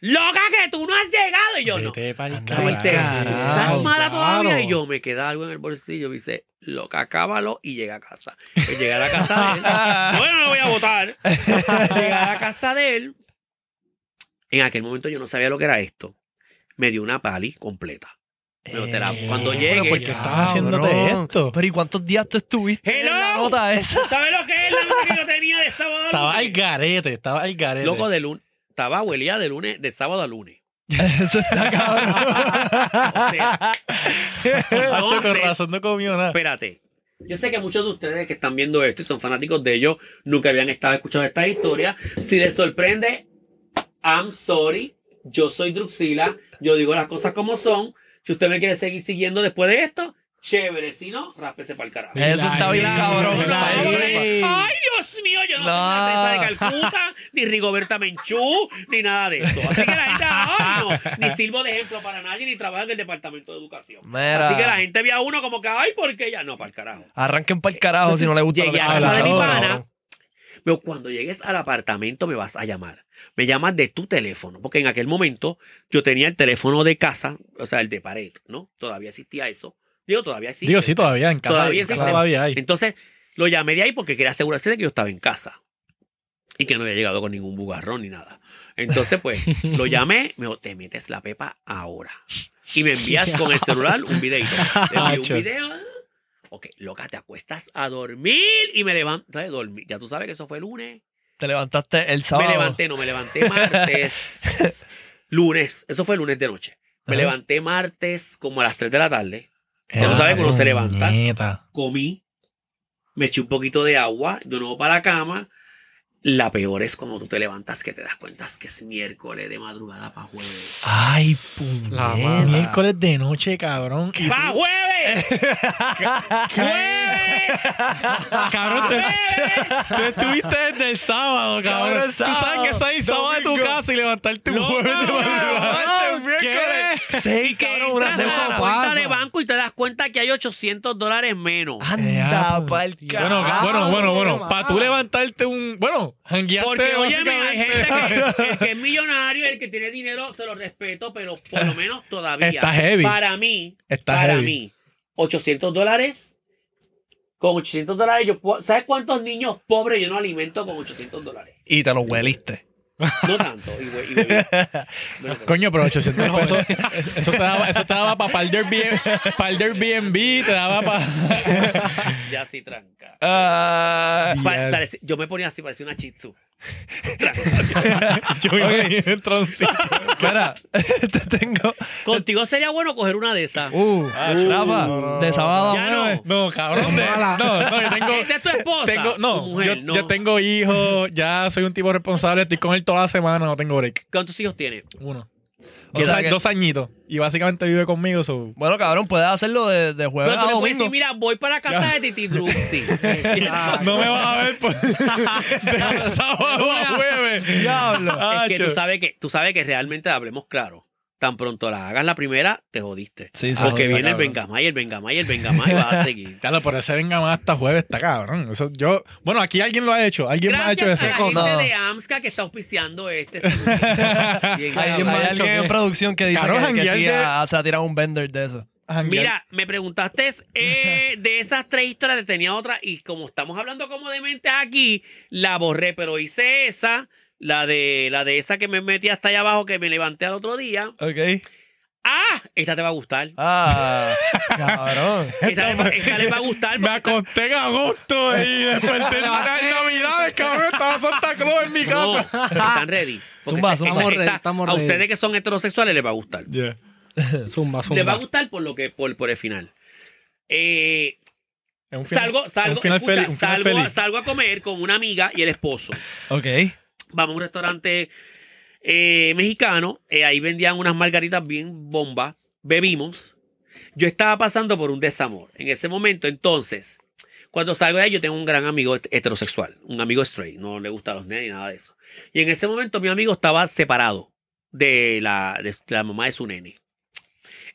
¡Loca que tú no has llegado! Y yo, no.
Vete pa'l
Anda,
Me
carajo.
dice, ¿estás
Carajo,
mala todavía?
claro.
Y yo, me queda algo en el bolsillo. Me dice, loca, acábalo y llega a casa. Pues llegué a la casa de
Ah.
él. bueno, lo voy a votar. llegué a la casa de él. En aquel momento yo no sabía lo que era esto. Me dio una pali completa. Pero te la- cuando
Eh, pero
llegue, Pues,
¿por
¿Qué
qué
estás
cabrón?
haciéndote esto?
Pero ¿y cuántos días tú estuviste
Hello.
en la nota esa?
¿Sabes lo que es la nota que yo tenía de sábado a
Estaba al
lunes?
garete, estaba al garete.
Loco de lunes. Estaba abuelía de lunes, de sábado a lunes.
Eso está
O sea,
cabrón.
Hacho, con
Entonces-
razón no comió nada.
Espérate. Yo sé que muchos de ustedes que están viendo esto y son fanáticos de ellos nunca habían estado escuchando esta historia. Si les sorprende, I'm sorry. Yo soy Druxila. Yo digo las cosas como son. Si usted me quiere seguir siguiendo después de esto, chévere. Si no, ráspese para el carajo.
Eso está bien,
Ay,
cabrón.
ay,
está bien,
ay.
sepa.
Ay, Dios mío, yo no, soy una
No.
Teresa de Calcuta, ni Rigoberta Menchú, ni nada de eso. Así que la gente, ay, no, ni sirvo de ejemplo para nadie, ni trabajo en el Departamento de Educación.
Mira.
Así que la gente ve a uno como que, ay, ¿por qué ya? No, para el carajo.
Arranquen para el carajo si no le gusta lo que
Llegué a
está
casa de mi
hablando,
pana.
cabrón.
Pero cuando llegues al apartamento me vas a llamar. Me llamas de tu teléfono, porque en aquel momento yo tenía el teléfono de casa, o sea, el de pared, ¿no? Todavía existía eso. Digo, todavía existe.
Digo, sí, todavía en casa,
Todavía
en casa
existe.
todavía hay.
Entonces, lo llamé de ahí porque quería asegurarse de que yo estaba en casa y que no había llegado con ningún bugarrón ni nada. Entonces, pues, lo llamé, me dijo, te metes la pepa ahora. Y me envías con el celular un videito. Le envié
Hacho.
un video. Ok, loca, te acuestas a dormir y me levantas de dormir. Ya tú sabes que eso fue lunes.
Te levantaste el sábado.
Me levanté, no, me levanté martes. lunes, eso fue lunes de noche. Me
Ajá.
levanté martes como a las 3 de la tarde Ya tú sabes cuando se levanta.
puñeta.
comí, me eché un poquito de agua, de nuevo para la cama. La peor es cuando tú te levantas que te das cuenta que es miércoles de madrugada para jueves.
Ay, puñeta.
La mala.
Miércoles de noche, cabrón. Y
¡Para jueves! ¡Jueves!
Cabrón, te- tú estuviste desde el sábado, cabrón.
Cabrón,
tú
sábado,
sabes que salí sábado de tu
domingo.
casa y levantarte un
Loco,
jueves de madrugada.
Levantaste el
¿Qué?
miércoles. Sí, cabrón, una
Entras a
semana.
la
papá.
cuenta de banco y te das cuenta que hay 800 dólares menos.
Anda,
Ya, pues,
pa'l
Bueno,
carajo.
bueno, bueno, bueno.
mamá.
Para tú levantarte un. Bueno, jangueaste
Porque, oye, hay gente
básicamente.
que el que es millonario, el que tiene dinero, se lo respeto, pero por lo menos todavía.
Está heavy.
Para mí,
Está
para
heavy.
mí, 800 dólares. Con 800 dólares, yo puedo- ¿sabes cuántos niños pobres yo no alimento con 800 dólares?
Y te lo hueliste.
No tanto. Y, hue- y bebí. Bueno, pero-
Coño, pero 800 pesos. Eso te daba, eso te daba para el Airbnb, para el Airbnb, te daba para.
pues, ya sí, tranca.
Ah,
Dios.
Pa- parece- yo me ponía así, parecía una chitsu.
Yo iba a venir en troncito.
Mira, te tengo.
Contigo sería bueno coger una de esas.
Uh, Rafa,
uh,
de sábado
Ya
a jueves.
No, cabrón. de- no, no, yo tengo.
Esta es tu esposa.
tengo- no,
tu mujer,
yo,
no.
yo tengo hijos, ya soy un tipo responsable, estoy con él toda la semana, no tengo break.
¿Cuántos hijos tiene?
Uno.
O
Dos
sea
a-
que-
Dos añitos. Y básicamente vive conmigo. So.
Bueno, cabrón, puedes hacerlo de, de
Pero
jueves
tú
a
le puedes
domingo.
decir, mira, voy para casa de Titi Druxy.
Exacto.
No me vas a ver por... de sábado a jueves.
Diablo.
Ah,
es que tú
cho.
sabes que, tú sabes que realmente hablemos claro. Tan pronto la hagas la primera, te jodiste.
Sí, sí,
Porque
sí,
viene el
cabrón.
Bengamay, el Bengamay, el Bengamay vas a seguir.
Claro, pero ese venga más hasta jueves está cabrón. Eso, yo, bueno, aquí alguien lo ha hecho. Alguien me ha hecho
Gracias
eso.
a la
cosa.
gente
No.
de AMSCA que está auspiciando este. Bien,
Hay,
cabrón.
hay
macho,
alguien
¿qué?
en producción que dice
Cabrón,
que- que,
janguear
sí
de-
ah, se ha tirado un vendor de eso.
Janguear.
Mira, me preguntaste eh, de esas tres historias, te tenía otra y como estamos hablando como de mentes aquí, la borré, pero hice esa, la de la de esa que me metí hasta allá abajo que me levanté al otro día.
Ok.
Ah, esta te va a gustar.
Ah, cabrón.
Esta, le va- esta les va a gustar.
me
porque esta-
acosté en agosto y desperté en en Navidades, cabrón. Estaba Santa Claus en mi
No,
casa.
están ready. Porque
Zumba,
esta-
zumba.
esta-
Estamos ready, estamos
A
ready.
ustedes que son heterosexuales les va a gustar.
Yeah.
Zumba,
Les va a
zumba.
gustar por lo que por, por el final. Eh,
Es un final-
salgo,
un
salgo,
final
escucha,
feliz, un final
salgo, a-
feliz.
salgo a comer con una amiga y el esposo.
Ok.
vamos a un restaurante eh, mexicano, eh, ahí vendían unas margaritas bien bomba, bebimos. Yo estaba pasando por un desamor en ese momento, entonces, cuando salgo de ahí, yo tengo un gran amigo het- heterosexual, un amigo straight, no le gustan los nenes ni nada de eso. Y en ese momento mi amigo estaba separado de la, de la mamá de su nene.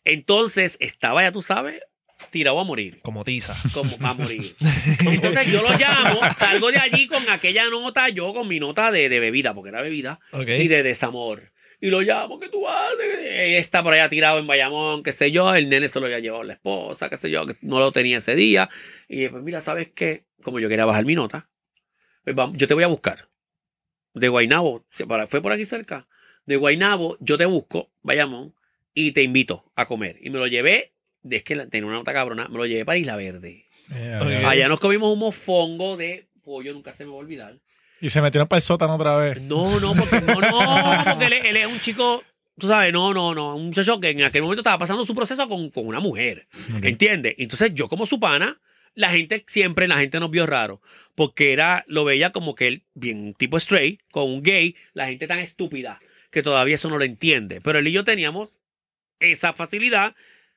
Entonces estaba, ya tú sabes, tirado a morir
Como tiza.
como va a morir. Entonces yo lo llamo, salgo de allí con aquella nota, yo con mi nota de, de bebida, porque era bebida,
Ok.
y de desamor. Y lo llamo, que tú haces? Ella está por allá tirado en Bayamón, qué sé yo, el nene se lo había llevado la esposa, qué sé yo, que no lo tenía ese día. Y pues mira, ¿sabes qué? Como yo quería bajar mi nota, pues vamos, yo te voy a buscar. De Guainabo, fue por aquí cerca. De Guainabo, yo te busco, Bayamón, y te invito a comer. Y me lo llevé, es que la- tenía una nota cabrona, me lo llevé para Isla Verde.
Yeah,
Ok.
yeah.
Allá nos comimos un mofongo de pollo, nunca se me va a olvidar.
Y se metieron para el sótano otra vez.
No, no, porque no, no, porque él, es- él es un chico, tú sabes, no, no, no, un muchacho que en aquel momento estaba pasando su proceso con, con una mujer, ¿entiendes? Entonces yo como su pana, la gente siempre, la gente nos vio raro, porque era, lo veía como que él, bien un tipo straight, con un gay, la gente tan estúpida, que todavía eso no lo entiende, pero él y yo teníamos esa facilidad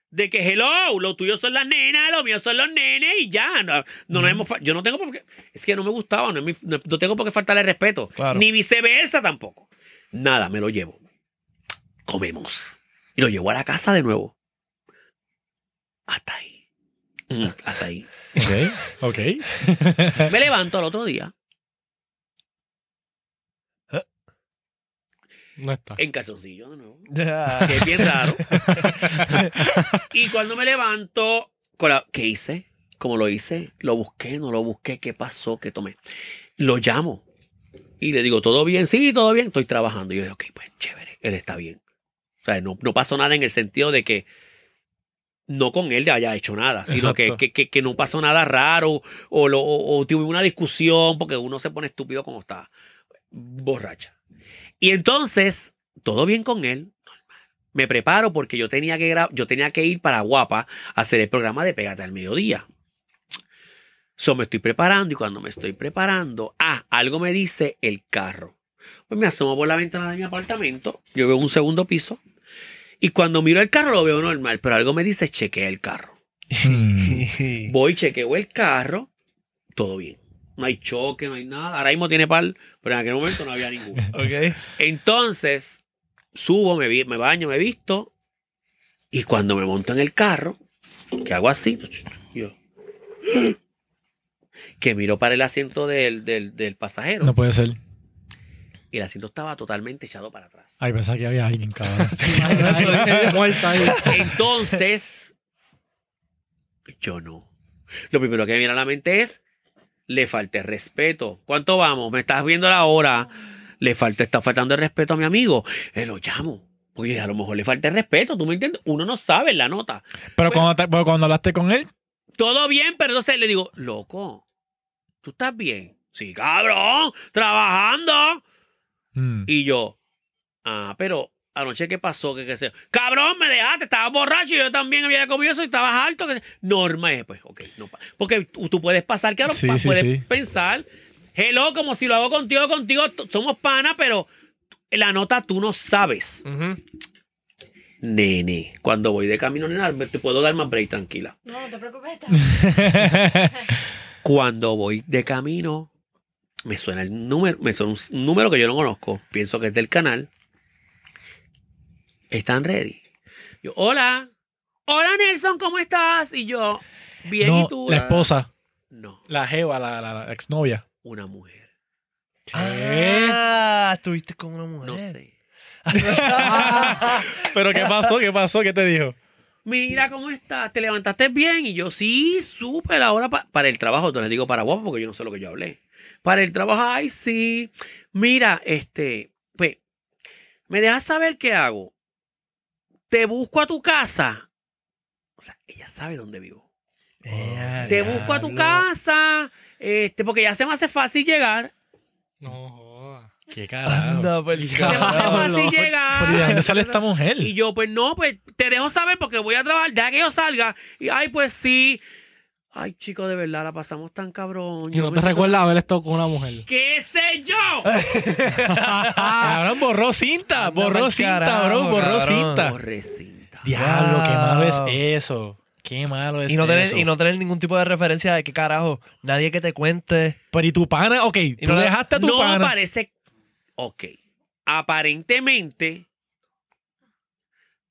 de que hello, lo tuyo son las nenas, lo mío son los nenes y ya. No, no nos hemos fa- yo no tengo por qué, es que no me gustaba, no, es mi- no- no tengo por qué faltarle respeto,
Claro.
ni viceversa tampoco. Nada, me lo llevo. Comemos. Y lo llevo a la casa de nuevo. Hasta ahí. Mm, Hasta ahí.
Ok. Ok.
Me levanto al otro día
No está.
en calzoncillo de nuevo.
Ya.
Que es bien raro. y cuando me levanto, con la- ¿qué hice? ¿Cómo lo hice? ¿Lo busqué? ¿No lo busqué? ¿Qué pasó? ¿Qué tomé? Lo llamo y le digo, ¿todo bien? Sí, todo bien. Estoy trabajando. Y yo digo, ok, pues chévere, él está bien. O sea, no, no pasó nada en el sentido de que no con él le haya hecho nada, sino que,
Exacto.
que, que- que no pasó nada raro o, lo, o- o tuve una discusión porque uno se pone estúpido cuando está borracha. Y entonces, todo bien con él. Me preparo porque yo tenía que, gra- yo tenía que ir para Guapa a hacer el programa de Pégate al Mediodía. So, me estoy preparando y cuando me estoy preparando, ah, algo me dice el carro. Pues me asomo por la ventana de mi apartamento, yo veo un segundo piso y cuando miro el carro lo veo normal, pero algo me dice chequea el carro.
Mm.
Voy, chequeo el carro, todo bien. No hay choque, no hay nada. Ahora mismo tiene pal, pero en aquel momento no había ninguno.
ok.
Entonces, subo, me, vi- me baño, me visto. Y cuando me monto en el carro, que hago así, yo. Que miro para el asiento del, del- del pasajero.
No puede ser.
Y el asiento estaba totalmente echado para atrás.
Ay, pensaba que había alguien, cabrón.
Ahí, Muerta ahí.
Entonces, yo no. Lo primero que me viene a la mente es, le falté respeto. ¿Cuánto vamos? Me estás viendo la hora. Le falta, está faltando el respeto a mi amigo. Eh, lo llamo. Porque a lo mejor le falta el respeto, ¿tú me entiendes? Uno no sabe la nota.
Pero cuando, te- pero cuando hablaste con él,
Todo bien, pero entonces le digo, loco, ¿tú estás bien? Sí, cabrón, trabajando.
mm,
Y yo, ah, pero anoche qué pasó, que qué sé. yo? Cabrón, me dejaste, estaba borracho y yo también había comido eso y estabas alto. Que... Norma es, pues, ok, no pa- Porque tú tú puedes pasar, claro,
Sí,
pa-
sí,
puedes
sí.
pensar, hello, como si lo hago contigo, contigo, t- somos panas, pero la nota tú no sabes.
Ujú.
Nene, cuando voy de camino, nena, me- te puedo dar más break tranquila.
No, no te preocupes. está-
Cuando voy de camino, me suena el número, me suena un s- un número que yo no conozco. Pienso que es del canal. Están ready. Yo, hola. Hola Nelson, ¿cómo estás? Y yo, bien,
no,
¿y tú?
la esposa,
No,
la jeva, la, la- la exnovia.
una mujer.
Ah, estuviste con una mujer.
No sé.
Pero ¿qué pasó? ¿Qué pasó? ¿Qué te dijo?
Mira, ¿cómo estás? ¿Te levantaste bien? Y yo, sí, súper. Ahora pa- para el trabajo, te les digo para guapo porque yo no sé lo que yo hablé. Para el trabajo, ay, sí. Mira, este, pues, ¿me dejas saber qué hago? Te busco a tu casa. O sea, ella sabe dónde vivo.
Eh,
Te busco a tu
diablo.
casa, este, porque ya se me hace fácil llegar.
No joda.
¿Qué
Anda, pa'l
Se me hace
carajo.
fácil
Lord.
¿Pero ¿y de
llegar.
dónde sale esta mujer?
Y yo, pues no, pues te dejo saber porque voy a trabajar, deja que yo salga. Y ay, pues sí. Ay, chico, de verdad, la pasamos tan cabrón.
Y
Yo
no
me
te
siento-
recuerdas haber estado con una mujer.
¿Qué sé yo?
Eh. Cabrón, borró cinta,
Anda
borró
pa'l
cinta,
carajo,
bro, borró
cabrón.
Oh,
cinta.
Pobrecita.
Diablo, qué malo es
Wow.
eso. Qué malo es
Y no, tener,
eso.
y no tener ningún tipo de referencia de qué carajo. Nadie que te cuente.
Pero y tu pana, ok, tú
no la-
dejaste a tu
No
pana.
parece. Ok. Aparentemente.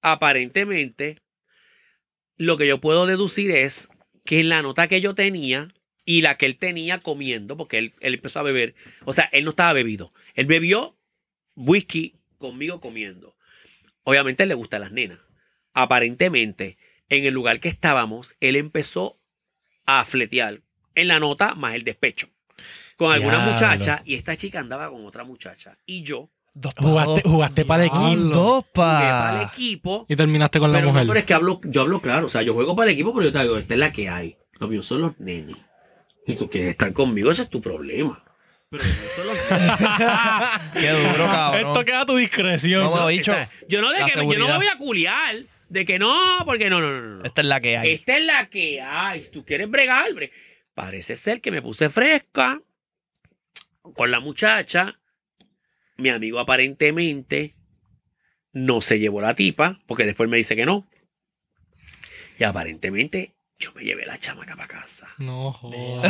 Aparentemente. Lo que yo puedo deducir es que en la nota que yo tenía y la que él tenía comiendo, porque él, él empezó a beber. O sea, él no estaba bebido. Él bebió whisky conmigo comiendo. Obviamente le gustan las nenas. Aparentemente, en el lugar que estábamos, él empezó a fletear en la nota más el despecho con alguna
Diablo.
muchacha y esta chica andaba con otra muchacha y yo
Dos pa'
Jugaste,
dos.
jugaste para el equipo.
Diablo.
Dos
jugué para el
pa.
equipo
Y terminaste con Ah. la
pero, no,
mujer.
pero es que hablo yo hablo claro o sea yo juego para el equipo pero yo te digo esta es la que hay los míos son los nenes si tú quieres estar conmigo ese es tu problema pero los míos son los nenes.
Qué duro,
Esto
cabrón.
queda a tu discreción.
No, no,
Eso-
bicho.
O sea, yo no de
La
que me- yo no me
seguridad.
voy a culiar de que no porque no no no, no, no.
Esta es la que hay.
Esta es la que hay. Si tú quieres bregar, bre- Parece ser que me puse fresca con la muchacha. Mi amigo aparentemente no se llevó la tipa, porque después me dice que no. Y aparentemente yo me llevé la chamaca para casa.
No joda.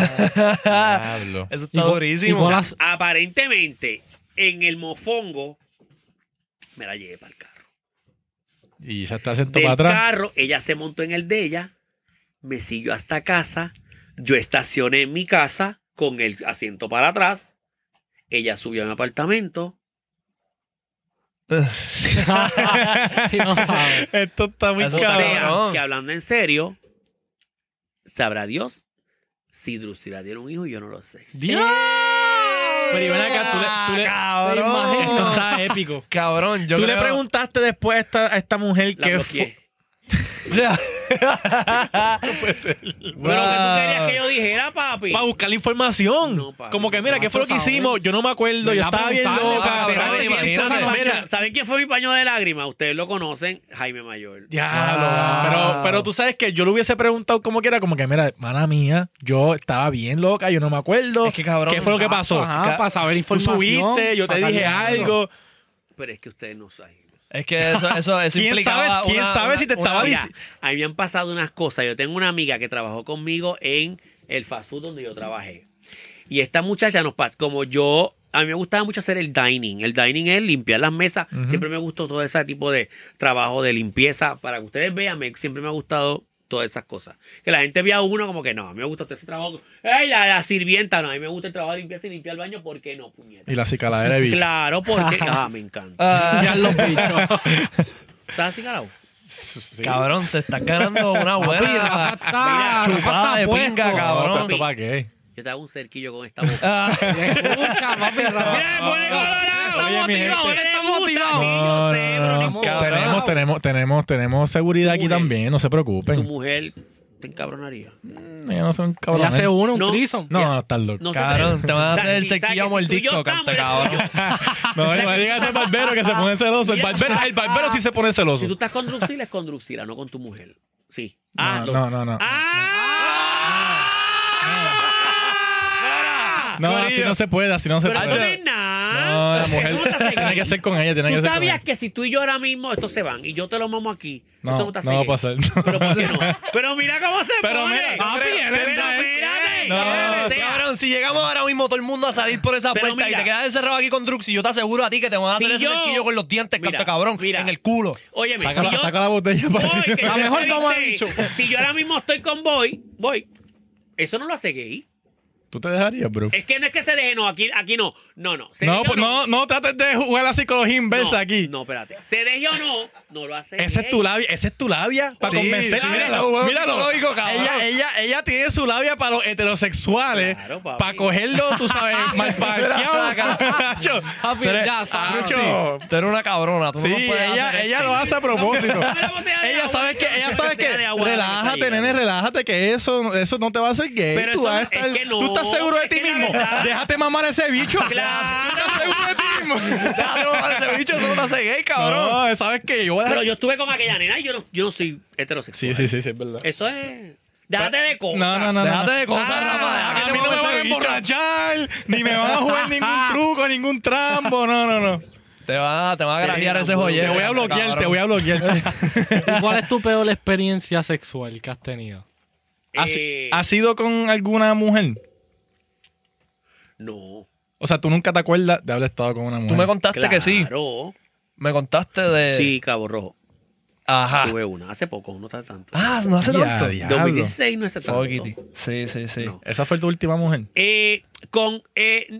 Diablo.
Eso está
Y cu- y
durísimo.
cuál has-
Aparentemente, en el mofongo, me la llevé para el carro.
Y ya está sentado
Del
para atrás.
carro, ella se montó en el de ella, me siguió hasta casa, yo estacioné en mi casa con el asiento para atrás, ella subió a mi apartamento,
y no sabe.
Esto está muy
Eso
O
está-
cabrón.
sea,
Cabrón.
que hablando en serio, sabrá Dios si Drusila tiene un hijo, yo no lo sé.
Pero y ven acá, tú le- tú le-
Ah, cabrón.
Esto está épico.
Cabrón, yo
Tú
creo-
le preguntaste después a esta, a esta mujer
La
que
bloqueé. Pero que tú querías que
Wow.
yo dijera, papi.
para Ah. buscar la información.
No, papi,
Como que mira, ¿qué fue lo que
macho,
hicimos? Yo no me acuerdo, yo
¿Verdad?
estaba bien
Preguntarle,
loca.
papi,
cabrón,
papi,
y
¿Saben quién fue
pienso,
imagínate.
mi
mira,
paño- ¿Saben quién fue mi paño de lágrimas? Ustedes lo conocen, Jaime Mayor.
Diablo.
Wow.
Pero, pero tú sabes que yo le hubiese preguntado como quiera, como que, mira, mala mía, yo estaba bien loca, yo no me acuerdo.
Es que cabrón.
¿Qué fue
ah,
lo que pasó?
Ajá, para saber
Tú
información.
subiste, yo te
sacarle
dije algo.
Pero es que ustedes no saben.
Es que eso, eso, eso
¿Quién
implicaba
sabe- quién
una-
sabe
una-
si te
una-
estaba
Mira,
Mira, a mí me han pasado unas cosas. Yo tengo una amiga que trabajó conmigo en el fast food donde yo trabajé. Y esta muchacha nos pasa, como yo, a mí me gustaba mucho hacer el dining. El dining es limpiar las mesas.
Ujú.
Siempre me gustó todo ese tipo de trabajo de limpieza. Para que ustedes vean, me- siempre me ha gustado todas esas cosas. Que la gente vea a uno como que no, a mí me gusta todo ese trabajo. ¡Ey, la, la sirvienta! No, a mí me gusta el trabajo de limpieza y limpiar el baño. ¿Por qué no, puñeta?
Y la cicaladera de bicho.
Claro, porque... ah, me encanta.
ah,
Ya los bichos.
¿Estás así, calado?
Sí.
Cabrón, te estás ganando una
Papi,
buena.
Rafa está-
Mira,
Rafa
chupada
está
de
puesto.
pinga,
No,
cabrón.
¿esto para qué?
Yo te hago un cerquillo con esta boca.
Ah,
Escucha, papi,
Mira,
Rafa.
pone colorado,
Oye,
está
mi
motivado,
gente.
él está
No, no,
motivado. Sí,
No,
yo sé, pero
no, no.
no
cabrón.
Tenemos, tenemos, tenemos, tenemos seguridad aquí
Mujer.
también, no se
Tu
preocupen.
mujer te encabronaría.
Mm, ellos no son
Ya
cabrones.
se une un
No.
trison.
No, no, estás loco.
No se
cabrón, te van a
O sea,
hacer el
si- ¿sabes
sequillo
que si tú y yo
mordisco,
estamos
canta
en el
cabrón.
estudio?
No, no digas al barbero que se pone celoso. El barbero, el barbero sí se pone celoso.
Si tú estás con Druxila, es con Druxila, no con tu mujer. Sí. Ah,
No,
lo-
no, no. no.
¡Ah!
No, así no se puede, así no se
Pero eso no
puede.
es nada.
No, la mujer
Ah, Tú no estás
tiene que
seguro.
ser con ella, tiene que
Tú
ser con
sabías
ella.
que si tú y yo ahora mismo estos se van y yo te lo mamo aquí, eso no
No,
está
no va a
seguro.
pasar.
Pero ¿por qué no? Pero mira cómo se
Pero
pone.
mira,
Papi,
pero-
espérate, espérate.
No,
espérate.
Sí, Cabrón, si llegamos ahora mismo todo el mundo a salir por esa
Pero
puerta y
mira.
te quedas encerrado aquí con Drux y yo te aseguro a ti que te van a hacer
Si
ese
yo-
cerquillo con los dientes,
Mira,
canta cabrón,
mira.
en el culo.
Óyeme,
Saca
si
la,
yo,
saca la botella para
Boy, que
decir-
A
yo
mejor
te
vamos a
viste,
dicho.
Si yo ahora mismo estoy con Boy, Boy, eso no lo hace gay.
¿Tú te dejarías, bro?
Es que no es que se deje, no, aquí, aquí no. No, no. se
No,
deje o
pues, no, no trates de jugar la psicología inversa
No,
aquí.
No, espérate. Se deje o no, no lo hace
Esa
gay.
es tu labia, esa es tu labia para
Sí,
convencer. Ah,
sí,
míralo,
es un huevo
míralo.
psicológico, cabrón.
Ella, ella, ella tiene su labia para los heterosexuales,
Claro, papi.
para cogerlo, tú sabes, mal parqueado.
Papi,
Tú eres-
ya
Ah,
sabes.
Druxy, tú eres una cabrona. Tú
Sí,
no puedes
ella,
hacer
ella
esto.
lo hace a propósito.
Dame la botella de
ella
agua.
sabe que, ella sabe que,
Botella de agua,
relájate,
Natalia.
nene, relájate, que eso, eso no te va a hacer gay.
Pero
tú,
eso
vas a
no- es
estar-
que no,
tú estás seguro de
es
ti
que la
mismo.
verdad-
Déjate mamar ese bicho.
Claro.
Tú estás seguro de ti mismo.
Claro, ese bicho, eso no te hace gay, cabrón.
No, sabes que yo voy a
Pero
dejar.
yo estuve con aquella nena y yo no, yo no soy heterosexual.
sí, sí, es verdad.
Eso es. Déjate de cosas.
No, no, no.
Déjate de cosas,
Ah,
Rafa. deja que
A
te
mí no me
mueva
van a
ese bicho.
emborrachar, ni me van a jugar ningún truco, ningún trampo. No, no, no.
Te va, te va a
Sí,
grajear
no,
ese
no,
joyero.
Te voy a bloquear, te voy a bloquear.
¿Y ¿Cuál es tu peor experiencia sexual que has tenido?
Ah,
¿Has,
Eh,
has ido con alguna mujer?
No.
O sea, tú nunca te acuerdas de haber estado con una mujer.
Tú me contaste que sí. Eh.
Claro.
Me contaste de.
Sí, Cabo Rojo.
Ajá.
Tuve una hace poco, no está tanto.
Ah, no hace
Ya,
tanto.
ya. diablo.
2016 no es tanto.
Fuck it. Sí, sí, sí.
No.
¿Esa fue tu última mujer?
Eh, con. Eh,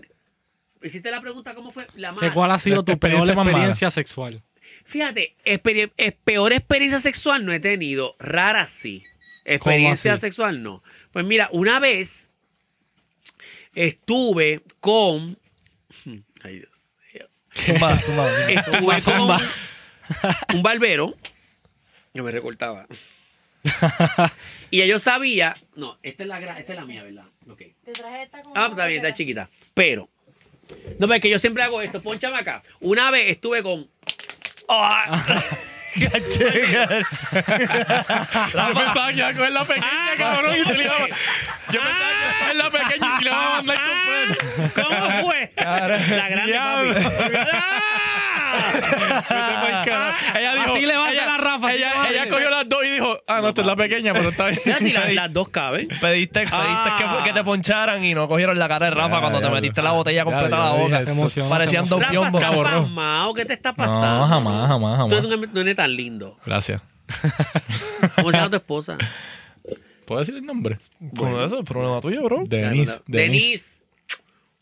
¿Hiciste la pregunta cómo fue? La
¿Que
más.
¿Cuál ha sido tu peor
Experiencia más mala.
experiencia sexual?
Fíjate, experie- es peor experiencia sexual no he tenido. Rara sí. Experiencia
así?
sexual no. Pues mira, una vez estuve con. Ay, Dios.
Zumba, zumba, zumba.
Estuve
zumba.
con un barbero. Yo me recortaba. y ya yo sabía. No, esta es la, gra- esta es la mía, ¿verdad? Ok.
Te traje esta con
Ah,
una
está bien, está
pulsera.
chiquita. Pero. No, pero es que yo siempre hago esto. Ponchame acá. Una vez estuve con.
Yo pensaba que iba a coger la pequeña, Ah, cabrón, y se le iba a... Yo pensaba que iba a coger la pequeña y se le iba a mandar completa.
Ah, ¿Cómo fue? La grande,
diablo.
papi. ¡Ah!
Vete pa'l carajo. Ella dijo...
Así le va a hacer
ella-
a Rafa, así le va
Ella,
a
ella
hacer.
cogió las dos y dijo, ah, no, esta es la pequeña, pero está bien.
Fíjate, las, las dos caben.
Pediste, pediste
Ah.
que, fue- que te poncharan y no cogieron la cara de Rafa
Ya,
cuando te
ya,
metiste
ya.
la botella
Ya,
completa
ya,
a la boca.
ya, ya.
Se emociona,
Parecían
se
dos
emociona.
Rafa,
biombo.
¿estás
cabrón.
pasmao? ¿Qué te está pasando?
jamás, jamás, jamás.
Tú eres un nene tan lindo.
Gracias.
¿Cómo se llama tu esposa?
¿Puedo decir el nombre?
Con eso, es problema tuyo, bro.
Denise.
Denise.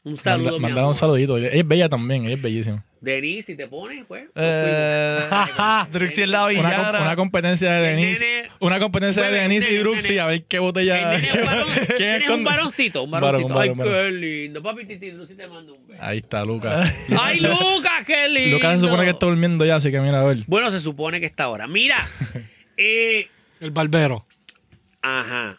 Un saludo, mi
Mandar un
amor.
saludito. Ella es bella también, ella es bellísima.
Denise, si te pones, pues. nos
Eh, Druxy es la
Una, com-
villana.
una competencia de
El
Denise.
nene-
una competencia de
Bueno,
Denise
nene,
y Druxy
nene.
a ver qué
fuimos.
botella.
El nene es varón,
¿Quién
tienes un
esconde?
varoncito, un
Varón,
varoncito.
un
Ay,
varón,
qué lindo. Papi Titi, Lucy te mando un beso.
Ahí está, Lucas.
Ay, Lucas, qué lindo.
Lucas se supone que está durmiendo ya, así que mira, a ver.
Bueno, se supone que está ahora. Mira, eh,
El barbero.
Ajá.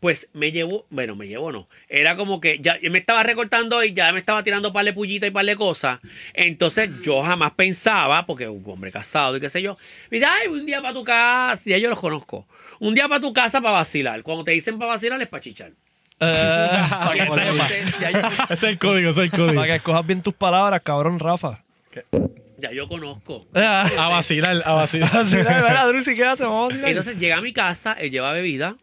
Pues me llevó, bueno, me llevó no. Era como que ya me estaba recortando y ya me estaba tirando par de pullita y par de cosas. Entonces yo jamás pensaba, porque un hombre casado y qué sé yo, mira, ay, un día para tu casa, ya yo los conozco. Un día para tu casa para vacilar. Cuando te dicen para vacilar es para chichar.
Eh, para
Ya
que
yo
sepa.
sé, ya yo-
Ese es el código, ese es el código.
Para que escojas bien tus palabras, cabrón, Rafa.
ya yo conozco.
Ah,
A vacilar, a vacilar.
sí, dale, ¿verdad, Druxy? ¿Qué hace? Vamos a vacilar.
Entonces llega a mi casa, él lleva bebida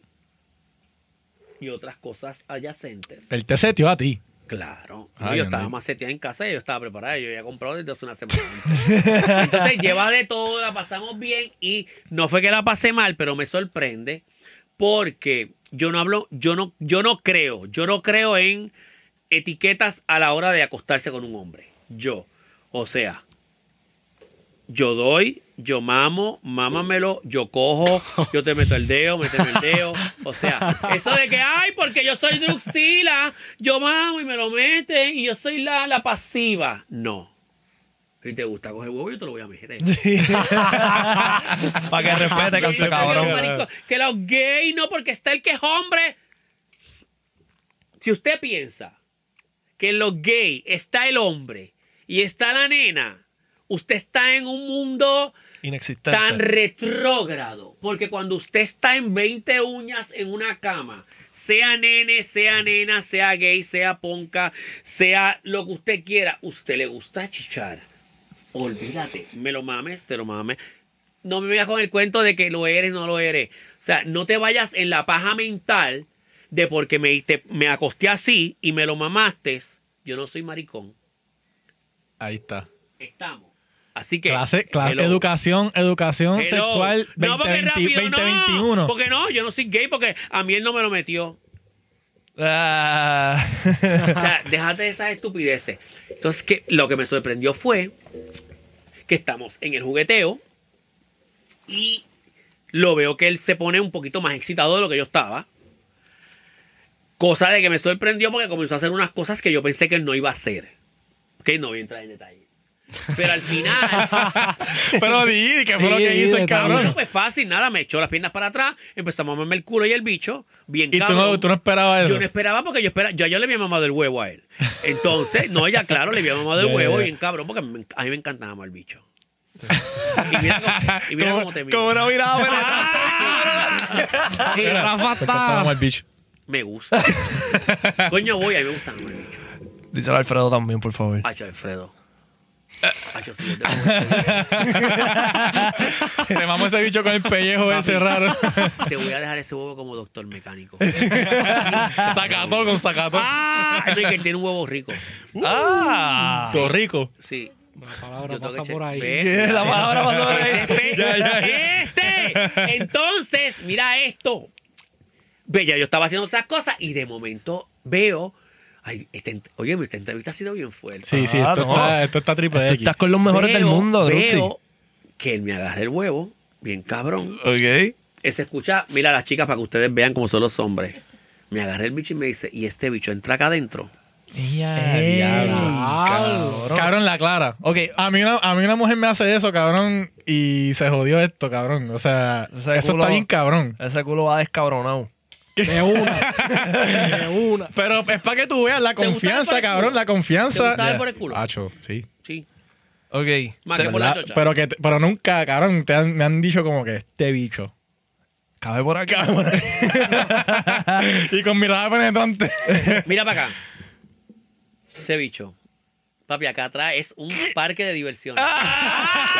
y otras cosas adyacentes.
El te setió a ti.
Claro.
Ay,
yo
Andrés.
estaba maceteada en casa y yo estaba preparada. Yo había comprado desde hace una semana. antes. Entonces lleva de todo, la pasamos bien y no fue que la pasé mal, pero me sorprende porque yo no hablo, yo no, yo no creo, yo no creo en etiquetas a la hora de acostarse con un hombre. Yo. O sea, yo doy, yo mamo, mámamelo, yo cojo, yo te meto el dedo, méteme el dedo. O sea, eso de que, ay, porque yo soy Druxila, yo mamo y me lo meten y yo soy la, la pasiva. No. Si te gusta coger huevo, yo te lo voy a meter.
para que respete,
Yo
canto
soy
cabrón.
un marico- Que los gays no, porque está el que es hombre. Si usted piensa que en los gays está el hombre y está la nena, usted está en un mundo
Inexistente.
tan retrógrado. Porque cuando usted está en 20 uñas en una cama, sea nene, sea nena, sea gay, sea ponca, sea lo que usted quiera, usted le gusta chichar. Olvídate, me lo mames, te lo mames. No me vayas con el cuento de que lo eres, no lo eres. O sea, no te vayas en la paja mental de porque me, te- me acosté así y me lo mamaste. Yo no soy maricón.
Ahí está.
Estamos. Así que.
Clase, clase,
hello.
educación, educación
Hello.
sexual
No, porque
2020,
rápido, no.
2021.
Porque no, yo no soy gay porque a mí él no me lo metió.
Ah.
O sea, déjate de esas estupideces. Entonces, que lo que me sorprendió fue que estamos en el jugueteo y lo veo que él se pone un poquito más excitado de lo que yo estaba. Cosa de que me sorprendió porque comenzó a hacer unas cosas que yo pensé que él no iba a hacer. Ok, no voy a entrar en detalles. Pero al final,
Pero di, ¿qué fue lo
Sí,
que hizo
sí,
el
está
cabrón?
bueno, pues fácil, nada, me echó las piernas para atrás, empezamos a mamarme el culo y el bicho, bien
Y tú no,
cabrón.
tú no esperabas eso.
Yo no esperaba porque yo esperaba, yo, yo le había mamado el huevo a él. Entonces, no, ya claro, le había mamado
Ya,
el
ya,
huevo
ya.
bien cabrón porque me- a mí me encantaba más el bicho. Y mira cómo, y mira cómo te miro.
Como una mirada penetrante.
¡Ah!
Y
Mira,
Rafa
te estábamos
está.
el bicho.
Me gusta. Coño, voy, a mí me gusta más el bicho.
Díselo a Alfredo también, por favor.
Hacho, Alfredo. Hacho, sí, yo te,
Le mamó ese bicho con el pellejo ese raro.
te voy a dejar ese huevo como doctor mecánico.
sacatón con sacatón.
¡Ah! No, y que tiene un huevo rico.
¡Ah! So rico.
Sí.
La
Yo
palabra
tengo que
pasa
che-
por ahí.
Ve,
La palabra pasó por ahí.
Este, este. Entonces, mira esto. Ve, ya yo estaba haciendo esas cosas y de momento veo. Ay, esta ent- oye, esta entrevista ha sido bien fuerte.
Sí, sí,
Ah,
esto,
no.
está, esto está triple
Tú
X.
estás con los mejores del
Veo-
mundo, Druxy.
Veo que él me agarra el huevo, bien cabrón.
Ok.
Eh, Se escucha, mira a las chicas para que ustedes vean cómo son los hombres. Me agarra el bicho y me dice, ¿y este bicho entra acá adentro?
Ey,
diablo.
cabrón.
Cabrón, la clara. Ok. A mí, una, a mí una mujer me hace eso, cabrón, y se jodió esto, cabrón. O sea,
Ese
eso
culo-
está bien cabrón.
Ese culo va descabronado.
De una. De una.
Pero es para que tú veas la
gustaba por
confianza,
el
cabrón,
culo?
la confianza.
¿Te gustaba por el culo?
Acho, sí.
Sí.
Ok.
Más
Te-
que por la
¿Verdad?
chocha.
Pero, que te- pero nunca, cabrón, te han- me han dicho como que este bicho.
Cabe por acá.
y con mirada penetrante.
Mira para acá. Ese bicho. Papi, acá atrás es un parque de diversión.
Ah,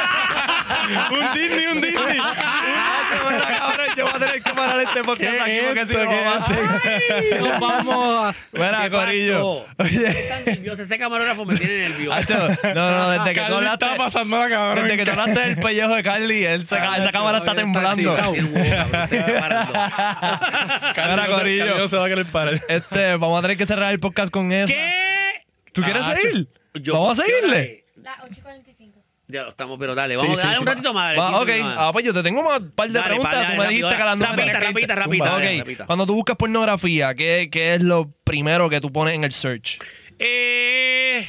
un Disney, un Disney.
cabrón, yo voy a tener que parar este podcast aquí porque si no
¿Qué
va a ser.
Nos vamos a.
Mira,
¿Qué
Corillo.
pasó?
Oye.
Tan nervioso, ese camarógrafo me tiene
Ah,
nervioso.
Hacho, no, no, desde que tú
Carly
hablaste.
estaba pasando la cabrón.
Desde que tú hablaste del pellejo de Carly, él se- esa cámara está
está
temblando.
excitado.
El huevo, cabrón, se va parando.
Carly
Mira,
no- Carly
Corillo.
no se va a querer parar.
Este, vamos a tener que cerrar el podcast con eso.
¿Qué?
¿Tú quieres
Hacho.
seguir?
Yo-
Vamos a
¿qué hora
seguirle.
es?
Las 8 y 45.
Ya lo estamos, pero dale,
Sí,
vamos
sí,
dale
sí,
un
va.
ratito más. dale,
Va,
15
ok,
minutos más.
ah, pues yo te tengo un par de
Dale,
preguntas.
dale,
Tú
dale,
me dijiste
rápido,
que las
dale.
nueve
Rapidita,
era-
rapidita,
Zumba.
rapidita, dale,
Ok,
rapidita.
Cuando tú buscas pornografía, ¿qué, ¿qué es lo primero que tú pones en el search?
Eh,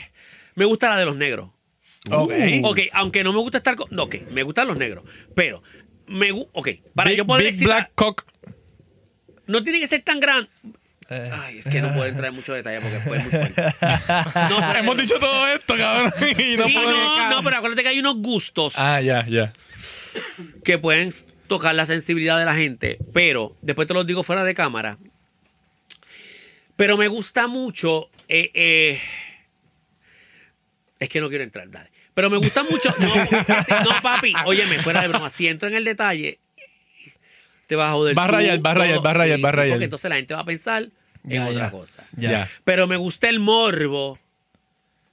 me gusta la de los negros.
Ok.
Ok, aunque no me gusta estar con. No, ok, me gustan los negros. Pero, me gu- Ok, para
Big,
yo poder
Big
excitar-
Black Cock.
No tiene que ser tan gran.
Eh,
Ay, es que no puedo entrar en mucho detalle porque fue muy fuerte. No, espérate.
Hemos dicho todo esto, cabrón. y no
Sí,
podemos-
no, no, pero acuérdate que hay unos gustos
Ah, ya, ya.
que pueden tocar la sensibilidad de la gente, pero después te los digo fuera de cámara. Pero me gusta mucho. eh, eh, es que no quiero entrar, dale. Pero me gusta mucho. No, porque si- no, papi, óyeme, fuera de broma. Si entro en el detalle, te vas a joder.
Va a
tú,
rayar, va a rayar,
todo.
va a rayar, va a rayar.
Porque entonces la gente va a pensar en
Ya,
otra
ya.
cosa.
Ya.
Ya.
Pero me gusta el morbo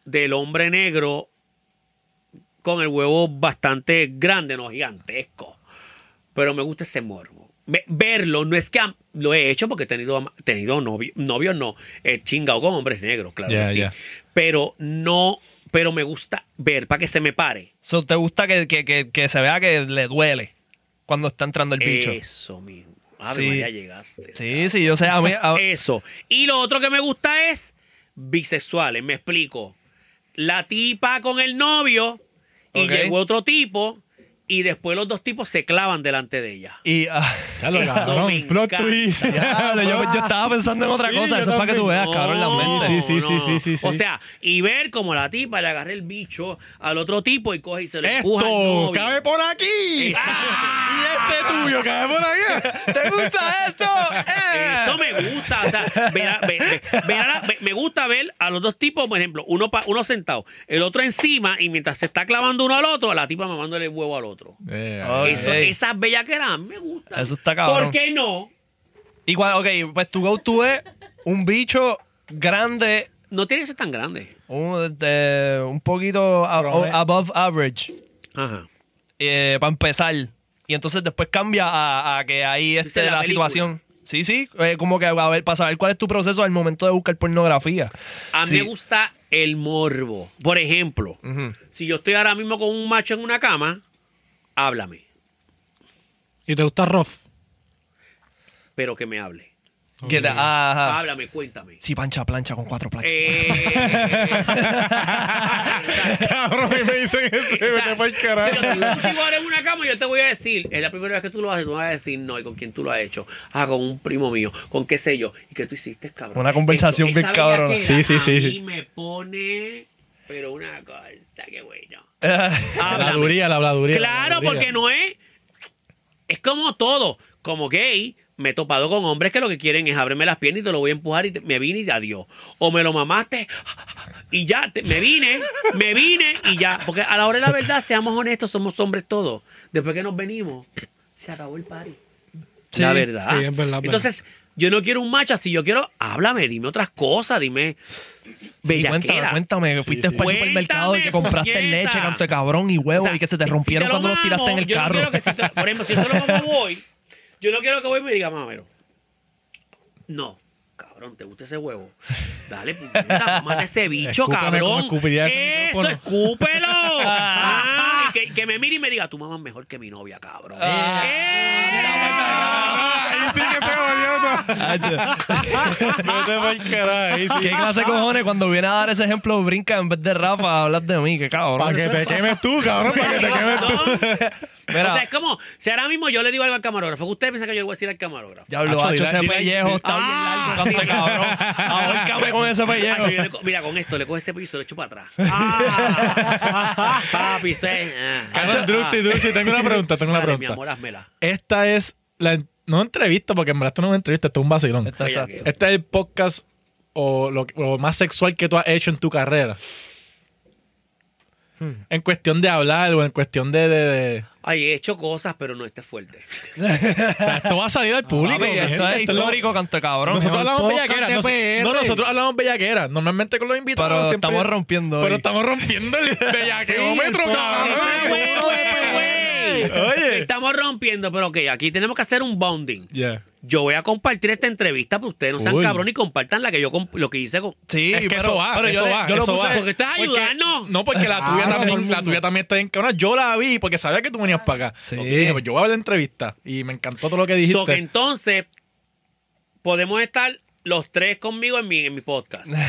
del hombre negro con el huevo bastante grande, no gigantesco. Pero me gusta ese morbo. Ve- verlo, no es que am- lo he hecho porque he tenido, am- tenido novio, novios, no, he chingado con hombres negros, claro
Ya,
que sí.
ya.
Pero no, pero me gusta ver para que se me pare.
So, ¿Te gusta que, que, que, que se vea que le duele cuando está entrando el bicho?
Eso mismo. A
Sí.
ya llegaste.
Sí, Ah. sí, yo sé. A mí, a-
Eso. Y lo otro que me gusta es bisexuales, me explico. La tipa con el novio y
Ok.
llegó otro tipo y después los dos tipos se clavan delante de ella.
y, ah,
Ya lo
Eso me
cabrón. Plot
encanta.
twist.
diablo, yo, yo estaba pensando en otra
Sí,
cosa.
yo
Eso es para que tú
también.
veas, cabrón, la
No,
mente.
Oh, Sí, sí, sí,
no.
sí, sí, sí.
O sea, y ver como la tipa le agarra el bicho al otro tipo y coge y se lo empuja al
Esto
novio.
cabe por aquí. Y este tuyo cabe por aquí.
¿Te gusta esto? ¡Eh!
Eso me gusta. O sea, ver a- ver- ver- ver a la- ver- me gusta ver a los dos tipos, por ejemplo, uno, pa- uno sentado, el otro encima, y mientras se está clavando uno al otro, la tipa mamándole el huevo al otro.
Ok.
Eso, esas bellaqueras me gustan.
Eso está cabrón.
¿Por qué no?
Y cuando, ok, pues tu go-to es un bicho grande,
No tiene que ser tan grande.
un, de- un poquito a-
Promedio.
o- above average,
Ajá.
para empezar. Y entonces después cambia a, a que ahí
Dice
esté
la
la,
película.
situación. Sí, sí, eh, como que a ver, para saber cuál es tu proceso al momento de buscar pornografía.
A mí
Sí.
me gusta el morbo. Por ejemplo,
Ujú.
si yo estoy ahora mismo con un macho en una cama, háblame,
¿Y te gusta Rof?
pero que me hable.
Que te-
Ah.
ajá.
Háblame, cuéntame.
Sí, pancha, plancha con cuatro planchas.
Eh,
Cabrón, y me dicen eso.
O
Me
sea,
fue el carajo.
Si yo te contigo ahora en una cama, yo te voy a decir, es la primera vez que tú lo haces, tú me vas a decir no, ¿y con quién tú lo has hecho? Ah, con un primo mío, con qué sé yo, ¿y qué tú hiciste, cabrón?
Una conversación
Esto-
bien
esa
cabrona.
bellaquera
Sí, sí, sí,
a
sí.
mí me pone, pero una cosa, qué bueno.
La
Háblame.
habladuría, la habladuría.
Claro, porque no es, es como todo, como gay. Me he topado con hombres que lo que quieren es ábreme las piernas y te lo voy a empujar y te- me vine y adiós. O me lo mamaste y ya, te- me vine, me vine y ya. Porque a la hora de la verdad, seamos honestos, somos hombres todos. Después que nos venimos, se acabó el party.
Sí,
la verdad.
sí, es verdad, es
Entonces, yo no quiero un macho así, yo quiero, háblame, dime otras cosas, dime.
Sí, cuéntame,
bellaquera.
cuéntame, que fuiste
sí.
para el supermercado y que
Cuéntame,
compraste
puñeta.
leche, canto de cabrón y huevo
O sea,
y que se te
si-
rompieron
si
cuando los
mamo,
tiraste en el
yo no
carro.
quiero que si te- por ejemplo, si yo solo como voy, yo no quiero que voy y me diga, mamero. No, cabrón, ¿te gusta ese huevo? Dale, pues, puta, mamá ese bicho,
Escúpame como
cabrón.
escupiría ese
Eso,
micrófono.
escúpelo. Ah, y que, que me mire y me diga, tu mamá es mejor que mi novia, cabrón.
Ah.
¡Eh!
Ah, Ahí sí que se jodió. No te fue el carajo. Ahí
¿Qué
sí.
clase de cojones cuando viene a dar ese ejemplo brinca en vez de Rafa hablas de mí? Que
Para
cabrón.
que te quemes tú, cabrón. Para que te quemes tú.
Mira.
O sea, es como, si ahora mismo yo le digo algo al camarógrafo, ustedes piensan que yo le voy a decir al camarógrafo.
Ya habló,
Hacho,
hacho,
dile-
ese
dile-
pellejo está
Ah,
bien largo, canto
sí.
de cabrón. Ahórcame con ese
Ah, yo
pellejo.
le co- mira, con esto le coge ese pillo y se lo echo para atrás. Ah, papi, usted. ah,
Cabrón,
ah,
Druxy, Druxy, tengo una pregunta, tengo una
dale, mi
pregunta.
amor, házmela.
Esta es la en- no entrevista, porque en verdad esto no es una entrevista, esto es un vacilón.
Está exacto.
Este es el podcast o lo, lo más sexual que tú has hecho en tu carrera.
Hmm.
En cuestión de hablar o en cuestión de. de- de-
Ay, he hecho cosas, pero no esté fuerte.
O sea, esto va a salir al público.
Ah, Papi,
mi
esto
gente,
es
esto es lo-
histórico, canto de cabrón.
Nosotros
Mejor
hablamos
podcast
bellaquera.
de
nos-
PR.
no, nosotros hablamos bellaquera. Normalmente con los invitados.
Pero
siempre-
estamos rompiendo
Pero
hoy.
estamos rompiendo el bellaqueómetro,
Sí, el
cabrón.
podcast.
Güey, güey, güey, güey.
Oye.
Estamos rompiendo, pero ok, aquí tenemos que hacer un bonding.
Yeah.
Yo voy a compartir esta entrevista, pero ustedes no sean
Full.
cabrones y compartan la que yo comp- lo que hice con.
Sí,
Es que eso va,
pero
eso
yo, le-
va,
yo lo
eso
puse Ah,
va.
Porque estás
Porque-
ayudando.
No, porque la tuya
Claro, todo el
también,
mundo.
la tuya también está en cabrón. Yo la vi porque sabía que tú venías para acá.
Sí.
Ok, dije, pues yo voy a ver la entrevista y me encantó todo lo que dijiste.
So que entonces podemos estar los tres conmigo en mi, en mi podcast.
Vamos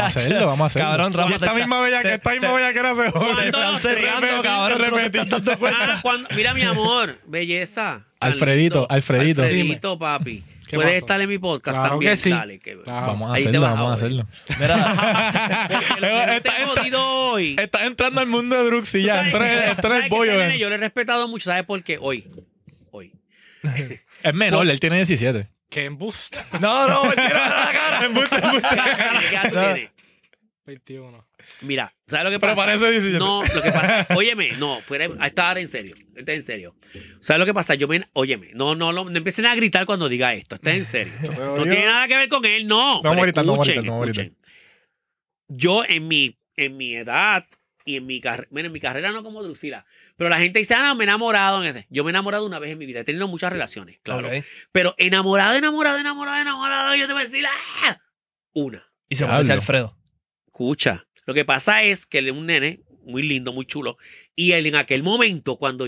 a hacerlo, vamos a hacerlo.
Cabrón, Rafa,
Y esta
te-
misma bella que
te-
esta misma
te-
bella que era se
Cuando-
jode.
Están cerrando,
Repetí,
cabrón. tú no te estás dando cuenta.
Ah, cuando- mira, mi amor, belleza.
Alfredito, Alfredito.
Alfredito, papi.
¿Qué
Puedes
pasó?
estar en mi podcast
Claro
también.
que sí.
Dale, que-
Claro.
Vamos a
Ahí te
hacerlo,
vas a
vamos a
joder.
hacerlo.
Mira,
Porque
Esta-
no te he
esta-
jodido hoy.
Estás entrando al mundo de Druxy ya.
¿Sabes
Esto
qué?
es- esto es
¿Sabes
el
qué,
bollo.
nene?
eh.
Yo lo he respetado mucho, ¿sabes por qué? Hoy. Hoy.
Es menor, él tiene 17.
Qué embuste.
no, no, mentira, la cara.
¿Qué edad tú
No.
tienes?
21.
Mira, ¿sabes lo que
Pero
pasa?
parece 17.
No, lo que pasa, óyeme, no, fuera, está ahora en serio, está en serio. ¿Sabes lo que pasa? Yo me, óyeme, no, no, no, no empiecen a gritar cuando diga esto, está en serio. No tiene nada que ver con él, no.
vamos a
Pero
gritar, no vamos a
escuchen,
gritar, no vamos a
escuchen. Yo en mi, en mi edad y en mi carrera, bueno, en mi carrera no como Drusila, pero la gente dice, ah, no, me he enamorado en ese. Yo me he enamorado una vez en mi vida, he tenido muchas relaciones, claro.
Ok.
Pero enamorado, enamorado, enamorado, enamorado, yo te voy a decir, ¡ah! Una.
Y se parece a
Diablo.
Alfredo.
Escucha, lo que pasa es que él es un nene muy lindo, muy chulo, y él en aquel momento, cuando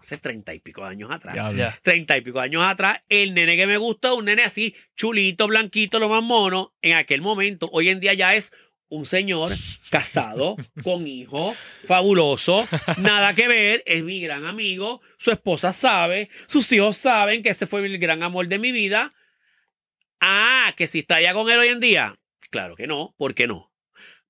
hace treinta y pico de años atrás,
Diablo.
Ya.
treinta y pico de años atrás, el nene que me gusta, un nene así, chulito, blanquito, lo más mono, en aquel momento, hoy en día ya es un señor casado, con hijo, fabuloso, nada que ver, es mi gran amigo, su esposa sabe, sus hijos saben que ese fue el gran amor de mi vida. Ah, que si está ya con él hoy en día. Claro que no, ¿por qué no?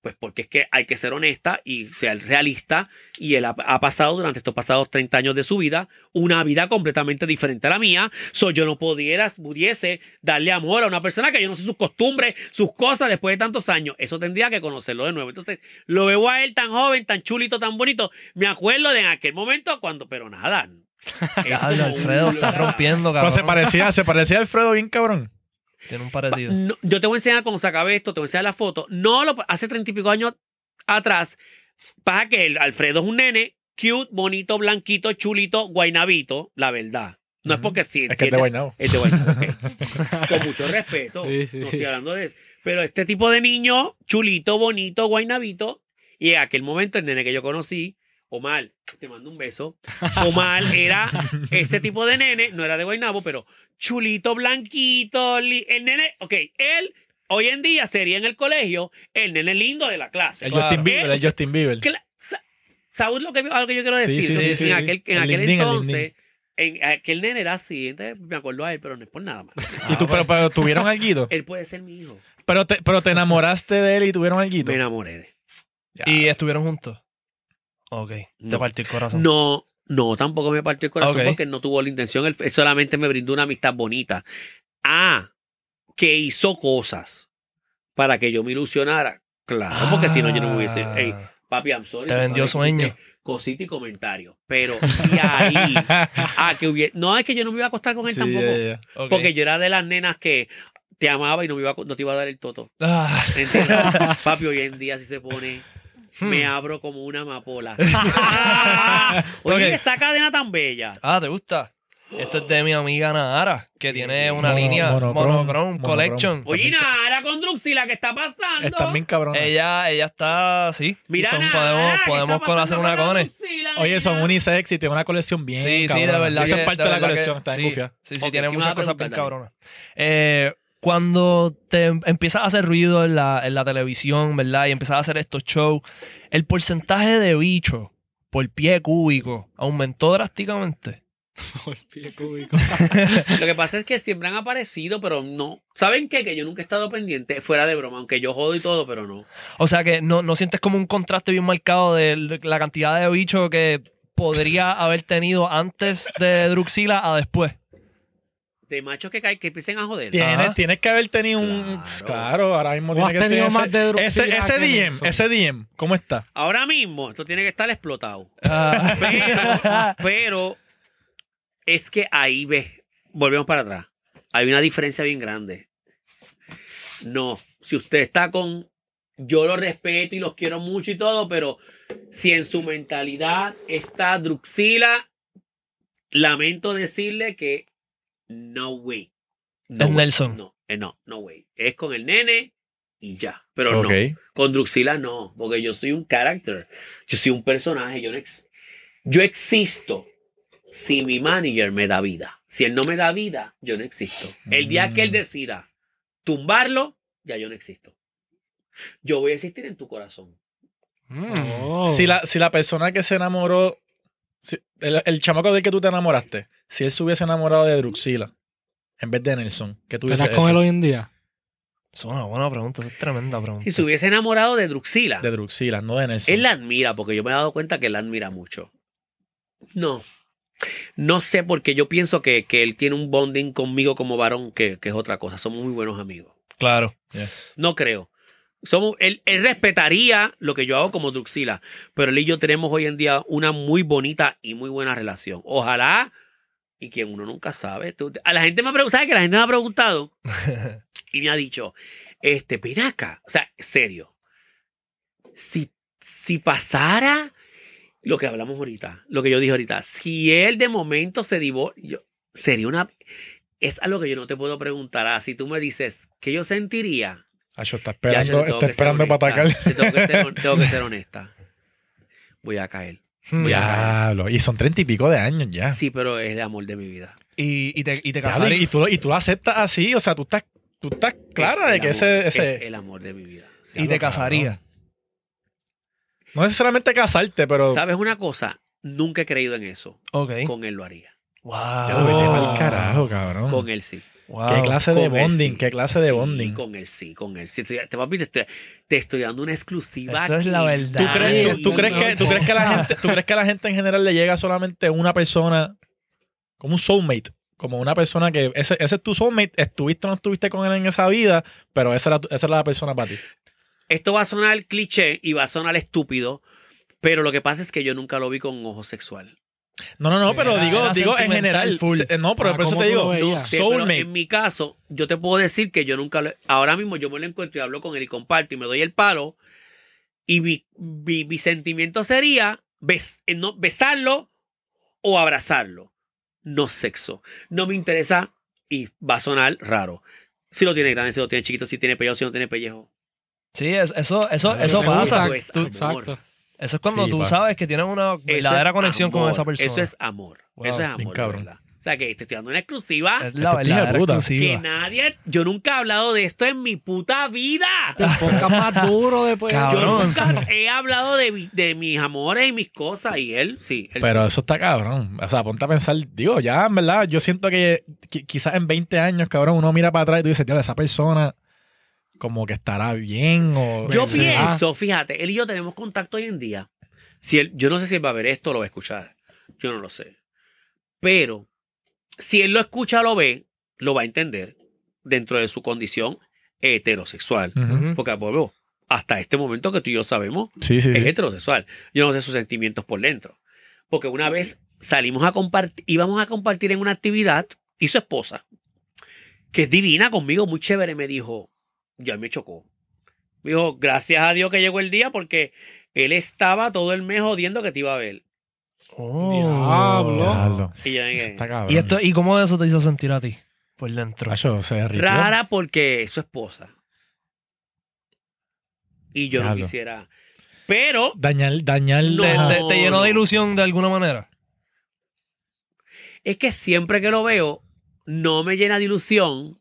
Pues porque es que hay que ser honesta y ser realista y él ha, ha pasado durante estos pasados 30 años de su vida una vida completamente diferente a la mía. So, yo no pudiera, pudiese darle amor a una persona que yo no sé sus costumbres, sus cosas después de tantos años. Eso tendría que conocerlo de nuevo. Entonces, lo veo a él tan joven, tan chulito, tan bonito. Me acuerdo de en aquel momento cuando, pero nada. Es
Diablo,
como un-
Alfredo, estás rompiendo,
Pero se
cabrón.
parecía, se parecía a Alfredo bien cabrón.
Tiene un
Pa-
parecido.
no, yo te voy a enseñar cuando se acabe esto, te voy a enseñar la foto. No, lo, hace treinta y pico años atrás, pasa que el Alfredo es un nene cute, bonito, blanquito, chulito, guainabito, la verdad. No es
Ujú.
porque sí.
Es
sí
que es de Guaynabo.
es de Guaynabo, Este, ok. Con mucho respeto.
Sí, sí.
No estoy hablando de eso. Pero este tipo de niño, chulito, bonito, guainabito, y en aquel momento el nene que yo conocí, Omar, te mando un beso. Omar era ese tipo de nene, no era de Guaynabo, pero chulito, blanquito, li- el nene, ok, él hoy en día sería en el colegio el nene lindo de la clase.
El
Claro.
Justin Bieber, el Justin Bieber.
Cla- sa- ¿Sabes lo que, algo que yo quiero
Sí,
decir?
sí,
Eso
sí,
es
sí,
en
sí.
aquel, en
El
aquel
lindín, el
entonces, en aquel nene era así, entonces me acuerdo a él, pero no es por nada más.
¿Y
Ah,
tú, pero, pero tuvieron alguito?
Él puede ser mi hijo.
Pero te, pero te enamoraste de él y tuvieron alguito.
Me enamoré de él.
¿Y estuvieron juntos? Ok, te
No.
partí el corazón.
No, no, tampoco me partió el corazón
Ok.
porque él no tuvo la intención. Él, él solamente me brindó una amistad bonita. Ah, que hizo cosas para que yo me ilusionara. Claro, porque si no, yo no me hubiese.
Ah,
Ey, papi, I'm sorry.
Te
tú
vendió
sabes que
sueño.
hiciste Cosita y comentario. Pero, y ahí. ah, que hubiera. No, es que yo no me iba a acostar con él
Sí,
tampoco.
ya, ya.
eh, Ok.
Porque yo era de las nenas que te amaba y no, me iba a- no te iba a dar el toto.
Ah,
¿Entiendes? Papi, hoy en día si se pone. Me
Hmm.
abro como una amapola. Oye,
Ok.
qué saca cadena tan bella.
ah, ¿te gusta? Esto es de mi amiga Nahara, que tiene una
Mono-
línea
monocrom-
Monochrome,
monocrom.
Collection.
Oye, Nara con Druxila, ¿qué está pasando?
Están bien cabrones.
Ella, ella está, sí.
Mira,
son-
Nara,
podemos,
¿qué está
podemos
pasando
hacer una
con
con
Druxila,
Oye, son
nena?
unisex y tienen una colección bien.
Sí, sí, de
cabrona.
verdad.
Esa
que-
es parte de, la
verdad
colección,
que-
está en
sí,
gufia.
Sí, sí,
Ok,
tiene
¿qué me
muchas
vas a
cosas bien
preguntar,
cabronas. Eh, cuando te em- empiezas a hacer ruido en la, en la televisión, ¿verdad? Y empiezas a hacer estos shows, el porcentaje de bicho por pie cúbico aumentó drásticamente.
Por pie cúbico.
Lo que pasa es que siempre han aparecido, pero no. ¿Saben qué? Que yo nunca he estado pendiente, fuera de broma, aunque yo jodo y todo, pero no.
O sea que no, no sientes como un contraste bien marcado de l- la cantidad de bicho que podría haber tenido antes de Druxila a después.
De machos que caen, que empiecen a joder.
Tienes,
Ajá.
tienes que haber tenido un. pues,
Claro.
Claro, ahora mismo
O
tienes
has
que
tenido
tener
más de
ese- ese,
Druxila
ese
que
DM,
Nelson.
ese DM, ¿cómo está?
Ahora mismo, esto tiene que estar explotado.
Ah,
Pero, pero es que ahí ves, volvemos para atrás. Hay una diferencia bien grande. No, si usted está con, yo lo respeto y los quiero mucho y todo, pero si en su mentalidad está Druxila, lamento decirle que no way. No
Es
way.
Nelson.
No, eh, no, no way. Es con el nene y ya. Pero
ok.
no. Con Druxila no, porque yo soy un character, yo soy un personaje, yo, no ex- yo existo si mi manager me da vida. Si él no me da vida, yo no existo. El día que él
Mm.
decida tumbarlo, ya yo no existo. Yo voy a existir en tu corazón.
Mm.
Oh.
Si, la, si la persona que se enamoró, si- el, el chamaco del que tú te enamoraste, si él se hubiese enamorado de Druxila en vez de Nelson, que tú
¿Estás con él hoy en día?
Es una buena pregunta, eso es tremenda pregunta.
Si se hubiese enamorado de Druxila,
de Druxila, no de Nelson.
él la admira, porque yo me he dado cuenta que él la admira mucho. No. No sé porque yo pienso que, que él tiene un bonding conmigo como varón, que, que es otra cosa. Somos muy buenos amigos.
Claro.
No creo. Somos, él, él respetaría lo que yo hago como Druxila, pero él y yo tenemos hoy en día una muy bonita y muy buena relación. Ojalá, y quien uno nunca sabe. tú- a la gente me ha preguntado, ¿sabes que la gente me ha preguntado? y me ha dicho, este, ven acá. O sea, serio. Si, si pasara lo que hablamos ahorita, lo que yo dije ahorita, si él de momento se divorcia, sería una... Es algo que yo no te puedo preguntar. Ah, si tú me dices, ¿qué yo sentiría?
Acho, está
Ya, yo
Ah, esperando,
tengo
está
que ser
esperando para
honesta.
atacar.
Yo Tengo que, ser, tengo que ser honesta. Voy a caer.
Hmm.
Ya.
Diablo, y son treinta y pico de años ya.
Sí, pero es el amor de mi vida.
Y, y te, y te
Diablo,
casarías.
y, y tú, y tú lo aceptas así, o sea, tú estás, tú estás clara
Es
de
el
que
amor,
ese... ese
Es el amor de mi vida. O sea,
Y te
Diablo,
casarías.
No necesariamente casarte, pero...
¿Sabes una cosa? Nunca he creído en eso.
Ok.
Con él lo haría.
Ya, vete
Wow.
pa'l carajo, cabrón.
Con él sí.
Wow.
Qué clase de
Con él
bonding,
sí.
qué Ah. clase de
Sí,
bonding.
Con él sí, con él sí. Estoy- te, papi, te estoy, te estoy dando una exclusiva.
Esto es
aquí.
la verdad.
¿Tú crees, tú,
Ay,
tú crees
no,
que, tú
no.
crees que la gente, tú crees que a la gente en general le llega solamente una persona, como un soulmate, como una persona que ese, ese es tu soulmate, estuviste o no estuviste con él en esa vida, pero esa era, tu- esa era la persona para ti.
Esto va a sonar cliché y va a sonar estúpido, pero lo que pasa es que yo nunca lo vi con ojo sexual.
No, no, no, pero
Era-
digo,
era
digo en
sentimental
general,
full.
se- no, pero
Ah,
por eso
¿cómo
te
tú lo
digo,
ves?
No
Ella.
sé, pero
Soulmate.
en mi caso, yo te puedo decir que yo nunca lo- Ahora mismo yo me lo encuentro y hablo con él y comparto y me doy el palo. Y mi, mi- mi sentimiento sería bes- eh, no, besarlo o abrazarlo. No sexo. No me interesa y va a sonar raro. Si lo tiene grande, si lo tiene chiquito, si tiene pellejo, si no tiene pellejo.
Sí, es- eso, eso,
Ah,
eso
Me gusta,
pasa.
Eso es
Tú-
amor.
Exacto.
eso es cuando
Sí,
tú
pa.
sabes que tienes una
Eso
verdadera
es
conexión con
amor,
esa persona.
Eso es amor.
Wow,
eso es
bien
amor. de
cabrón.
verdad. O sea que te estoy dando una exclusiva
Es la
Este es hija de
verdadera
puta.
que
exclusiva.
nadie. Yo nunca he hablado de esto en mi puta vida.
El podcast más duro después.
Cabrón.
Yo nunca he hablado de, mi- de mis amores y mis cosas y él, sí. él
Pero
sí.
eso está cabrón. O sea, ponte a pensar, digo, ya, en verdad, yo siento que qui- quizás en 20 años, cabrón, uno mira para atrás y tú dices, "Diablo, esa persona como que estará bien o...
Yo
¿verdad?
pienso,
Ah.
fíjate, él y yo tenemos contacto hoy en día. Si él, yo no sé si él va a ver esto o lo va a escuchar. Yo no lo sé. Pero si él lo escucha o lo ve, lo va a entender dentro de su condición heterosexual.
Ujú.
Ujú.
Porque vuelvo, hasta este momento que tú y yo sabemos,
Sí, sí,
es
sí.
heterosexual. Yo no sé sus sentimientos por dentro. Porque una vez salimos a compartir, íbamos a compartir en una actividad y su esposa, que es divina conmigo, muy chévere, me dijo, ya me chocó. Me dijo, gracias a Dios que llegó el día porque él estaba todo el mes jodiendo que te iba a ver.
Oh.
Diablo.
Diablo.
Y yo,
Eso
eh,
está cabrón.
¿Y, esto, ¿Y cómo eso te hizo sentir a ti? Por dentro.
Acho, se derritió.
rara porque es su esposa. Y yo
Diablo.
no quisiera. Pero
Dañar, dañar.
No.
¿Te, te- te llenó
no.
de ilusión de alguna manera?
es que siempre que lo veo, no me llena de ilusión.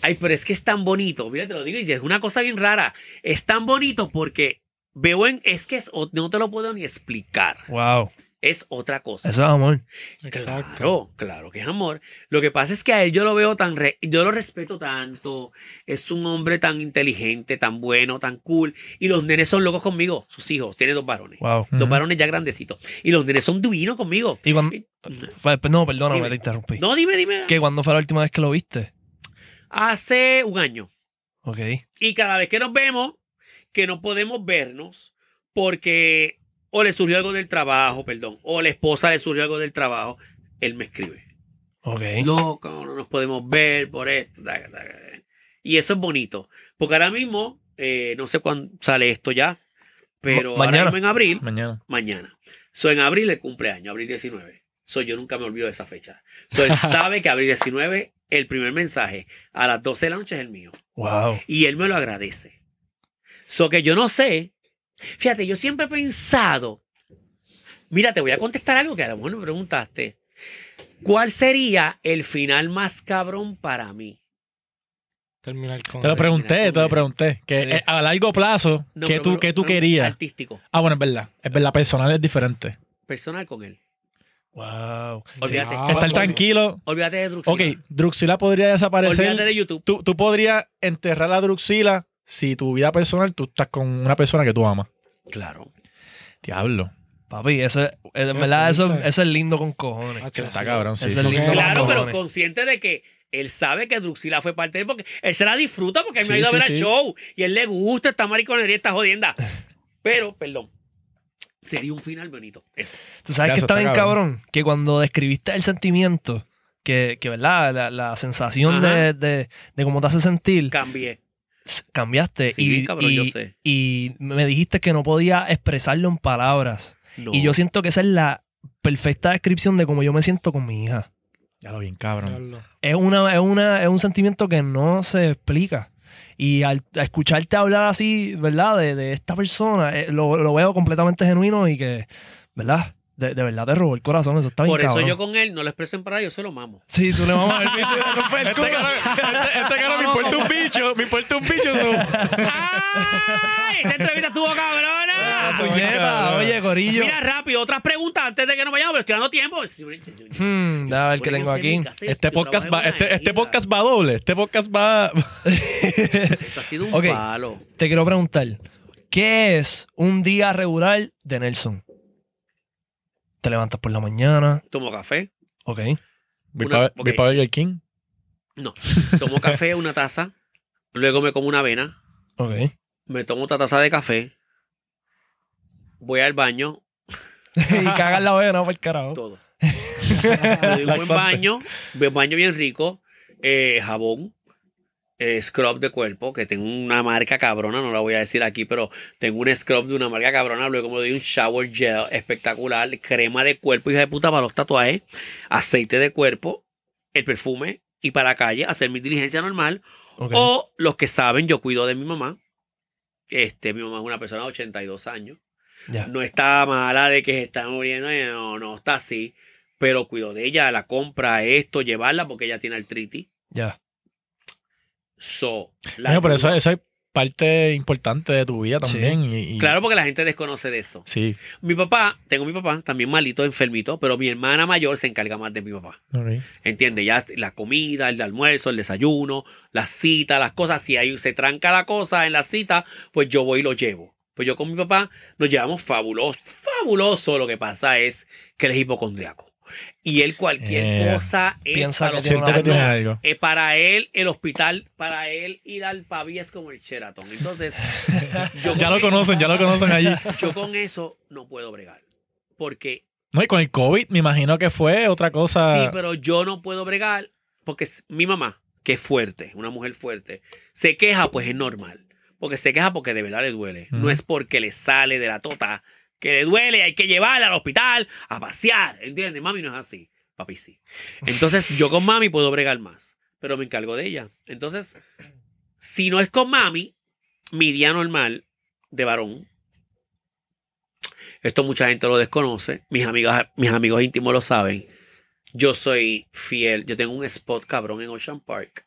Ay, pero es que es tan bonito. Mira, te lo digo, y es una cosa bien rara. Es tan bonito porque veo en. Es que es o- no te lo puedo ni explicar.
Wow.
Es otra cosa.
Eso es amor.
Exacto.
Claro, claro que es amor. Lo que pasa es que a él yo lo veo tan. re- yo lo respeto tanto. Es un hombre tan inteligente, tan bueno, tan cool. Y los nenes son locos conmigo, sus hijos. Tiene dos varones.
Wow.
Ujú.
Dos varones ya grandecitos. Y los nenes son divinos conmigo.
Y cuando, pa- no, perdóname,
Dime.
te interrumpí.
No, dime, dime.
¿Que cuándo fue la última vez que lo viste?
Hace un año.
Ok.
Y cada vez que nos vemos, que no podemos vernos porque o le surgió algo del trabajo, perdón, o la esposa le surgió algo del trabajo, él me escribe.
Ok.
Loco, no nos podemos ver por esto. taca, taca, taca. Y eso es bonito. Porque ahora mismo, eh, no sé cuándo sale esto ya, pero
Ma-
ahora
mañana.
mismo en abril,
Mañana.
mañana. So, en abril el cumpleaños, abril 19. So, yo nunca me olvido de esa fecha. So, él sabe que abril 19, el primer mensaje a las 12 de la noche es el mío.
Wow.
Y él me lo agradece. So que yo no sé. Fíjate, yo siempre he pensado. Mira, te voy a contestar algo que a lo mejor no me preguntaste. ¿Cuál sería el final más cabrón para mí?
Terminar con.
Te lo pregunté, te lo pregunté. Que
Sí.
eh, a largo plazo,
No,
¿qué
pero-
tú,
pero-
qué tú
pero
querías?
Artístico,
Ah, bueno, es verdad. Es verdad, personal es diferente.
personal con él.
Wow.
Olvídate.
Ah,
Estar
bueno.
tranquilo.
Olvídate de Druxila.
Ok, Druxila podría desaparecer.
Olvídate de YouTube.
Tú, tú podrías enterrar a Druxila si tu vida personal tú estás con una persona que tú amas.
Claro.
Diablo.
Papi, eso es, es- en
Qué
verdad, eso,
fuerte.
eso es lindo con cojones.
Hacho,
Está
sí.
cabrón, sí.
Eso
Ah, sí.
es lindo.
Claro,
con
pero
cojones.
consciente de que él sabe que Druxila fue parte de él porque él se la disfruta porque él me ha
Sí,
ido a
sí,
ver al
sí.
show y él le gusta esta mariconería, esta jodienda. Pero, perdón, sería un final bonito. Eso.
Tú sabes
Ya,
que
eso
está
está
bien
cabrón.
cabrón, que cuando describiste el sentimiento, que, que ¿verdad? La, la sensación
Ajá.
de, de, de cómo te hace sentir,
Cambié.
s- cambiaste.
Sí,
Eh, y,
cabrón,
y-
yo sé.
y me dijiste que no podía expresarlo en palabras. Y yo siento que esa es la perfecta descripción de cómo yo me siento con mi hija.
Ya lo bien, cabrón.
Diablo.
Es, una, es, una, es un sentimiento que no se explica. Y al a escucharte hablar así, ¿verdad? De, de esta persona, eh, lo, lo veo completamente genuino y que, ¿verdad? De, de verdad te robó el corazón, eso está bien
Por eso
cabrón.
yo con él no lo expreso en palabras, yo se lo mamo.
Sí, tú le vamos a ver, este bicho, y le rompe el culo.
Este cara me importa un bicho. Me importa un bicho.
¡Ay! Esta entrevista estuvo cabrona.
Ah, puñeta, oye, Corillo.
este Mira, rápido, otras preguntas antes de que nos vayamos, pero estoy dando tiempo.
Hmm, déjame ver qué tengo aquí.
Este podcast, va, este, este podcast va doble. Este podcast va.
Esto ha sido un
Ok.
palo.
Te quiero preguntar, ¿qué es un día regular de Nelson? Te levantas por la mañana,
Tomo café.
ok.
Voy
Una-
para
ok.
Burger King.
No. Tomo café, una taza. Luego me como una avena.
Ok.
Me tomo otra taza de café. Voy al baño.
y cagas la vena por carajo.
Todo. Me doy un buen
Laxante.
baño. Un baño bien rico. eh, jabón. eh, scrub de cuerpo. Que tengo una marca cabrona. No la voy a decir aquí, pero tengo un scrub de una marca cabrona. Luego me doy un shower gel espectacular. Crema de cuerpo, hija de puta, para los tatuajes. Aceite de cuerpo. El perfume. Y para la calle, hacer mi diligencia normal.
Ok.
O los que saben, yo cuido de mi mamá. Este, mi mamá es una persona de 82 años.
Ya.
No está mala de que se está muriendo, eh, no, no está así. Pero cuido de ella, la compra, esto, llevarla porque ella tiene artritis.
Ya.
So, la
Bueno, pero eso,
ayuda.
eso es parte importante de tu vida también. y- y-
Claro, porque la gente desconoce de eso.
Sí.
Mi papá, tengo mi papá, también malito, enfermito, pero mi hermana mayor se encarga más de mi papá.
Ok.
¿Entiendes? Ya la comida, el almuerzo, el desayuno, las citas, las cosas. Si ahí se tranca la cosa en la cita, pues yo voy y lo llevo. Pues yo con mi papá nos llevamos fabuloso, fabuloso. Lo que pasa es que él es hipocondriaco. Y él cualquier
Eh,
cosa es
piensa
para
que
los
tiene
Siento
una-
que
humanos.
tienes algo.
Eh, para él, el hospital, para él ir al Pavi es como el Sheraton. Entonces, yo,
Ya
con
lo conocen, ya lo conocen allí.
yo con eso no puedo bregar. Porque
No, y con el COVID me imagino que fue otra cosa.
Sí, pero yo no puedo bregar porque s- mi mamá, que es fuerte, una mujer fuerte, se queja, pues es normal. Porque se queja porque de verdad le duele. No
Ujú.
es porque le sale de la tota que le duele, hay que llevarla al hospital a pasear. ¿Entiendes? Mami no es así. Papi sí. Entonces yo con mami puedo bregar más, pero me encargo de ella. Entonces, si no es con mami, mi día normal de varón. Esto mucha gente lo desconoce. Mis amigas, mis amigos íntimos lo saben. Yo soy fiel. Yo tengo un spot cabrón en Ocean Park.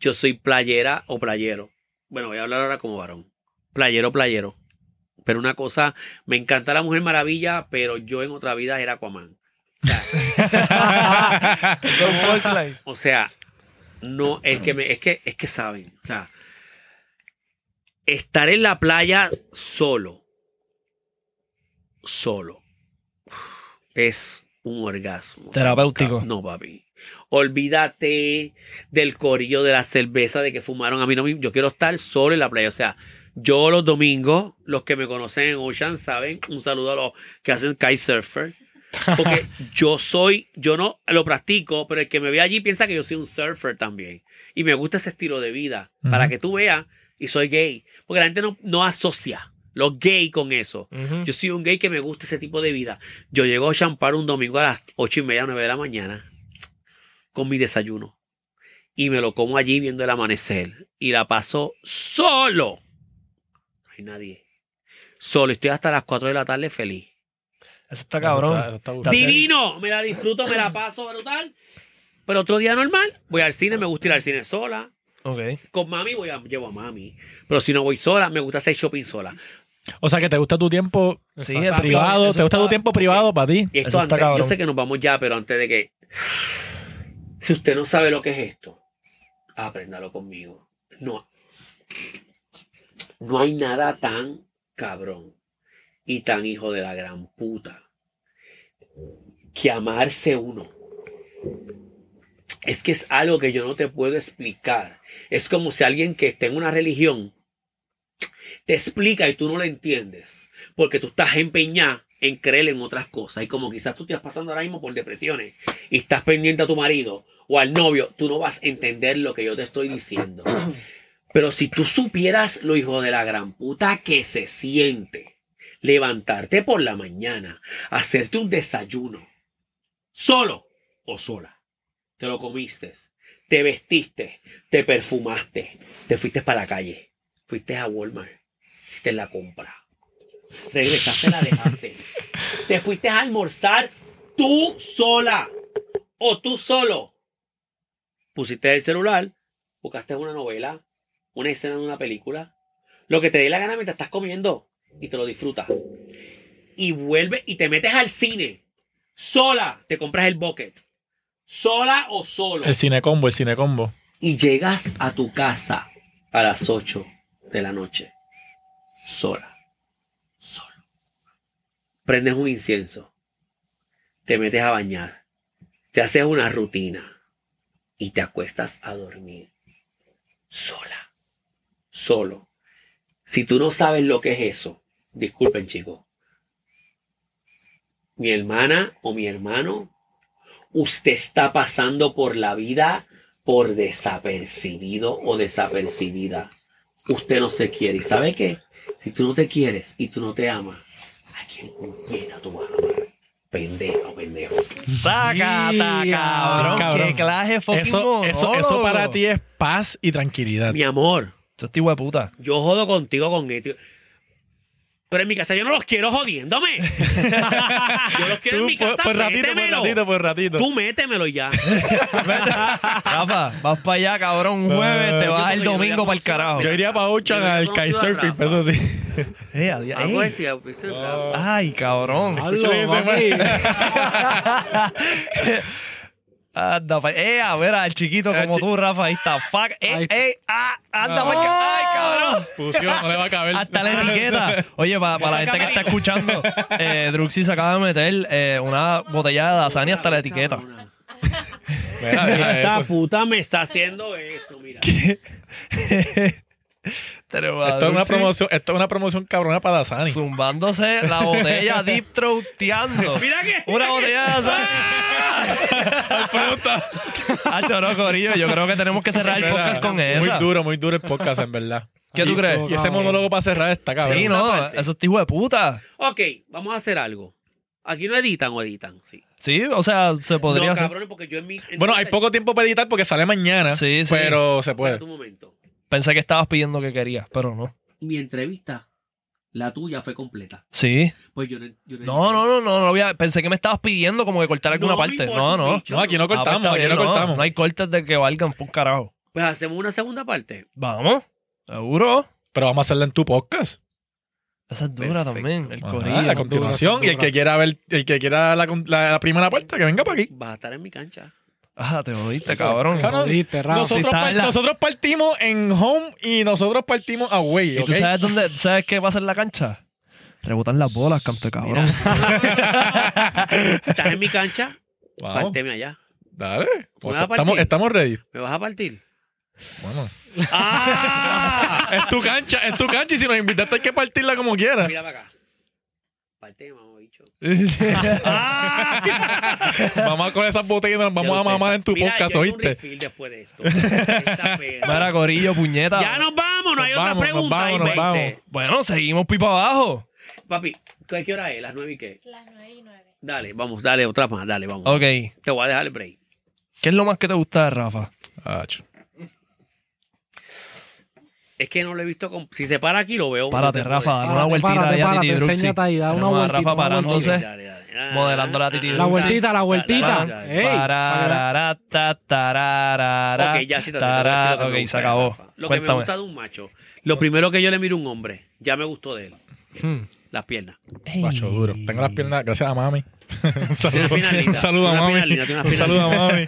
Yo soy playera o playero. Bueno, voy a hablar ahora como varón. Playero, playero. Pero una cosa, me encanta la Mujer Maravilla, pero yo en otra vida era Aquaman. O sea,
Son punchline.
o sea, no, es que, me- es que, es que saben. O sea, estar en la playa solo, solo, es un orgasmo.
Terapéutico.
No, papi. Olvídate del corillo de la cerveza de que fumaron. A mí no me. Yo quiero estar solo en la playa. O sea, yo los domingos, los que me conocen en Ocean saben, un saludo a los que hacen kitesurfer. Porque yo soy, yo no lo practico, pero el que me ve allí piensa que yo soy un surfer también. Y me gusta ese estilo de vida. Para
Ujú.
que tú veas, y soy gay. Porque la gente no, no asocia. los gays con eso.
Ujú.
Yo soy un gay que me gusta ese tipo de vida. Yo llego a champar un domingo a las ocho y media, nueve de la mañana con mi desayuno. Y me lo como allí viendo el amanecer. Y la paso solo. No hay nadie. Solo. Estoy hasta las cuatro de la tarde feliz.
Eso está cabrón.
Eso está- eso está
Di-
Divino. Me la disfruto, me la paso brutal. Pero otro día normal, voy al cine, me gusta ir al cine sola.
Ok.
Con mami voy a, llevo a mami. Pero si no voy sola, me gusta hacer shopping sola.
O sea que te gusta tu tiempo
Sí,
Exacto.
eso
privado,
está- eso
te gusta tu
está-
tiempo privado para ti.
Y
Eso
esto
está
antes, yo
cabrón.
sé que nos vamos ya, pero antes de que. Si usted no sabe lo que es esto, apréndalo conmigo. No. No hay nada tan cabrón y tan hijo de la gran puta que amarse uno. Es que es algo que yo no te puedo explicar. Es como si alguien que esté en una religión te explica y tú no lo entiendes. Porque tú estás empeñada en creer en otras cosas. Y como quizás tú estás pasando ahora mismo por depresiones y estás pendiente a tu marido o al novio, tú no vas a entender lo que yo te estoy diciendo. Pero si tú supieras lo hijo de la gran puta que se siente, levantarte por la mañana, hacerte un desayuno, solo o sola, te lo comiste, te vestiste, te perfumaste, te fuiste para la calle, fuiste a Walmart, hiciste la compra, regresaste, la dejaste, te fuiste a almorzar tú sola o tú solo. Pusiste el celular, buscaste una novela, una escena de una película, lo que te dé la gana mientras estás comiendo y te lo disfrutas. Y vuelve y te metes al cine. Sola te compras el bucket. Sola o solo.
El cine combo, el cine combo.
Y llegas a tu casa a las 8 de la noche. Sola. Solo. Prendes un incienso. Te metes a bañar. Te haces una rutina. Y te acuestas a dormir. Sola. Solo. Si tú no sabes lo que es eso, disculpen chicos. Mi hermana o mi hermano, usted está pasando por la vida por desapercibido o desapercibida. Usted no se quiere. ¿Y sabe qué? Si tú no te quieres y tú no te amas, ¿a quién puñeta tú vas a amar? Pendejo, pendejo.
Sácata,
Ya,
cabrón.
cabrón.
Qué clase fucking
Eso, eso, eso
monólogo.
para ti es paz y tranquilidad.
Mi amor,
Eso es este hijo de puta.
yo jodo contigo con esto. Pero en mi casa yo no los quiero jodiéndome. yo los quiero en mi
Tú, pues, por,
casa.
por ratito, por
métemelo.
ratito, por ratito.
Tú métemelo ya.
Rafa, vas para allá, cabrón, un jueves, te
yo
vas
porque
el
yo voy a
domingo para el
conocer-
carajo.
Yo iría para Ocean
Yo
al
conozco a
kitesurfing,
Rafa.
eso sí.
Eh, adiós,
Ah,
ey.
pues, tía, pues, el
Ah.
Rafa.
Ay, cabrón.
Escúchale pues. que se
papi.
Anda, pa- eh, a ver al chiquito
Al
como
chi-
tú, Rafa, ahí está. Fuck, eh,
Ahí-
eh, ah, anda,
No.
pa'l ca- ay, cabrón.
Fusión, no le va a caber.
Hasta la etiqueta. Oye, para la gente que está escuchando, eh, Druxy se acaba de meter eh, una botella de Dasani hasta la etiqueta.
Mira, mira
Esta
Ah, eso.
puta me está haciendo esto, mira.
Pero,
Esto es una
Druxy,
promoción, esto es una promoción cabrona para Dasani.
Zumbándose la botella, deep throateando.
Mira que.
Una botella de Dasani.
Fruta.
Ah, choro, corillo, yo creo que tenemos que cerrar el
Mira,
podcast con
muy
esa.
duro, muy duro el podcast, en verdad.
¿Qué tú crees?
Y ese monólogo para cerrar está cabrón.
Sí, no,
parte.
eso es hijo de puta.
Ok, vamos a hacer algo. Aquí no editan o editan, sí.
Sí, o sea, se podría
no,
hacer.
cabrones, porque yo en mi. en
Bueno,
mi-
hay poco tiempo para editar porque sale mañana.
Sí, sí.
Pero se
Espérate
puede.
un momento.
Pensé que estabas pidiendo que querías, pero no.
Mi entrevista, la tuya fue completa.
Sí.
Pues yo no. yo
No, no, no, no, no voy a- Pensé que me estabas pidiendo como que cortar alguna
No me
parte.
importa
No,
un
no.
bicho.
No, aquí no
Ah,
cortamos,
pues,
aquí
está
no
bien,
cortamos.
No hay cortes de que valgan por un carajo.
Pues hacemos una segunda parte.
Vamos. Seguro.
Pero vamos a hacerla en tu podcast.
Esa es dura
Perfecto.
también. El
Ajá,
corrido.
a continuación.
dura,
y el que
dura.
quiera ver, el que quiera la, la, la primera puerta, que venga para aquí.
Vas a estar en mi cancha.
Ah, te jodiste, cabrón.
Cabrón,
Jodiste, Rafa.
No, sí,
Nosotros,
está
pues,
par-
en la-
nosotros partimos en home y nosotros partimos away.
¿Y tú
¿ok?
sabes dónde, sabes qué va a ser la cancha? Rebotan las bolas, canto de cabrón.
Estás en mi cancha,
Vamos,
parteme allá.
dale.
¿Tú me vas a
Estamos,
partir?
estamos ready.
¿Me vas a partir?
Bueno.
¡Ah!
Es tu cancha, es tu cancha y si nos invitaste hay que partirla como quieras.
Mira para acá. Parteme, mamá, bicho. ¡Ah!
Vamos con esas botellas y nos vamos a mamar en tu
Mira,
podcast,
yo hago un
¿oíste?
refill después de esto. Esta perra.
Mira, corillo, puñeta.
Ya nos vamos, no hay otra
vamos, nos
pregunta.
vamos,
hay
nos
20.
vamos.
Bueno, seguimos pipa abajo.
Papi, ¿qué, qué hora es? ¿Las nueve y qué?
Las 9 y 9.
Dale, vamos, dale, otra más, dale, vamos.
Ok.
Te voy a dejar el break.
¿Qué es lo más que te gusta de Rafa?
Acho.
Es que no lo he visto. con- Si se para aquí, lo veo.
Párate,
no te puedo
Rafa,
decir.
dale una
Párate,
vueltita
párate,
allá a
párate,
Titi Druxy.
enséñate ahí, da una
Tenemos a
vueltita,
Rafa
una
parándose.
vueltita.
Dale, dale, dale.
Modelando la Titi
La
Druxy.
vueltita, la
Dale,
vueltita.
dale,
Ey,
Pararara, ta, tararara,
Ok, ya sí, te- te voy a decir
tará-
lo que me
Ok,
gusta
se
de
acabó.
Rafa. Lo que me
Cuéntame.
gusta de un macho. Lo primero que yo le miro a un hombre, ya me gustó de él,
Hmm.
las piernas.
Macho duro. Tengo las piernas, gracias a mami. un saludo,
Tiene las piernas
un
lindas,
saludo a
tiene las
mami.
piernas lindas, tiene las
Un
piernas
saludo a mami.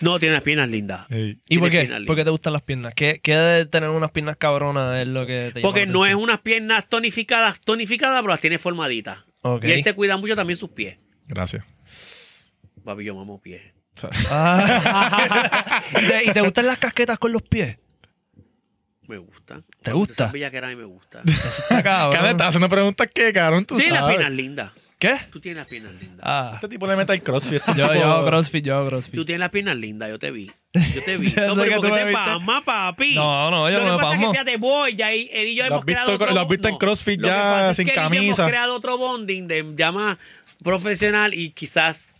No, tiene las piernas lindas.
Ey.
¿Y por
Tiene
qué?
piernas lindas.
¿Por qué te gustan las piernas? ¿Qué, qué de tener unas piernas cabronas es lo que te llama
Porque
la
no es
atención?
unas piernas tonificadas, tonificadas, pero las tiene formaditas.
Ok.
Y él se cuida mucho también sus pies.
Gracias.
Papi, yo mamo pies.
Ah. ¿Y, te, y te gustan las casquetas con los pies?
Me gusta.
¿Te gusta?
Bella que era y me gusta.
Eso está cabrón.
Cada estás haciendo preguntas que, cabrón, tú
Tiene las piernas
sabes.
lindas.
¿Qué?
Tú tienes las piernas lindas.
Ah.
Este tipo le mete al crossfit. este
Yo,
tipo-
yo hago crossfit, yo hago crossfit.
Tú tienes las piernas lindas, yo te vi. Yo te vi.
Ya
no,
sé
pero
que
¿por
tú
qué
me
te
viste.
pama, papi?
No, no, yo
Lo que
no me
pasa es
pamo.
que fíjate, voy, ya y él y yo
Lo
hemos
has visto-
creado otro
lo has
bo-
visto en
no.
CrossFit
Lo que
ya
pasa es
sin
que él y yo
camisa.
Hemos creado otro bonding de ya más profesional y quizás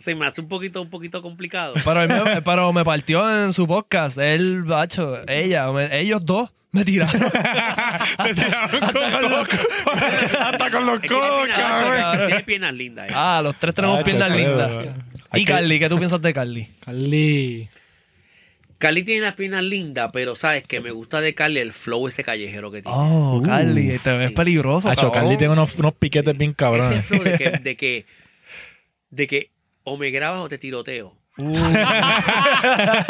se me hace un poquito, un poquito complicado.
Pero, él me, pero me partió en su podcast. Él, bacho, ella, me- ellos dos me tiraron.
Te tiraron con los Hasta con los
Es que tiene
codos,
piernas-
cabrón.
cabrón.
Tiene piernas lindas. eh.
Ah, los tres tenemos
Ah,
piernas
chacho,
lindas.
cabrón. Hay
Y
que-
Carly, ¿qué tú piensas de Carly?
Carly.
Carly tiene las piernas lindas, pero sabes que me gusta de Carly el flow ese callejero que tiene.
Oh, Carly, te ves
sí.
peligroso.
Uh, Acho,
cabrón.
Carly tiene unos, unos piquetes bien
ese
cabrones.
flow de que, de que, de que o me grabas o te tiroteo.
Uh.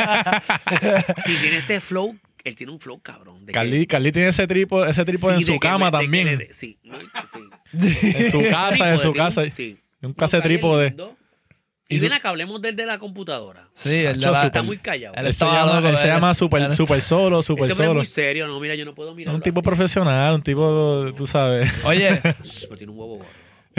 y tiene ese flow, él tiene un flow cabrón. de que-
Carly, Carly tiene ese tripo, ese tripo
sí,
en
de
su
que-
cama
de que
también.
le de- sí, no, sí.
En su casa, en
Trípode,
su
tiene un-
casa.
sí.
Un
No, Carly
casa
es
de trípode.
lindo.
Y
Y
su-
ven acá, hablemos del de la computadora.
Sí, el de
Acho,
la-
súper.
Está muy callado.
Él
Él se
estaba
llama,
loco,
él se
él-
llama super,
él-
super solo,
Ese
super
hombre es
solo.
muy serio. No, mira, yo no puedo mirar.
Un tipo profesional, un tipo, tú sabes.
Oye,
Pero tiene un huevo gordo.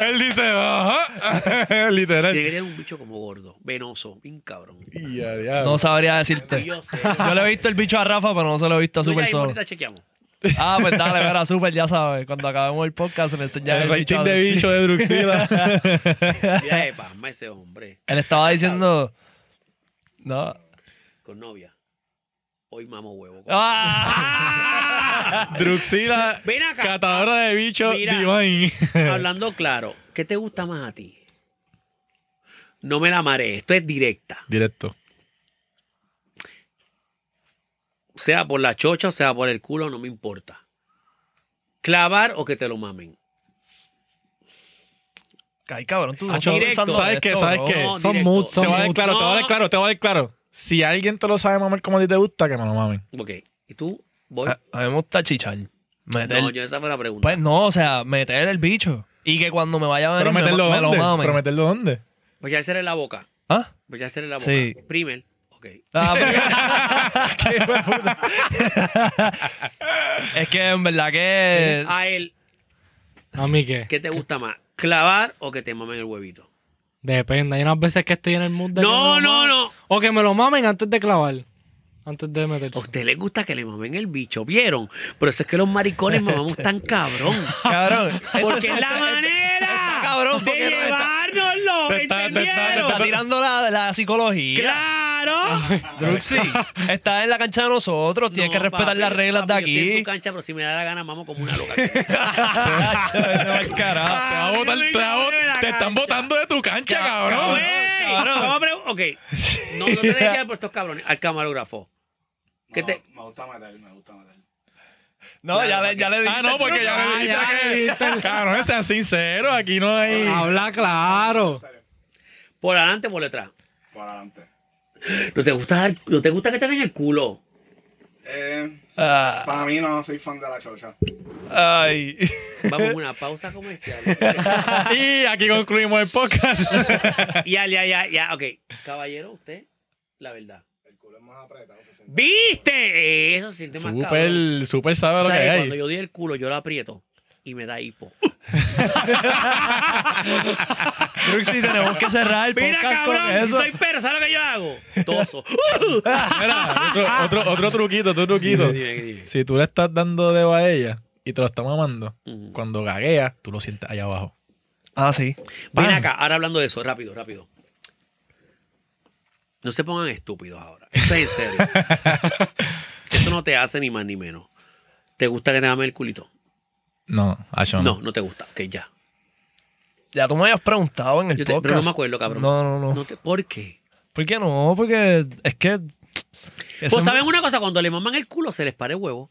Él dice, ajá. Literal.
Tiene que tener un bicho como gordo, venoso, bien cabrón.
Y a diablo.
no sabría decirte.
Yo sé.
Yo le he visto el bicho a Rafa, pero no se lo he visto a
Tú ya
Super
ahí
solo.
ahorita chequeamos.
Ah, pues dale, ver a Super, ya sabes. Cuando acabemos el podcast, le enseñaré
el
el bicho.
rating
a
de
Druxy.
bicho de Druxila.
Mira de pasma ese hombre,
Él estaba diciendo. No.
con novia. Hoy mamo huevo.
Ah.
¡Ah!
Druxila,
Ven acá.
catadora de bicho
Mira.
divine.
Hablando claro, ¿qué te gusta más a ti? No me la maré, esto es directa.
Directo.
Sea por la chocha o sea por el culo, no me importa. Clavar o que te lo mamen.
Ay, cabrón, tú no
Acho,
estás pensando
¿sabes
en
qué?
esto,
¿Sabes
bro.
qué?
No,
Son
directo.
moods, son
Te voy a dar
moods.
claro, te voy a dar
No.
claro, te voy a dar claro. Si alguien te lo sabe mamar como a ti te gusta, que me lo mamen.
Ok, ¿y tú? Voy.
Ah.
A, a mí me gusta chichar. Meter.
no, yo esa fue la pregunta.
Pues no, o sea, meter el bicho. Y que cuando me vaya a venir,
Pero
me,
meterlo
me lo
dónde.
mamen.
Pero meterlo dónde.
Voy a hacerle Pues la boca.
¿Ah?
Voy a hacerle la boca.
Sí.
Primer. Ok.
Ah, porque- Qué hijo de puta. es que en verdad que.
A él,
A mí qué.
¿qué te gusta más? ¿Clavar o que te mamen el huevito?
Depende. Hay unas veces que estoy en el mood de. que
No,
me lo
no,
mamen.
no.
O que me lo mamen antes de clavar. Antes de
A
meterse.
usted le gusta que le mamen el bicho, ¿vieron? Por eso es que los maricones mamamos tan cabrón.
Cabrón.
Porque
este-
es la
este-
manera
cabrón,
de
porque no está-
llevárnoslo,
te está- te está- te
Está
está-
¿entendieron?
tirando la, la psicología.
¡Claro!
Druxy, está en la cancha de nosotros. Tienes que
No,
respetar
papi,
las reglas de
papi, yo estoy en
aquí.
tu cancha, pero si me da la gana, mamo como una loca.
Cacho, vete pa'l carajo.
Ah,
Te va a botar, te, va a bot- te están botando de tu cancha, cabrón.
Güey, vamos a pregun- Ok. No, no te dejes guiar por estos cabrones. Al camarógrafo. ¿Qué te-
Me gusta matar, me gusta matar.
No, ya le, ya le dije.
Ah, no, porque ya
Ah,
me
ya le
dijiste que. Cabrón, sean sinceros, aquí no hay.
Habla claro.
¿Por adelante o por detrás?
Por adelante.
¿No te gusta, dar- no te gusta que te den el culo?
Eh,
Ah,
para mí no soy fan de la chocha.
ay.
Vamos a una pausa comercial.
Y aquí concluimos el podcast.
ya, ya, ya, ya. Ok. Caballero, usted, la verdad.
El culo es más apretado. se siente.
¿Viste? Eso se siente más cabrón.
Súper, súper sabe lo que
¿Sabes? Cuando
hay.
yo di el culo, yo lo aprieto. y me da hipo.
Druxy, tenemos que cerrar el
Mira,
podcast con
cabrón, si
eso.
soy perro, ¿sabes lo que yo hago? Toso.
Mira, otro, otro, otro truquito, otro truquito. Si tú le estás dando dedo a ella y te lo está mamando,
Ujú.
cuando gaguea, tú lo sientes allá abajo.
Ah, sí.
Ven
Bam.
acá, ahora hablando de eso, rápido, rápido. No se pongan estúpidos ahora. Esto es en serio. Esto no te hace ni más ni menos. ¿Te gusta que te mame el culito?
No, Ashon.
No, no te gusta. Que ya.
Ya tú me habías preguntado en el
Yo te-
podcast.
pero no me acuerdo, cabrón.
No, no, no.
No te- ¿Por qué?
¿Por qué no? Porque es que. ese-
Pues saben una cosa, cuando le maman el culo se les para el huevo.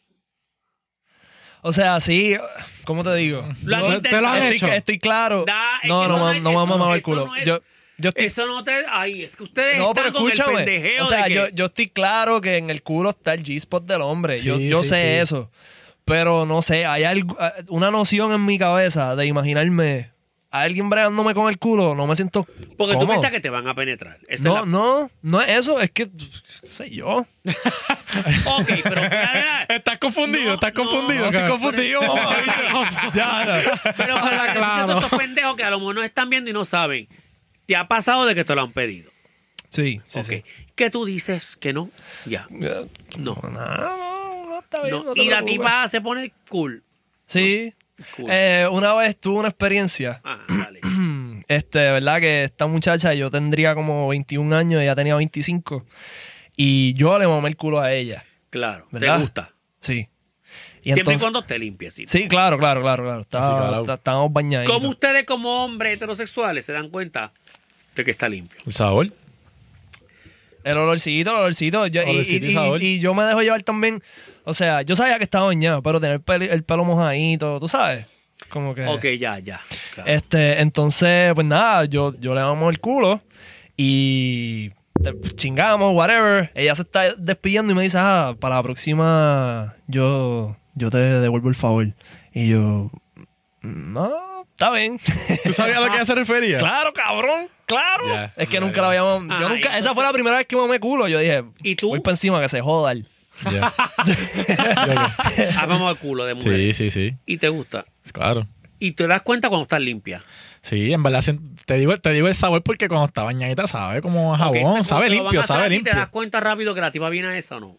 O sea, sí. ¿Cómo te digo?
Lo han
Yo-
intentado. ¿Te lo han
estoy,
hecho?
estoy claro.
Da, es
no,
que
no,
eso
ma-
no es-
no, me
eso
vamos a mamar
no-
el culo.
eso no es-
yo, yo estoy
Eso no te. Ay, es que ustedes
No,
están
pero
con el
escúchame.
pendejeo
o sea,
de que-
yo, yo estoy claro que en el culo está el G-spot del hombre. yo
Sí,
yo
sí,
sé
sí.
eso. Pero no sé, hay algo- ah, una noción en mi cabeza de imaginarme a alguien bregándome con el culo. No me siento.
Porque tú
cómodo.
piensas que te van a penetrar. Esa
No,
es la-
no, no es eso. Es que. qué sé yo.
Ok, pero.
Estás confundido,
No,
estás
no,
confundido.
No, estoy
cabrón.
confundido. mamá. Ya, ya.
Pero
Habla
para
claro.
estos pendejos que a lo mejor no están viendo y no saben, ¿te ha pasado de que te lo han pedido?
Sí, sí,
Ok.
sí.
Que tú dices que no, ya.
Eh,
No.
No, no, Ah, no, está bien.
no.
no te
y la
preocupes.
tipa se pone cool.
Sí.
cool.
Eh, una vez tuve una experiencia.
Ah, dale.
Este, ¿verdad? Que esta muchacha, yo tendría como 21 años, ella tenía 25. Y yo le mamé el culo a ella.
Claro.
¿Verdad?
Te gusta.
Sí. Y
Siempre y
entonces-
cuando te limpies. sí.
Sí, claro, claro, claro, claro. Estaba-
Así, claro.
está- Estábamos bañaditos.
¿Cómo ustedes como hombres heterosexuales se dan cuenta de que está limpio?
El sabor.
El olorcito, el olorcito. Yo- y-
Olorcito y
y, y-
sabor.
y yo me dejo llevar también. O sea, yo sabía que estaba bañado, pero tener pel- el pelo mojadito, tú sabes. Como que.
Ok, ya, ya. Claro.
Este, entonces, pues nada, yo, yo le vamos el culo y te- chingamos, whatever. Ella se está despidiendo y me dice, ah, para la próxima yo, yo te devuelvo el favor. Y yo, no, está bien.
¿Tú sabías a
Ah.
lo que ella se refería?
claro, cabrón, claro.
Ya,
es que
ya,
nunca
ya.
la habíamos, yo
Ah,
nunca,
entonces-
esa fue la primera vez que me culo. Yo dije,
¿Y tú?
voy para encima que se joda. el-".
Ya.
Ah, vamos al culo de mujer.
Sí, sí, sí.
Y te gusta.
Claro.
Y te das cuenta cuando estás limpia.
Sí, en verdad se- te digo, te digo el sabor porque cuando está bañadita sabe como a
Ok,
jabón,
cuando
sabe
te lo van a
limpio,
hacer a
sabe
ti,
limpio.
¿Te das cuenta rápido que la tipa viene a esa o no?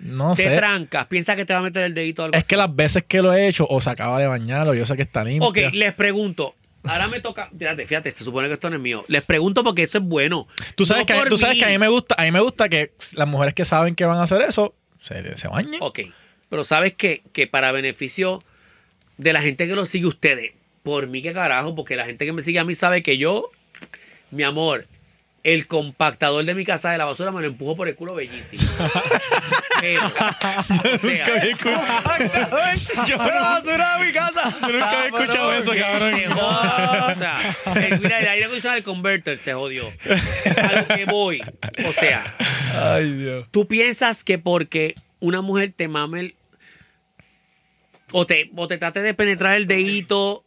No
te
sé.
trancas, piensas que te va a meter el dedito o algo
Es que las veces que lo he hecho, o se acaba de bañar, o yo sé que está limpio.
Ok, les pregunto. Ahora me toca. Fíjate, fíjate, se supone que esto no es mío. Les pregunto porque eso es bueno.
Tú sabes,
No
que,
por
tú sabes
mí.
que a mí me gusta, a mí me gusta que las mujeres que saben que van a hacer eso se, se bañen.
Ok, pero sabes qué? que para beneficio de la gente que lo sigue ustedes, por mí qué carajo, porque la gente que me sigue a mí sabe que yo, mi amor, el compactador de mi casa de la basura me lo empujo por el culo bellísimo. Pero, o sea,
yo no basura de mi casa. Yo
nunca había escuchado eso,
que se joda, o sea, el, mira, el aire acondicionado del converter se jodió. A lo que voy. O sea,
Ay, Dios.
¿Tú piensas que porque una mujer te mame el- o te, o te trate de penetrar el dedito,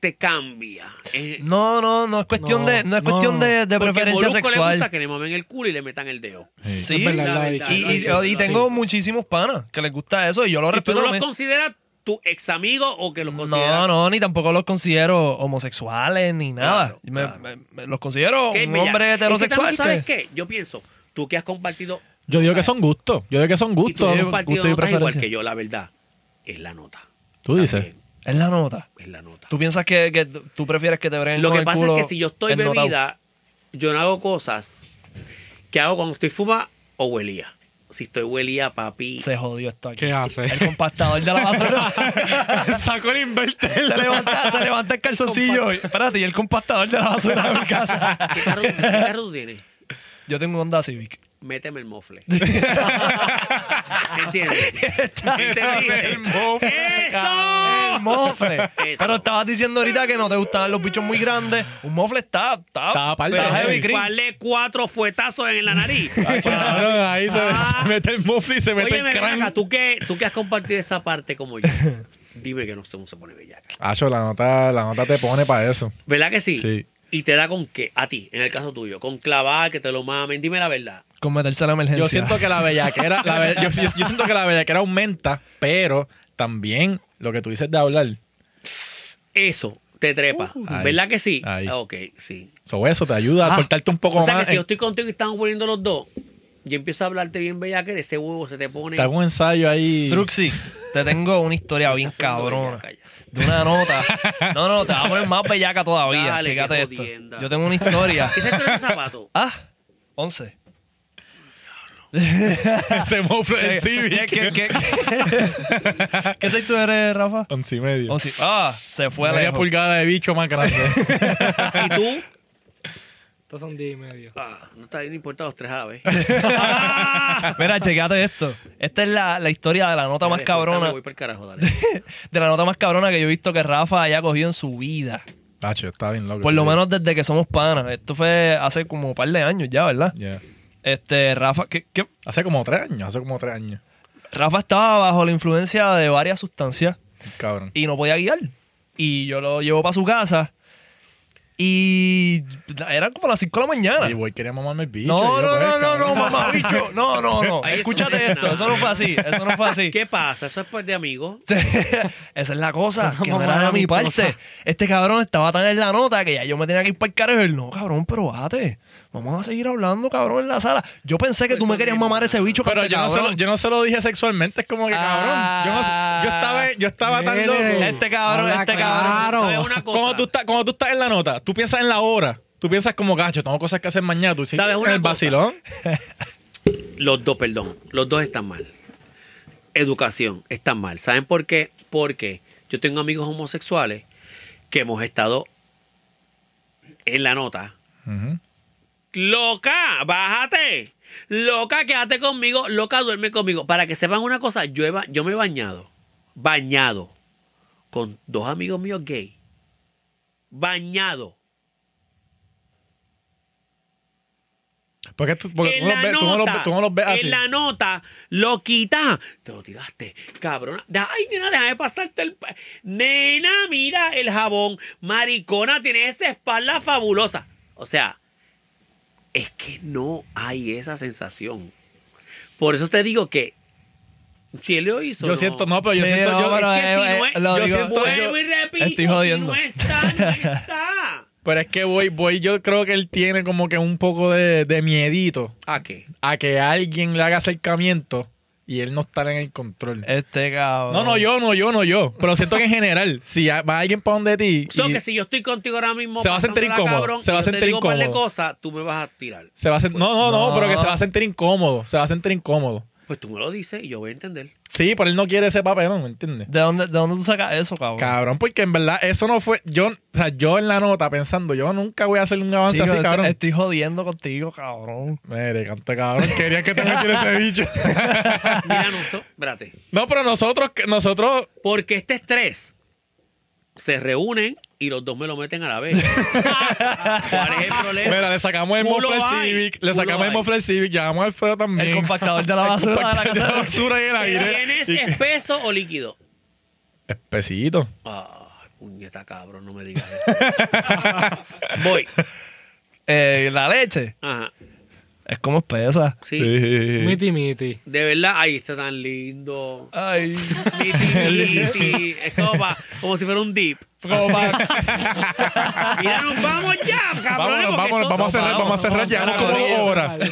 te cambia? Es-
No, no, no es cuestión
No,
de, no es
no.
cuestión de, de
porque
preferencia
Molusco Le gusta
sexual.
que le mamen el culo y le metan el dedo.
Sí,
Es verdad,
la
la
verdad,
Y,
bicha.
y-
sí, sí,
y
sí.
tengo muchísimos panas que les gusta eso y yo lo
¿Y tú
respeto.
no
lo
los
mismo.
consideras tu ex amigo o que los
no,
consideras?
no, ni tampoco los considero homosexuales ni nada.
Claro,
Me-
claro.
me- me- los considero
Qué
un
bella.
hombre
Es que
heterosexual.
también, ¿Sabes
que-
qué? Yo pienso, tú que has compartido
Yo digo que son gustos. Yo digo que son
y tú
gustos.
has
Sí,
compartido
gusto y
notas igual
preferencia.
que yo, la verdad, es la nota.
Tú dices.
También,
Es la nota.
Es la nota.
¿Tú piensas que, que t- tú prefieres que te breguen
Lo
con
que
el
pasa es
culo
que si yo estoy
ennotado?
bebida, yo no hago cosas que hago cuando estoy fuma o huelía. Si estoy huelía, papi.
Se jodió esto aquí.
¿Qué hace?
El compactador de la basura.
Sacó el inverter.
se, levanta, se levanta el calzoncillo. y- Espérate, y el compactador de la basura de mi casa.
¿Qué carro, qué carro tú tienes?
Yo tengo un Honda Civic.
Méteme el mofle. ¿Entiendes? ¿Entendiste? ¡Eso!
El mofle.
Eso.
Pero estabas diciendo ahorita que no te gustaban los bichos muy grandes. Un mofle está. Está,
Está aparte,
está
heavy.
heavy cream.
Parle cuatro fuetazos en la nariz.
Cabrón, ahí se, se mete el mofle y se mete
Ah. Oye,
el crán.
¿tú que, tú que has compartido esa parte como yo. Dime que no se se pone bellaca.
Acho, la nota, la nota te pone para eso.
¿Verdad que sí?
Sí.
Y te da con qué, a ti, en el caso tuyo, con clavar, que te lo mamen, dime la verdad.
Con meterse a la emergencia.
Yo siento que la bellaquera, la be- yo, yo- yo siento que la bellaquera aumenta, pero también lo que tú dices de hablar.
Eso te trepa.
Ahí.
¿Verdad que sí?
Ahí.
Ah, Ok, sí.
So, eso te ayuda a
Ah.
soltarte un poco
O sea que
más.
si yo
en-
estoy contigo y estamos poniendo los dos, yo empiezo a hablarte bien bella que ese huevo se te pone.
Te hago un ensayo ahí.
Truxi, te tengo una historia bien cabrona. De una nota. No, no, te va a poner más bellaca todavía.
Dale,
Chécate
qué
esto.
jodienda.
Yo tengo una historia.
¿Qué es esto de zapato?
Ah, 11.
Se mofla
¿Qué,
el
qué,
Civic.
qué, qué, ¿Qué seis tú eres, Rafa?
Once y medio.
11. Ah, se fue
Media
lejos.
pulgada de bicho más grande.
¿Y tú?
Estos son 10 y medio.
Ah, no está bien, no importa los tres a la vez.
Mira, checate esto. Esta es la, la historia de la nota más
Dale,
cabrona.
me voy para el carajo, dale.
De la nota más cabrona que yo he visto que Rafa haya cogido en su vida.
Tacho, está bien loco.
Por lo menos desde que somos panas. Esto fue hace como un par de años ya, ¿verdad?
Yeah.
Este, Rafa, ¿qué, qué?
Hace como tres años, hace como tres años.
Rafa estaba bajo la influencia de varias sustancias
Cabrón.
y no podía guiar. Y yo lo llevo para su casa. Y eran como las 5 de la mañana.
Y voy, quería mamarme el bicho.
No,
Y yo,
no,
pues,
no, no,
cabrón.
no, mamabicho. No, no, no.
Ahí
Escúchate
eso no es
esto.
nada.
Eso no fue así. Eso no fue así.
¿Qué pasa? Eso es pues de amigos.
Esa es la cosa,
Una
que no era
mamada
de mi
amistosa.
parte. Este cabrón estaba tan en la nota que ya yo me tenía que ir para el carajo. Y él, no, cabrón, pero bájate. Vamos a seguir hablando, cabrón, en la sala. Yo pensé que tú me
Eso
querías
mismo.
mamar ese bicho,
Pues Pero
cante,
yo no, se lo,
cabrón.
yo no se lo dije sexualmente, es como que cabrón. Yo, no
Ah.
sé- yo estaba, yo estaba tan
Mire,
loco.
Este cabrón,
habla
este
claro.
cabrón.
¿Sabes una cosa?
Cuando tú, estás, cuando tú estás en la nota, tú piensas en la hora. Tú piensas como, gacho, tengo cosas que hacer mañana. Tú dices,
¿Sabes
en
una
el
cosa?
vacilón.
Los dos, perdón. Los dos están mal. Educación está mal. ¿Saben por qué? Porque yo tengo amigos homosexuales que hemos estado en la nota.
Ujú.
Loca, bájate. Loca, quédate conmigo. Loca, duerme conmigo. Para que sepan una cosa, yo, he ba- yo me he bañado. Bañado. Con dos amigos míos gay. Bañado.
Porque, tú, porque
en
tú, no los
la
ves, tú no los ves-
nota,
tú no los ves así.
En la nota, lo quita. Te lo tiraste, cabrona. Da- Ay, nena, déjame pasarte el. pa- Nena, mira el jabón. Maricona, tiene esa espalda fabulosa. O sea, es que no hay esa sensación. Por eso te digo que si él lo hizo.
Yo siento, no, pero
Sí,
yo siento,
no,
yo-
pero,
es que si no
eh,
es-
eh, lo
yo
digo-
siento-
Vuelvo y repito,
estoy
si
jodiendo.
no está, no está.
pero es que voy, voy, yo creo que él tiene como que un poco de, de miedito
¿A qué?
a que alguien le haga acercamiento y él no estar en el control.
Eh,
Este cabrón.
No, no, yo, no, yo, no, yo. Pero siento que en general, si a- va alguien para donde ti.
So
y
que si yo estoy contigo ahora mismo.
Se va a sentir
pasándola,
incómodo,
cabrón,
se va a
y yo te
sentir
digo un par de
incómodo.
cosas, tú me vas a tirar.
se va a sen- no, no, no,
No.
pero que se va a sentir incómodo. Se va a sentir incómodo.
Pues tú me lo dices y yo voy a entender.
Sí, pero él no quiere ese papelón, ¿me entiendes?
¿De dónde, ¿De dónde tú sacas eso, cabrón?
Cabrón, porque en verdad eso no fue. Yo, o sea, yo en la nota pensando, yo nunca voy a hacer un avance
Chico,
así,
est-
cabrón.
Estoy jodiendo contigo, cabrón.
Mire, canta cabrón, quería que te metiera ese bicho.
Mira, Nuso, espérate.
no, pero nosotros, nosotros,
Porque este estrés se reúnen y los dos me lo meten a la vez. ¿Cuál es el problema?
mira, le sacamos el
Culo
mofle
hay,
Civic,
culo
le sacamos el
hay.
mofle Civic, llamamos al Feo también.
El compactador de la basura de la
Compactador
casa de
de basura y el aire.
¿Tienes espeso o líquido?
Espesito.
Ay, puñeta cabrón, no me digas eso. Voy.
Eh, la leche
Ajá.
es como espesa.
Sí.
Miti miti.
De verdad, ahí está tan lindo.
Ay.
Miti, miti. Es como, pa- como si fuera un dip.
Como pa-
Mira, nos vamos ya, cabrones.
Vámonos, vámonos, vamos a cerrar,
vamos,
vamos a cerrar,
vamos,
llevamos como
vamos,
dos horas.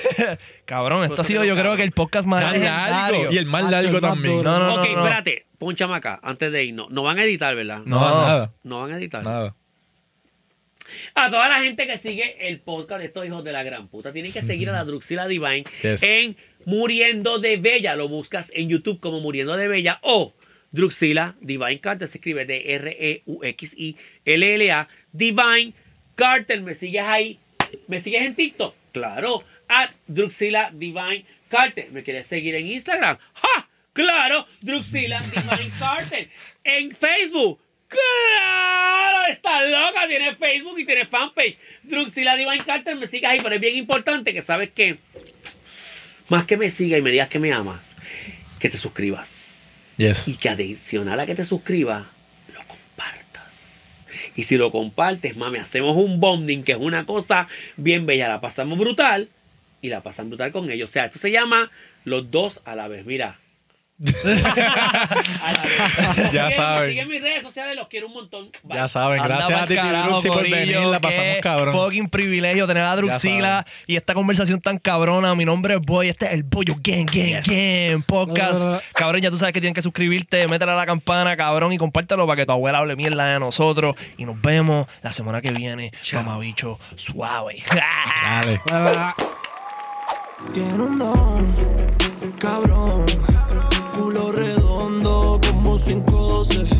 Cabrón, esto ha sido yo creo que el podcast más
Más largo.
legendario.
Y el más
Hacho, el
largo
más
también.
duro.
No, no,
ok,
no, no.
espérate. Ponchame acá, antes de irnos. No van a editar, ¿verdad?
No.
nada,
No van a editar.
nada.
A toda la gente que sigue el podcast de estos hijos de la gran puta, tienen que seguir a la Druxila Divine
Yes.
en Muriendo de Bella. Lo buscas en YouTube como Muriendo de Bella o Druxila Divine Carter. Se escribe E de R-E-U-X-I-L-L-A. Divine Carter. ¿Me sigues ahí? ¿Me sigues en TikTok? Claro. At Druxila Divine Carter. ¿Me quieres seguir en Instagram? ¡Ja! Claro. Druxila Divine Carter. En Facebook. ¡Claro! Está loca, tiene Facebook y tiene fanpage. Druxila Divine Carter, me sigas ahí, pero es bien importante que sabes que más que me sigas y me digas que me amas, que te suscribas.
Yes.
Y que adicional a que te suscribas, lo compartas. Y si lo compartes, mami, hacemos un bonding, que es una cosa bien bella. La pasamos brutal y la pasan brutal con ellos. O sea, esto se llama los dos a la vez. Mira,
Ya
Sígueme-
saben.
Sígueme en mis redes sociales, los quiero un montón. Bye.
Ya saben,
Anda
gracias
pa'l
a ti,
carajo,
Piruxi, por
corillo,
venir. La pasamos
qué
cabrón.
Fucking privilegio tener a Drux
Ya
Sigla y esta conversación tan cabrona. Mi nombre es Boy, este es el Boyo Gang, Gang, Gang podcast. Cabrón, ya tú sabes que tienes que suscribirte, métele a la campana, cabrón, y compártelo para que tu abuela hable mierda de nosotros. Y nos vemos la semana que viene. Mamabicho, suave.
Dale.
Tiene un don, cabrón. Culo redondo como 512.